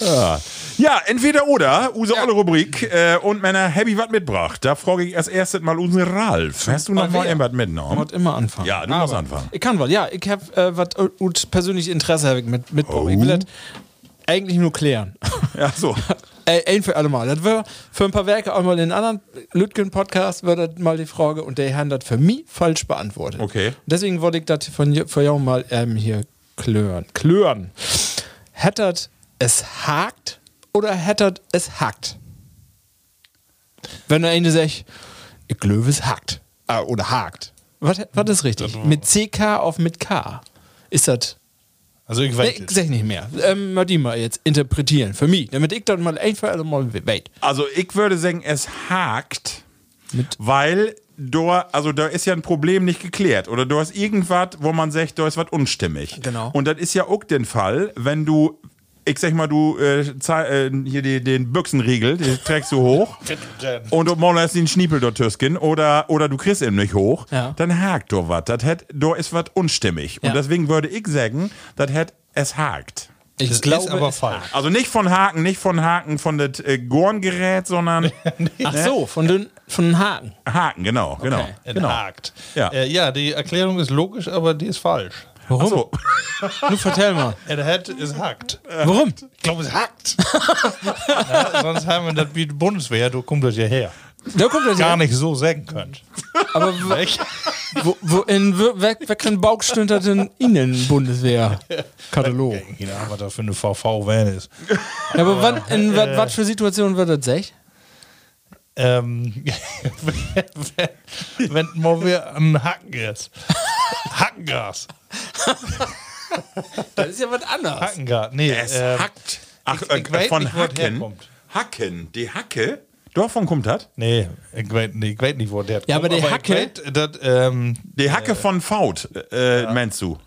S4: ja. ja, entweder oder, unsere olle Rubrik äh, und Männer Happy was mitbracht. Da frage ich als erstes mal unseren Ralf. Hast du noch mal irgendwas mitgenommen?
S5: Muss immer anfangen.
S4: Ja, du musst anfangen.
S5: Ich kann was, ja. Ich hab äh, was äh, gut persönlich Interesse hab ich mit, mit Ich
S4: Oh.
S5: will das eigentlich nur klären.
S4: Ja, so.
S5: Ey, ein für alle Mal. Das wär für ein paar Werke auch mal in einem anderen Lütgen-Podcast wär das mal die Frage und der Herrn das für mich falsch beantwortet.
S4: Okay.
S5: Deswegen wollte ich das von je- für jou mal ähm, hier klören. Klören. Hättet es hakt oder hättet es hakt? Wenn der eine sagt, ich glaube es hakt. Ah, oder hakt. Was, was ist richtig? Mit CK auf mit K. Ist das
S3: Also, ich
S5: Nee,
S3: weiß
S5: ich
S3: es.
S5: sag nicht mehr. Ähm, mal die mal jetzt interpretieren. Für mich. Damit ich dann mal ein für alle Mal wait.
S4: Also ich würde sagen, es hakt, weil da, also da ist ja ein Problem nicht geklärt oder da ist irgendwas, wo man sagt, da ist was unstimmig.
S5: Genau.
S4: Und das ist ja auch den Fall, wenn du, ich sag mal, du äh, zei- äh, hier die, den Büchsenriegel, den trägst du hoch und du malst den Schniepel dort Tüsken oder, oder du kriegst ihn nicht hoch,
S5: Ja.
S4: dann hakt da was. Da ist was unstimmig.
S5: Ja.
S4: Und deswegen würde ich sagen, das hat es hakt.
S5: Ich
S3: Das
S5: glaube,
S3: ist aber
S5: es-
S3: falsch.
S4: Also nicht von Haken, nicht von Haken von das äh, Gorngerät, sondern
S5: Ach so, von den, von den Haken.
S4: Haken, genau, genau.
S3: Enthaakt.
S4: Ja.
S3: Äh, ja, die Erklärung ist logisch, aber die ist falsch.
S5: Warum?
S4: So,
S5: Nur vertell mal.
S3: Er hat es hackt.
S5: Warum?
S3: Ich glaube, es hackt. ja, sonst haben wir das wie die Bundeswehr, du kommst das ja her.
S5: Da kommt das
S3: Gar
S5: ja.
S3: nicht so sagen könnt.
S5: Aber w- wo, wo, in w- we- welchen Bauch stünd das denn innen Bundeswehr-Katalog?
S3: Keine Ahnung, was das für eine VV-Van ist.
S5: Ja, aber wann, in wat- wat für Situationen wird das sech?
S3: Ähm, wenn, wenn mal wir ein Hacken ist. Hackengas.
S5: Das ist ja was anderes.
S3: Hackengas. Nee,
S4: es
S3: ähm,
S4: hackt. Ach,
S3: ich- ich
S4: äh,
S3: weiß
S4: von
S3: nicht, wo das
S4: Hacken.
S3: herkommt.
S4: Hacken, die Hacke. Davon kommt das?
S3: Nee, ich weiß, nee, ich weiß nicht, wo der
S5: Ja, aber die
S3: ich
S5: Hacke-
S3: weiß, das, ähm,
S4: Die Hacke von Faut, äh, meinst du?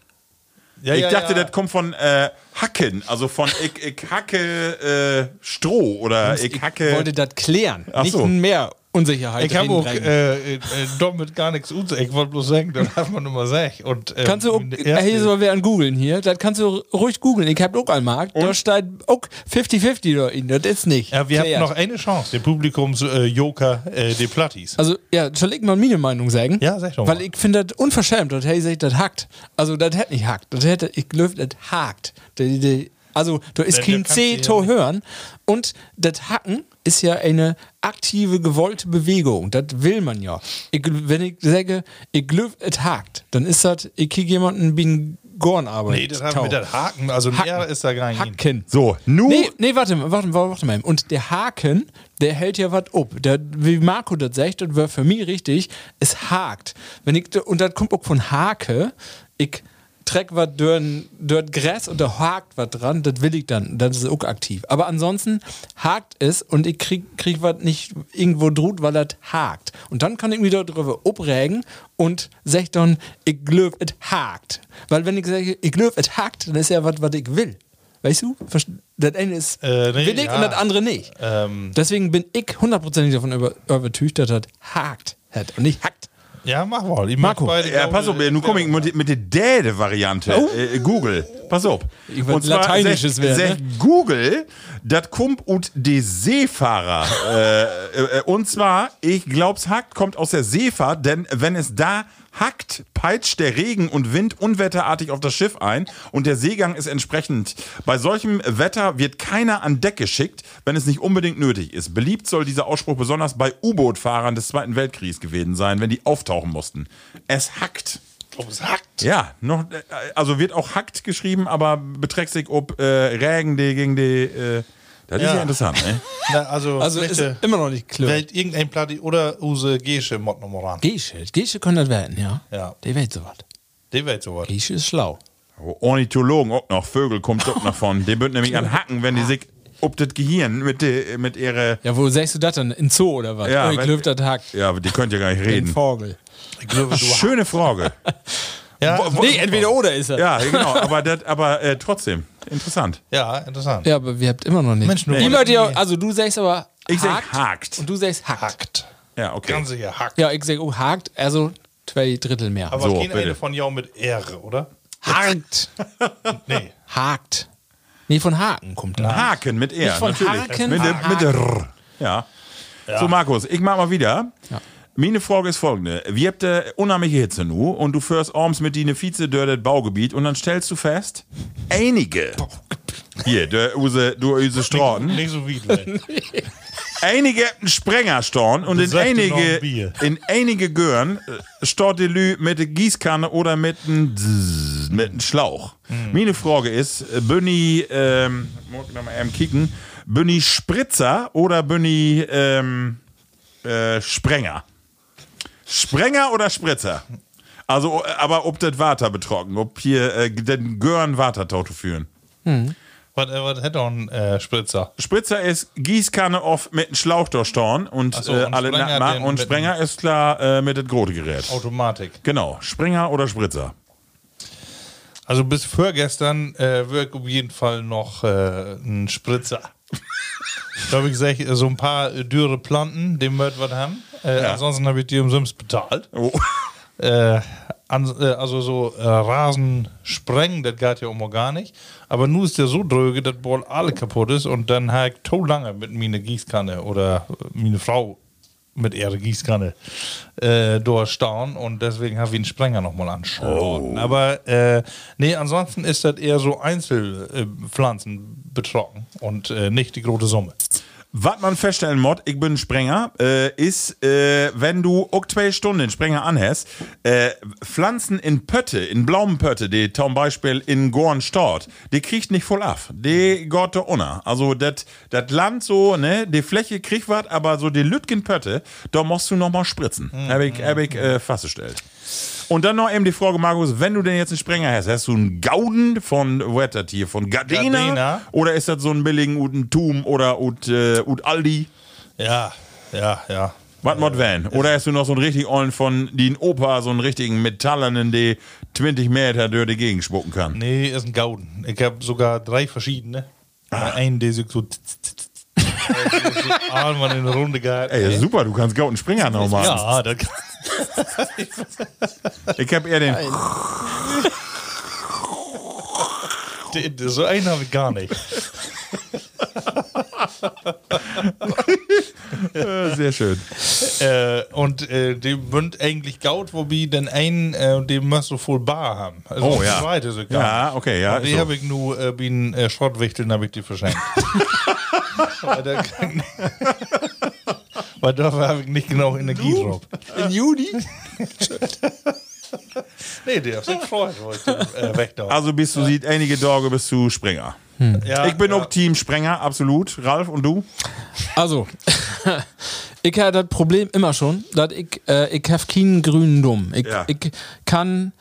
S3: ja,
S4: ich
S3: ja,
S4: dachte,
S3: ja.
S4: das kommt von äh, Hacken, also von ich, ich hacke äh, Stroh oder ich,
S5: Ich
S4: hacke.
S5: wollte das klären.
S4: Ach
S5: Nicht
S4: so.
S5: mehr Unsicherheit.
S3: Ich habe auch
S5: reinbringen.
S3: äh, äh, damit gar nichts unser. Ich wollte bloß sagen, das darf man immer sagen. Und, ähm,
S5: Kannst du auch,
S3: in der ersten-
S5: hey, so wer an googeln hier, das kannst du ruhig googeln. Ich hab auch einen Markt, da steht auch 50-50 da in, das ist nicht.
S3: ja, wir haben
S5: Klärt.
S3: noch eine Chance, den Publikumsjoker, äh, Joker, äh, die Plattis.
S5: Also, ja, soll ich mal meine Meinung sagen?
S3: Ja, sag doch mal.
S5: Weil ich finde das unverschämt, dass hey, sich das hackt. Also, das hätte nicht hackt. Das hätte, ich glaube, das hakt. Die- die- Also, da ist
S3: Ja,
S5: kein
S3: da kannst
S5: C
S3: du ja
S5: to
S3: nicht-
S5: hören. Und das Hacken ist ja eine aktive, gewollte Bewegung. Das will man ja. Ich, wenn ich sage, ich glaube, es hakt, dann ist das, ich kriege jemanden, bin Gorn arbeitet.
S3: nee, das haben wir das Haken. Also ein
S5: Hacken.
S3: R ist da gar nicht. hin.
S5: Hacken.
S4: So, nu.
S5: Nee, nee, warte mal, warte, mal, warte mal. eben. Und der Haken, der hält ja was ab. Der, wie Marco das sagt, das war für mich richtig, es hakt. Wenn ich, und das kommt auch von Hake. Ich treck was durch durch Gras und da hakt was dran, das will ich dann. Das ist auch aktiv. Aber ansonsten hakt es und ich krieg, krieg was nicht irgendwo drut, weil das hakt. Und dann kann ich mich darüber abregen und sag dann, ich glöf, es hakt. Weil wenn ich sage, ich glöf, es hakt, dann ist ja was, was ich will. Weißt du? Verst- Das eine ist
S3: Äh, nee,
S5: willig
S3: ja.
S5: und das andere nicht.
S3: Ähm.
S5: Deswegen bin ich hundertprozentig davon über- übertücht, dass das hakt hat und nicht hackt.
S3: Ja, mach mal. Ich
S5: Marco.
S3: Mach beide, äh,
S4: Ja, pass auf, nun komme ich mit, mit der Däde-Variante.
S3: Oh.
S4: Äh, Google, pass auf.
S5: Ich wollt Lateinisches
S4: sech-
S5: werden, ne?
S4: sech Google, das kommt ut de Seefahrer. äh, äh, und zwar, ich glaub's hackt, kommt aus der Seefahrt, denn wenn es da hackt, peitscht der Regen und Wind unwetterartig auf das Schiff ein und der Seegang ist entsprechend. Bei solchem Wetter wird keiner an Deck geschickt, wenn es nicht unbedingt nötig ist. Beliebt soll dieser Ausspruch besonders bei U-Boot-Fahrern des Zweiten Weltkriegs gewesen sein, wenn die auftauchen mussten. Es hackt.
S3: Ums Hackt.
S4: Ja, noch, äh, also wird auch hackt geschrieben, aber beträgt sich ob äh, Regen die gegen die. Äh, das ist
S3: Ja.
S4: ja interessant, ne?
S3: Na, also,
S5: Also ist
S3: möchte,
S5: immer noch nicht klar.
S3: Welt irgendein Platti oder Use Gesche Mod nochmal ran.
S5: Gesche, Gesche kann das werden, ja.
S3: Ja.
S5: Die Welt sowas.
S3: Die wird sowas.
S5: Gesche ist schlau.
S4: Oh, Ornithologen auch noch, Vögel kommt doch noch von. Die würden nämlich an Hacken, wenn die sich ob das Gehirn mit, de, mit ihre.
S5: Ja, wo sagst du das dann? In Zoo oder was?
S4: Ja,
S5: oh, ich
S4: wenn-
S5: glaub, das hackt.
S4: Ja, aber die könnt ja gar nicht
S5: Den
S4: reden.
S5: Vogel.
S3: Ich glaube, du
S4: Schöne Frage.
S3: ja, also-
S5: Nee, entweder oder ist er.
S4: Ja, genau, aber, das, aber äh, trotzdem, interessant.
S3: ja, interessant.
S5: Ja, aber wir habt immer noch nicht.
S3: Mensch, nur-
S5: Ihr mögt ja- also du sagst aber
S4: Ich sag
S5: hakt
S4: hakt.
S5: und du sagst hackt.
S3: Hackt.
S4: Ja, okay.
S3: Ganz sicher, hackt.
S5: Ja, ich sag oh, hakt, also zwei Drittel mehr.
S3: Aber
S4: So,
S3: keine
S4: bitte.
S3: eine von Jau mit R, oder?
S5: hakt.
S3: Nee.
S5: Hakt. Ah. Nee, von Haken kommt das.
S4: Haken mit R,
S5: Nicht von
S4: natürlich.
S5: Haken,
S4: mit,
S5: sondern
S4: mit R. Ja. So, Markus, ich mach mal wieder. Meine Frage ist folgende. Wir habt äh, unheimliche Hitze nu und du fährst abends mit die Vize durch das Baugebiet und dann stellst du fest, einige. Hier, du use, du use Straßen.
S3: Nicht so wie.
S4: Einige haben einen Sprenger storn und in
S3: sagt ihr noch ein
S4: einige,
S3: Bier.
S4: in einige Gören stort die Lü mit der Gießkanne oder mit einem mit einem Schlauch.
S3: Mhm.
S4: Meine Frage ist, Bunny, ähm, muss ich noch mal eben kicken, Bunny Spritzer oder Bunny ähm, äh, Sprenger? Sprenger oder Spritzer? Also, aber ob das Water betrocken, ob hier äh, den Gören Watertauto führen.
S3: Was, äh, was hätte auch ein äh, Spritzer?
S4: Spritzer ist Gießkanne oft mit einem Schlauch durchstorn und,
S3: Ach so,
S4: äh,
S3: und
S4: alle
S3: Sprenger
S4: Nachmachen.
S3: den
S4: Und
S3: mit
S4: Sprenger ist klar äh, mit dem Grotegerät.
S3: Automatik.
S4: Genau, Springer oder Spritzer.
S3: Also bis vorgestern äh, wirkt auf jeden Fall noch äh, ein Spritzer. da habe ich gesagt, äh, so ein paar äh, dürre Planten, dem wird was haben. Äh, Ansonsten habe ich die umsonst bezahlt.
S4: Oh.
S3: äh, an, äh, also so äh, Rasen sprengen, das geht ja um gar nicht. Aber nun ist der so dröge, dass wohl alle kaputt ist und dann halt so lange mit meiner Gießkanne oder äh, meine Frau mit ihrer Gießkanne äh, durchstauen und deswegen habe ich den Sprenger nochmal anschauen. Aber äh, nee, ansonsten ist das eher so Einzelpflanzen betroffen und äh, nicht die große Summe.
S4: Was man feststellen mod, ich bin Sprenger, äh, ist, äh, wenn du auch zwei Stunden den Sprenger anhäst, äh, Pflanzen in Pötte, in blauen Pötte, die zum Beispiel in Gorn stort, die kriegt nicht voll af. Die geht da unter. Also das Land so, ne, die Fläche kriegt was, aber so die Lütgen Pötte, da musst du nochmal spritzen.
S3: Hm,
S4: Hab ich, hab ich äh, festgestellt. Und dann noch eben die Frage, Markus, wenn du denn jetzt einen Sprenger hast, hast du einen Gauden von, wo hat das hier, von Gardena?
S3: Gardena.
S4: Oder ist das so ein billigen Uten Tum oder Ut, äh, Ut Aldi?
S3: Ja, ja, ja.
S4: Was
S3: Äh,
S4: mod Van? Oder hast du noch so einen richtig ollen von den Opa, so einen richtigen metallernen, der 20 Meter durch die Gegend spucken kann?
S3: Nee, ist ein Gauden. Ich habe sogar drei verschiedene.
S4: Ah.
S3: Einen, der sich so. tz, tz, tz, tz. so Einmal in eine Runde gehalten.
S4: Ey, super, du kannst Gauden Springer noch machen.
S3: Ja, das kann.
S4: Ich hab eher den.
S3: Den- den- So einen habe ich gar nicht.
S4: Äh, sehr schön.
S3: äh, und äh, die bünd eigentlich gaut, wobei dann einen, äh, den musst du voll bar haben. Also
S4: Oh,
S3: die
S4: ja.
S3: zweite sogar.
S4: Ja, okay, ja.
S3: und
S4: Ist
S3: die
S4: so.
S3: habe ich nur äh, wie ein äh, Schrottwichteln habe ich die verschenkt. Weil da kann- Weil dafür habe ich nicht genau Energie drauf.
S5: In Juni?
S3: Nee, die haben sich gefreut, wo ich den äh, wegdau.
S4: Also bist du, sieht einige Dorge, bist du Springer.
S3: ja,
S4: Ich bin um
S3: ja.
S4: auch Team Sprenger, absolut. Ralf und du?
S5: Also, ich habe das Problem immer schon, dass ich, äh, ich habe keinen grünen Dumm. Ich,
S4: Ja.
S5: ich kann,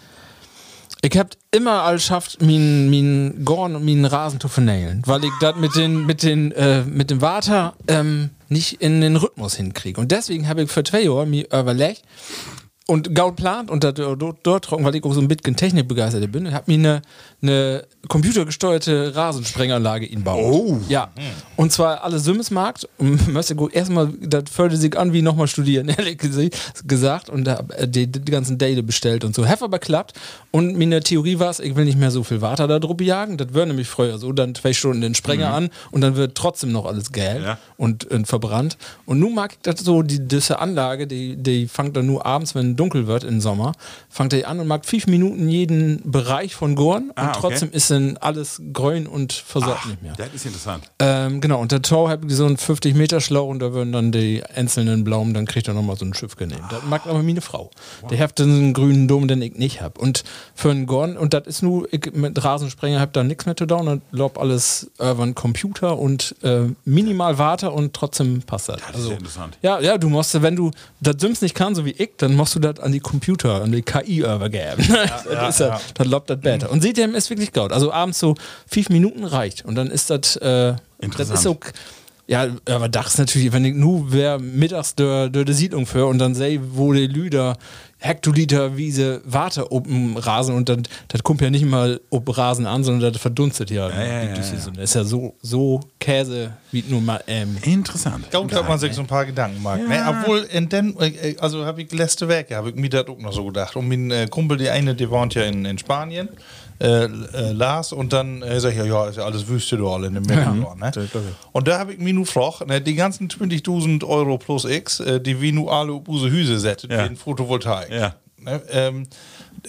S5: ich habe immer all schafft, meinen mein Gorn und meinen Rasen zu vernägeln, weil ich das mit, den, mit, den, äh, mit dem Water ähm, nicht in den Rhythmus hinkriege. Und deswegen habe ich für zwei Jahre mir überlegt, und Gaut plant und da- da- dort, dort trocken, weil ich auch so ein bisschen Technikbegeisterter bin, ich habe mir eine, eine computergesteuerte Rasensprenganlage inbaut.
S4: Oh.
S5: Ja. Und zwar alle Simmesmarkt. Und möchte gut, erstmal, das fühlte sich an wie nochmal studieren, ehrlich gese- gesagt. Und da hab, äh, die, die ganzen Date bestellt und so. Hef aber klappt. Und meine Theorie war es, ich will nicht mehr so viel Water da drüber jagen. Das wäre nämlich früher so. Dann zwei Stunden den Sprenger an und dann wird trotzdem noch alles gel
S4: Mhm. Ja.
S5: und, und verbrannt. Und nun mag ich das so, die, diese Anlage, die, die fängt dann nur abends, wenn dunkel wird im Sommer, fängt die an und macht fünf Minuten jeden Bereich von Gorn.
S4: Ah,
S5: und
S4: okay.
S5: trotzdem ist dann alles grün und versorgt nicht mehr.
S4: Das ist interessant.
S5: Ähm, genau, und der Tor hat so einen 50 Meter Schlauch und da würden dann die einzelnen Blauen, dann kriegt er nochmal so ein Schiff genehm. Das mag aber meine Frau. Der hat dann so einen grünen Dom, den ich nicht hab. Und für einen Gorn, und das ist nur, ich mit Rasensprenger hab da nichts mehr zu tun und lob alles über einen Computer und äh, minimal warte und trotzdem passt das. Also Das
S4: ist ja interessant.
S5: Ja, ja, du musst, wenn du das Sims nicht kannst, so wie ich, dann musst du das an die Computer, an die KI übergeben. das
S3: ja,
S5: ist ja,
S3: ja.
S5: das lobt das besser. Und seht ihr, ist wirklich gut. Also abends so fünf Minuten reicht. Und dann ist das, äh, das
S4: Interessant.
S5: ist so, k- ja, aber das ist natürlich, wenn ich nur wer mittags der, der, der Siedlung für und dann sehe, wo die Lüder Hektoliter Wiese Warte oben Rasen und dann, das kommt ja nicht mal ob Rasen an, sondern das verdunstet ja.
S4: ja, ja,
S5: Das
S4: ja.
S5: ist ja so, so Käse, wie nur mal, ähm,
S4: Interessant.
S3: Gaut hat man sich so ein paar Gedanken gemacht. Ne? Obwohl, in den, äh, also habe ich letzte Werke, habe ich mir das auch noch so gedacht. Und mein äh, Kumpel, der eine, der wohnt ja in, in Spanien, äh, äh, Lars, und dann äh, sag ich, ja, ja, ist ja alles Wüste da alle in dem Mittelmeer. Ne? Und da habe ich mir nur gefragt, ne, die ganzen 20.000 Euro plus X, äh, die wir nur alle auf unsere Hüse setzen,
S4: Ja.
S3: in Photovoltaik.
S4: Ja.
S3: Ne? Ähm,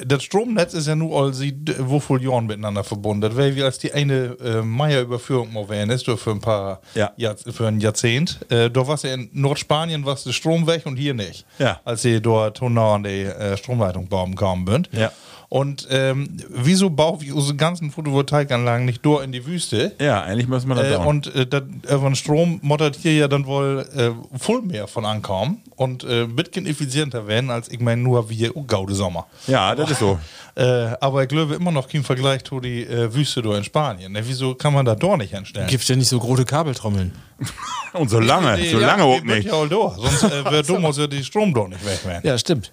S3: das Stromnetz ist ja nur all sie, wo voll Jahren miteinander verbunden. Das wäre wie als die eine äh, Meier-Überführung mal wären, ist doch für ein paar
S4: Ja.
S3: Jahr, für ein Jahrzehnt. Äh, da war ja in Nordspanien war's der Strom weg und hier nicht.
S4: Ja.
S3: Als sie dort nah an die äh, Stromleitung bauen kamen bünd.
S4: Ja.
S3: Und ähm, wieso bauen wir unsere ganzen Photovoltaikanlagen nicht durch in die Wüste?
S4: Ja, eigentlich müssen wir das
S3: Äh,
S4: dauern.
S3: und äh, dann irgendwann Strom moddert hier ja dann wohl äh, voll mehr von ankommen und äh, bisschen effizienter werden, als ich meine, nur wir oh, Gaude Sommer.
S4: ja, das ist so.
S3: Äh, aber ich glaube immer noch kein Vergleich zu die äh, Wüste da in Spanien. Ne? Wieso kann man da doch nicht hinstellen?
S5: gibt ja nicht so große Kabeltrommeln.
S4: Und so lange, so
S3: Ja,
S4: lange
S3: die
S4: auch
S3: wird
S4: nicht.
S3: Ja, auch da. Sonst äh, wäre dumm, also die Strom doch nicht weg wären.
S5: Ja, stimmt.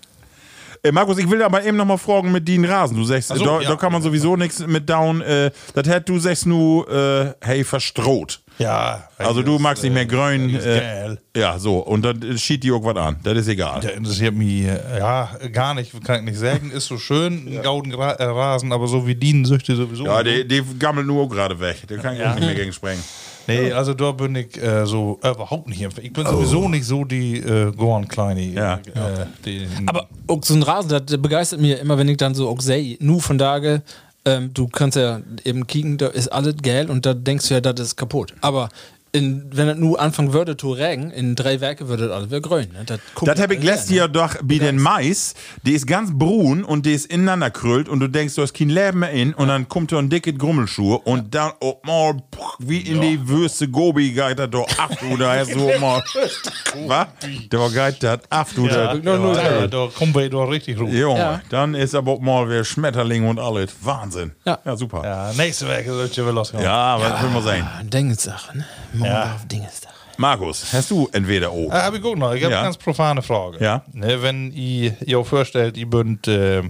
S4: Äh, Markus, ich will aber eben nochmal fragen mit den Rasen. Du sagst,
S3: so,
S4: da,
S3: ja.
S4: da kann man sowieso nichts mit down. Äh, das hätt du sagst nur, äh, hey, verstroht.
S3: Ja.
S4: Also du magst nicht mehr grün. Äh,
S3: geil.
S4: ja, so. Und dann schied die irgendwas an. Das ist egal.
S3: Der interessiert mich äh, ja gar nicht, kann ich nicht sagen. Ist so schön, ein gauden Gra äh, Rasen, aber so wie Dienensüchte sowieso.
S4: Ja, die, die gammeln nur auch gerade weg. Da kann ich auch nicht mehr gegen sprengen.
S3: nee, also da bin ich äh, so äh, überhaupt nicht. empf- Ich bin sowieso nicht so die äh, Gorn Kleine.
S4: Oh. Ja.
S3: äh, die,
S5: Aber auch so ein Rasen, das der begeistert mich ja immer, wenn ich dann so auch sehe, nur von Tage, ähm, du kannst ja eben kicken, da ist alles gel und da denkst du ja, das ist kaputt. Aber in, wenn das nur anfangen würde zu regen, in drei Werke würde das alles wieder grün. Ne? Das, guckt
S4: Das habe ich
S5: alles
S4: letztes
S5: an, ne?
S4: Jahr doch bei den Mais. Die ist ganz brun und die ist ineinander krüllt und du denkst, du hast kein Leben mehr in und dann kommt da ein dickes Grummelschuhe und dann, oh, mal, puch, wie in die Würste Gobi geht das doch ab, du, da hast du oh, mal. Was? Da geht das ab, du, da.
S3: ja, ja,
S5: nur-
S3: da, da kommen wir doch richtig rum.
S4: Junge,
S5: Ja.
S4: dann ist aber auch mal wieder Schmetterling und alles. Wahnsinn.
S5: Ja.
S4: super. Ja,
S3: Ja, nächste Woche soll ich dir los.
S4: was will man sagen?
S5: Ah, Dingessache, ne?
S3: Ja.
S5: Ja. Dingessache.
S4: Markus, hast du entweder O?
S5: Äh.
S3: Ah, hab ich auch noch. Ich habe
S4: Ja.
S3: eine ganz profane Frage.
S4: Ja.
S3: Ne, wenn ihr ihr euch vorstellt, ihr bünd äh,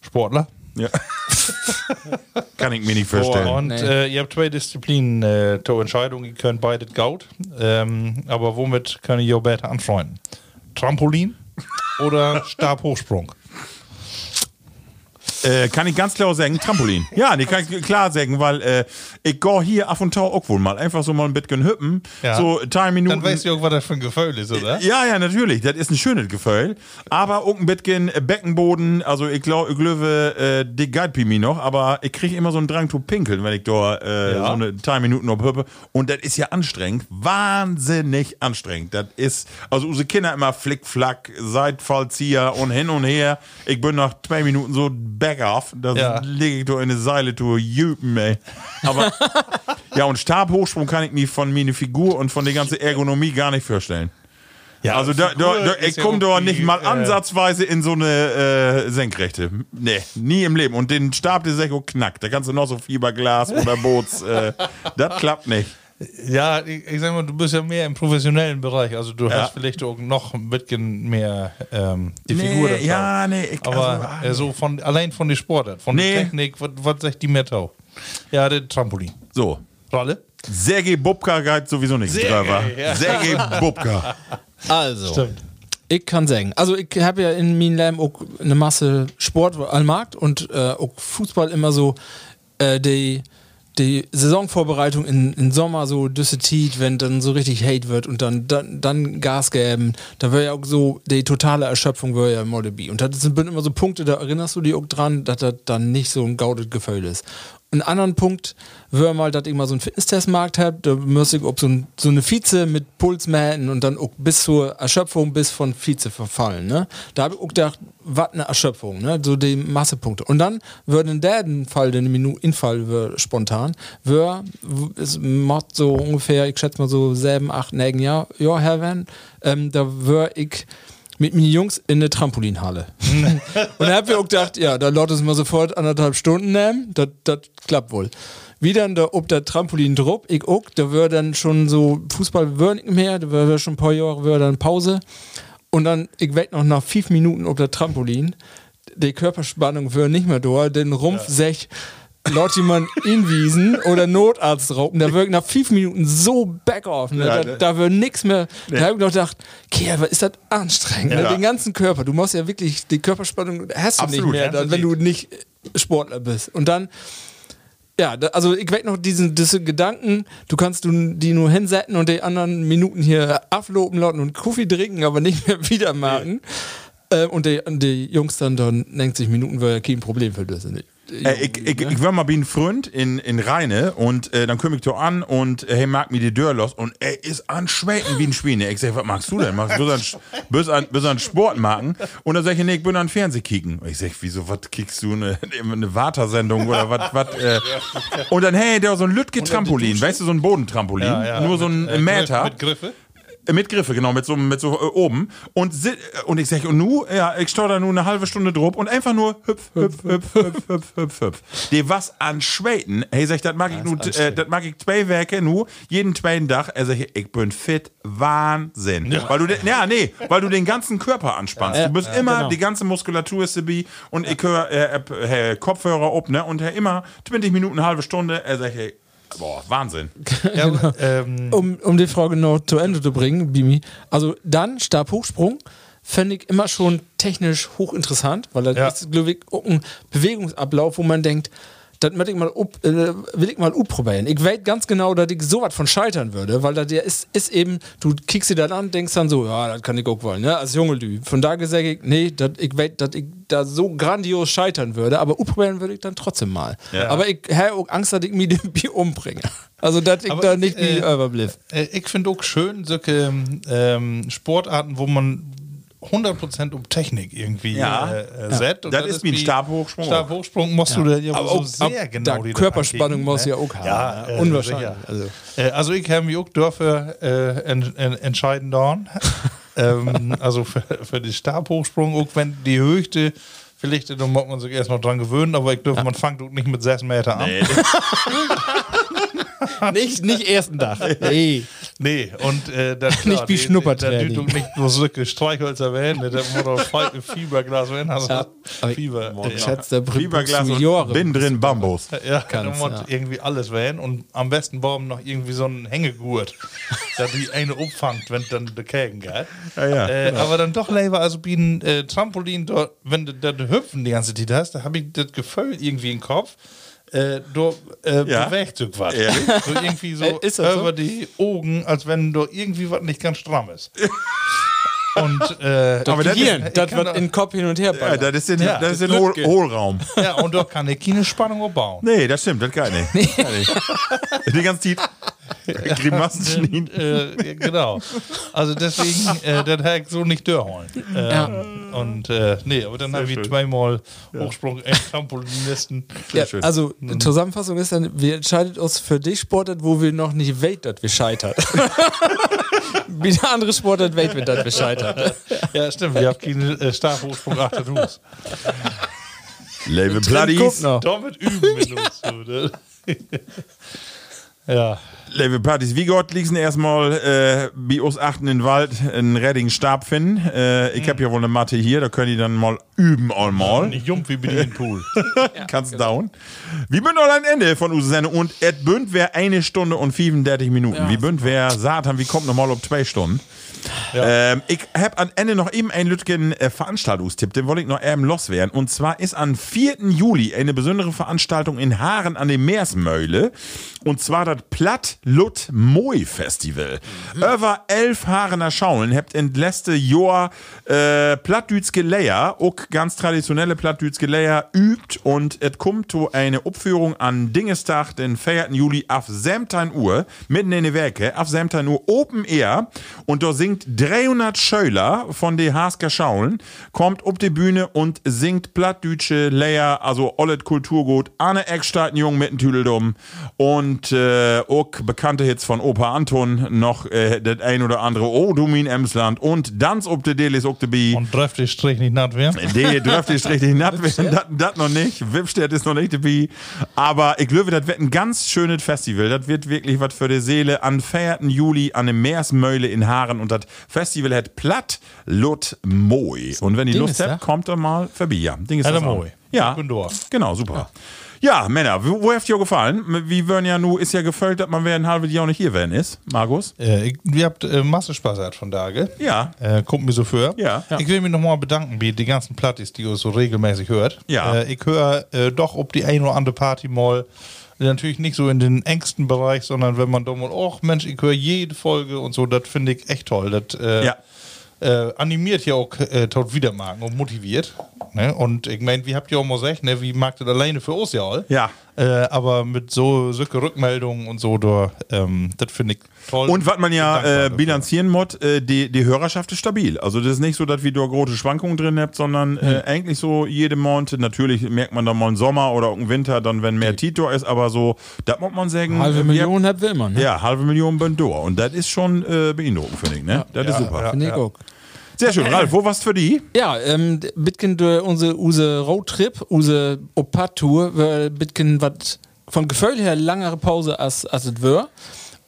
S3: Sportler
S4: Ja. Kann ich mir nicht vorstellen.
S3: und
S5: Nee.
S3: äh, ihr habt zwei Disziplinen äh, zur Entscheidung. Ihr könnt beide gaut. Ähm, aber womit könnt ihr euch besser anfreunden? Trampolin oder Stabhochsprung?
S4: Äh, kann ich ganz klar sagen, Trampolin. Ja, die kann ich klar sagen, weil äh, ich gehe hier ab und tau auch wohl mal einfach so mal ein bisschen hüppen.
S3: Ja.
S4: So drei Minuten.
S3: Dann weißt du auch, was das für ein Gefühl ist, oder?
S4: ja, ja, natürlich. Das ist ein schönes Gefühl. Aber auch ein bisschen äh, Beckenboden. Also ich glaube, ich glaube, äh, die geht bei mir noch. Aber ich kriege immer so einen Drang zu pinkeln, wenn ich da äh,
S3: Ja.
S4: so eine drei Minuten abhüppe. Und das ist ja anstrengend. Wahnsinnig anstrengend. Das ist, also unsere Kinder immer flickflack, Seitfallzieher und hin und her. Ich bin nach zwei Minuten so back off. Das
S3: Ja.
S4: lege ich da in eine Seile, du Jüpen, ey. Aber, ja, und Stabhochsprung kann ich mir von mir eine Figur und von der ganzen Ergonomie gar nicht vorstellen.
S3: Ja,
S4: Also da, da,
S3: Figur
S4: da,
S3: ist
S4: ich
S3: ja
S4: komme doch
S3: irgendwie,
S4: nicht mal
S3: äh,
S4: ansatzweise in so eine äh, Senkrechte. Nee, nie im Leben. Und den Stab, der Seko knackt. Da kannst du noch so Fiberglas oder Boots. Äh, das klappt nicht.
S3: Ja, ich, ich sag mal, du bist ja mehr im professionellen Bereich. Also du
S4: Ja.
S3: hast vielleicht auch noch ein bisschen mehr ähm, die Figur. da drauf.
S4: ja, nee. Ich, also,
S3: Aber
S4: ah,
S3: äh, so von, allein von der Sportart, von
S4: Nee.
S3: der Technik, was- was sagt die mehr tau? Ja, der Trampolin.
S4: so.
S3: Rolle?
S4: Sergei Bubka geht sowieso nicht
S3: Sergei,
S4: drüber.
S3: ja.
S4: Sergei Bubka.
S5: Also, ich kann sagen, also ich habe ja in meinem Leben auch eine Masse Sport am Markt und äh, auch Fußball immer so äh, die, die Saisonvorbereitung im in, in Sommer so düssetit, wenn dann so richtig Hate wird und dann, dann, dann Gas geben, da wäre ja auch so die totale Erschöpfung wäre ja im Modebi. Und das sind immer so Punkte, da erinnerst du dich auch dran, dass das dann nicht so ein gaudet Gefühl ist. Ein anderen Punkt wäre mal, dass ich mal so einen Fitnesstestmarkt habe. Da müsste ich ob so, ein, so eine Vize mit Puls mähen und dann auch bis zur Erschöpfung, bis von Vize verfallen. Ne? Da habe ich auch gedacht, was eine Erschöpfung, ne? so die Massepunkte. Und dann würde in dem Fall, den Minu Infall wär spontan, wäre, es macht so ungefähr, ich schätze mal so sieben, acht, neun Jahr, ja, Herr Van, ähm, da wäre ich mit meinen Jungs in eine Trampolinhalle. und da hab ich auch gedacht, ja, da lautet es mal sofort anderthalb Stunden nehmen, das das klappt wohl. Wie dann da ob der Trampolin drupp, ich auch, da wär dann schon so Fußball wär nicht mehr, da wär schon ein paar Jahre, wär dann Pause. Und dann, ich weg noch nach fünf Minuten ob der Trampolin, die Körperspannung wär nicht mehr da, den Rumpf sech Lottimann inwiesen oder Notarzt rauben, da wirkt nach fünf Minuten so back off, ne?
S4: Ja,
S5: da,
S4: ne.
S5: da wird nix mehr. Da hab ich noch gedacht, Kerl, was ist das anstrengend? ne?
S4: Ja.
S5: Den ganzen Körper. Du machst ja wirklich die Körperspannung, hast du
S4: Absolut,
S5: nicht mehr, dann, wenn du nicht äh, Sportler bist. Und dann, ja, da, also ich weg noch diesen, diese Gedanken, du kannst du die nur hinsetzen und die anderen Minuten hier abloben lauten und Kaffee trinken, aber nicht mehr wieder machen. Ähm, und die, die Jungs dann, dann denkt sich, Minuten wäre ja kein Problem für das. ne?
S4: Äh, ich, ich, ich war mal bei einem Freund in, in Rheine und äh, dann komme ich da an und äh, hey, mag mir die Dörr los und er ist an Schwäten wie ein Schwäne. Ich sag, was magst du denn? Magst du bist an, bist an, bist an Sport machen? Und dann sag ich, nee, ich bin an Fernseh kicken. Und ich sag, wieso, was kickst du? Eine, eine Wartersendung oder was? was äh? Und dann, hey, der hat so ein Lütge-Trampolin, weißt du, so ein Bodentrampolin,
S3: Ja, ja,
S4: nur so
S3: mit,
S4: ein
S3: äh,
S4: Meter.
S3: Griff, mit Griffe?
S4: Mit Griffe, genau, mit so, mit so äh, oben. Und, sit- und ich sag, und nu, ja, ich stau da nur eine halbe Stunde drauf und einfach nur hüpf, hüpf, hüpf, hüpf, hüpf, hüpf, hüpf. Die was an Schweden, hey, sag ich, das mag ich nur, äh, das mag ich zwei Werke nur, jeden zweiten Tag, er sagt, ich bin fit, Wahnsinn. Weil du, den- ja, nee, weil du den ganzen Körper anspannst. du bist immer, die ganze Muskulatur ist dabei und ich höre, äh, äh, äh, Kopfhörer ob, ne, und hör immer 20 Minuten, eine halbe Stunde, er sagt, hey, boah, Wahnsinn.
S9: Ja, ähm,
S5: um, um die Frage noch zu Ende zu bringen, Bimi. Also dann Stabhochsprung fände ich immer schon technisch hochinteressant, weil das
S9: Ja.
S5: ist, glaube ich, auch ein Bewegungsablauf, wo man denkt, das möchte ich mal up, äh, will ich mal probieren. Ich weiß ganz genau, dass ich sowas von scheitern würde, weil das ja ist, ist eben, du kickst dir dann an, denkst dann so, ja, das kann ich auch wollen, ne? als junge Lü. Von daher sage ich, nee, das, ich weiß, dass ich da so grandios scheitern würde, aber probieren würde ich dann trotzdem mal. Aber ich habe auch Angst, dass ich mich dabei umbringe. Also, dass ich
S3: Aber
S5: da
S3: ich,
S5: nicht
S3: äh,
S5: äh, überbliff.
S3: Äh, ich finde auch schön, solche ähm, Sportarten, wo man 100% um Technik irgendwie
S4: Ja.
S3: äh, äh, setzt. Und
S4: Das ist wie ein Stabhochsprung.
S3: Stabhochsprung musst du da ja
S5: Aber
S3: so
S5: auch-
S3: sehr
S5: auch
S3: genau
S5: da
S3: die Taktiken,
S5: Körperspannung muss
S3: ne?
S5: ja auch haben,
S3: Ja,
S5: ja.
S3: äh,
S5: Unwahrscheinlich,
S3: sicher.
S5: also.
S3: Äh, also ich habe mich auch dürfen äh, en, en, entscheiden dorn. ähm, also für, für den Stabhochsprung, auch wenn die höchste vielleicht, da muss man sich erst noch dran gewöhnen, aber ich dürfe, man fangt auch nicht mit 6 Meter an.
S5: Nicht, nicht ersten Tag. Nee.
S3: Nee, und äh, das
S5: Nicht wie Schnuppertraining.
S3: Da nicht nur solche Streichhölzer werden, ne, da muss doch voll im Fieberglas werden. Also
S5: Ja, aber ich-
S3: Fieber.
S5: Ich
S3: ja.
S5: schätze, da
S4: Fieberglas und
S5: bringst Jahre.
S4: bin drin Bambus.
S3: Ja,
S5: kannst,
S3: da muss
S5: ja.
S3: irgendwie alles werden und am besten brauchen wir noch irgendwie so einen Hängegurt, da die eine umfangt, wenn dann der Kägen, gell?
S4: Ja, ja, genau.
S3: äh, Aber dann doch lieber, also wie ein äh, Trampolin, dort, wenn du dann hüpfen die ganze Zeit hast, da habe ich das Gefühl irgendwie im Kopf, äh, du äh,
S4: Ja.
S3: bewegst du was.
S4: Ja.
S3: So irgendwie so
S5: Äh, ist das so?
S3: über die Augen, als wenn du irgendwie was nicht ganz stramm ist. Und, äh,
S5: Aber das,
S3: ich
S5: Gehirn,
S3: kann
S5: das wird
S3: doch-
S5: in den Kopf hin und
S4: Ja,
S5: her ballern.
S4: das ist den,
S3: Ja,
S4: das ist den
S5: das
S4: Hohl
S5: geht.
S4: Hohlraum.
S3: ja, und doch kann ich keine Spannung aufbauen.
S4: Nee, das stimmt, das kann ich nicht. Kann ich nicht. Die ganze Zeit Grimassen schnien.
S3: äh, ja, genau. Also deswegen, äh, das hätte ich so nicht durchholen. Äh, Und äh, nee, aber dann habe ich zweimal Hochsprung, ein Trampolinisten.
S5: ja, also, die Zusammenfassung ist dann, wir entscheidet uns für die Sportart, wo wir noch nicht weit, dass wir scheitern. Wie der andere Sportart weit wird, dass wir scheitern.
S3: Ja, stimmt, wir haben keinen äh, Stabhochsprung achter uns.
S4: Label Bloodies.
S5: noch.
S3: Damit üben wir uns. so, ne? ja.
S4: Label Partys. Wie Gott liegen erstmal äh, bei uns achten in den Wald einen Redding Stab finden. Äh, ich
S3: Mm.
S4: habe ja wohl eine Matte hier, da können die dann mal üben einmal.
S3: Nicht jump wie bin ich im Pool.
S4: Kannst down. Wir sind noch am Ende von unserer Sendung und et bünd wär eine Stunde und 35 Minuten. wie bünd wär Satan, wie kommt nochmal um zwei Stunden? Ähm, ich habe am Ende noch eben einen lütgen äh, Veranstaltungstipp, den wollte ich noch eben loswerden. Und zwar ist am 4. Juli eine besondere Veranstaltung in Haaren an der Meersmöhle. Und zwar das platt lut moi festival Über elf Haarener Schaulen habt in letzte Jahr äh, Plattdütske Layer, auch ganz traditionelle Plattdütske Layer, übt. Und es kommt zu eine Upführung an Dingestag, den 4. Juli, ab 17 Uhr, mitten in die Werke, ab 17 Uhr, Open Air. Und da singt 300 Schöler von den Hasker Schaulen, kommt auf die Bühne und singt Plattdütsche Layer, also Ollet Kulturgut, Arne Eckstaaten Jung mit dem Tüdeldum und äh, auch bekannte Hits von Opa Anton, noch äh, das ein oder andere Oh Dumin Emsland und Danz ob de Delis ob de Bi.
S3: Und treff den Strich nicht natt werden.
S4: Nee, dürfte ich richtig natt werden. Das, das noch nicht. Wipstedt ist noch nicht dabei. Aber ich glaube, das wird ein ganz schönes Festival. Das wird wirklich was für die Seele. Am 4. Juli an der Meersmöhle in Haaren. Und das Festival hat platt Lut Moi. Und wenn ihr
S5: Ding
S4: Lust
S5: ist da?
S4: habt, kommt doch mal vorbei. Ja, Ding ist
S3: Alle
S4: das auch.
S3: Moi.
S4: Ja,
S3: Guten Tag.
S4: genau, super. Ja, Männer, wo, wo habt ihr gefallen? Wie werden ja nu, ist ja gefällt, dass man wer ein halbes Jahr nicht hier werden ist, Markus?
S3: Äh, ich- ihr habt äh, Masse Spaß gehabt von da, gell?
S4: Ja.
S3: Äh, kommt mir so für.
S4: Ja.
S3: Ich will mich nochmal bedanken, wie die ganzen Plattis, die ihr so regelmäßig hört.
S4: Ja.
S3: Äh, ich höre äh, doch, ob die ein oder andere Party mal. Natürlich nicht so in den engsten Bereich, sondern wenn man dumm und, oh Mensch, ich höre jede Folge und so, das finde ich echt toll. Das äh,
S4: Ja.
S3: äh, animiert ja auch äh, tot Wiedermagen und motiviert. Ne? Und ich meine, wie habt ihr auch mal gesagt, ne? wie mag das alleine für uns ja all?
S4: Ja.
S10: Äh, aber mit so solche Rückmeldungen und so, da, ähm, das finde ich toll.
S4: Und was man
S10: Dankbar
S4: ja äh,
S10: dafür.
S4: bilanzieren muss, äh, die, die Hörerschaft ist stabil. Also das ist nicht so, dass wir da große Schwankungen drin habt, sondern äh, eigentlich so jede Monte. Natürlich merkt man dann mal einen Sommer oder einen Winter, dann wenn mehr Tito ist, aber so, das muss man sagen.
S5: Halbe
S4: wir-
S5: Million hat Willmann. Ne?
S4: Ja, halbe Million Bendor. Und das ist schon äh, beeindruckend, finde ich. Ne? Das ist super.
S5: Finde ich auch.
S4: Sehr schön. Ralf, wo warst für die?
S5: Ja, ähm, bitken de unsere use Roadtrip, use Opat-Tour, weil bitken wat von Gefühl her langere Pause als als es wär.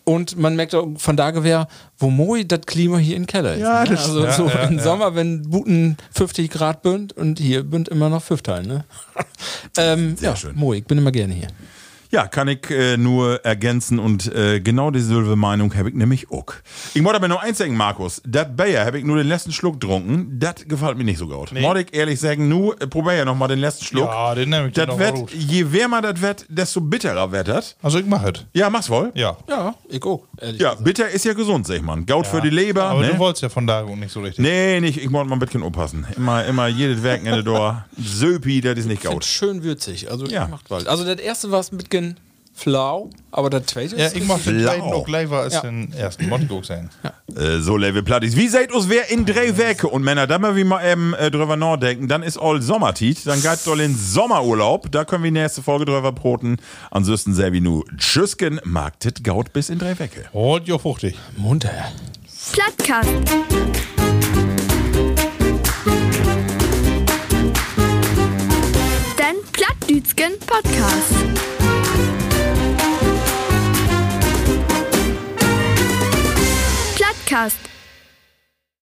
S5: Und man merkt auch von da gewähr, wo moi das Klima hier in Keller ist.
S10: Ja,
S5: ne?
S10: das-
S5: also
S10: ja,
S5: so
S10: ja,
S5: im
S10: ja.
S5: Sommer, wenn Buten 50 Grad bünd und hier bünd immer noch 50, ne? ähm, ja,
S4: schön.
S5: moi, ich bin immer gerne hier.
S4: Ja, kann ich äh, nur ergänzen und äh, genau dieselbe Meinung habe ich nämlich auch. Ich wollte aber noch eins sagen, Markus. Das Bayer habe ich nur den letzten Schluck getrunken. Das gefällt mir nicht so gut. Nee. ich ehrlich sagen, nur äh, probier ja nochmal den letzten Schluck.
S10: Ja, den nehm ich dann
S4: Das
S10: noch
S4: wird,
S10: mal gut.
S4: je wärmer das wird, desto bitterer wird das.
S10: Also ich mache es.
S4: Ja, mach's wohl.
S10: Ja.
S5: Ja, ich auch, ehrlich.
S4: Ja, bitter ist ja gesund, sag ich mal. Gaut für die Leber.
S10: Aber
S4: ne?
S10: du wolltest ja von da nicht so richtig.
S4: Nee, nicht. Ich wollte mal ein bisschen aufpassen. Immer, immer jedes Werk in der Door. Söpi, das ist nicht
S5: Find
S4: gaut.
S5: schön würzig. Also
S4: Ja.
S5: ja. macht bald. Also das erste war es mitgen flau, aber das zweite
S10: Ja,
S5: ist
S10: ich mache den
S4: Blau.
S10: zweiten auch lieber als
S5: Ja.
S10: den ersten. Mod guck sein.
S4: Äh, so, Level Plattis. Wie seht uns wer in drei Werke? Und Männer, da mal wie mal eben äh, drüber nachdenken. Dann ist all Sommertit. Dann geht's all in Sommerurlaub. Da können wir nächste Folge drüber broten. Ansonsten selbi nu. Tschüssken, magtet gaut bis in drei Werke.
S10: Und jo fruchtig.
S5: munter.
S1: Plattcast. Dein Plattdütschen Podcast. Plattcast.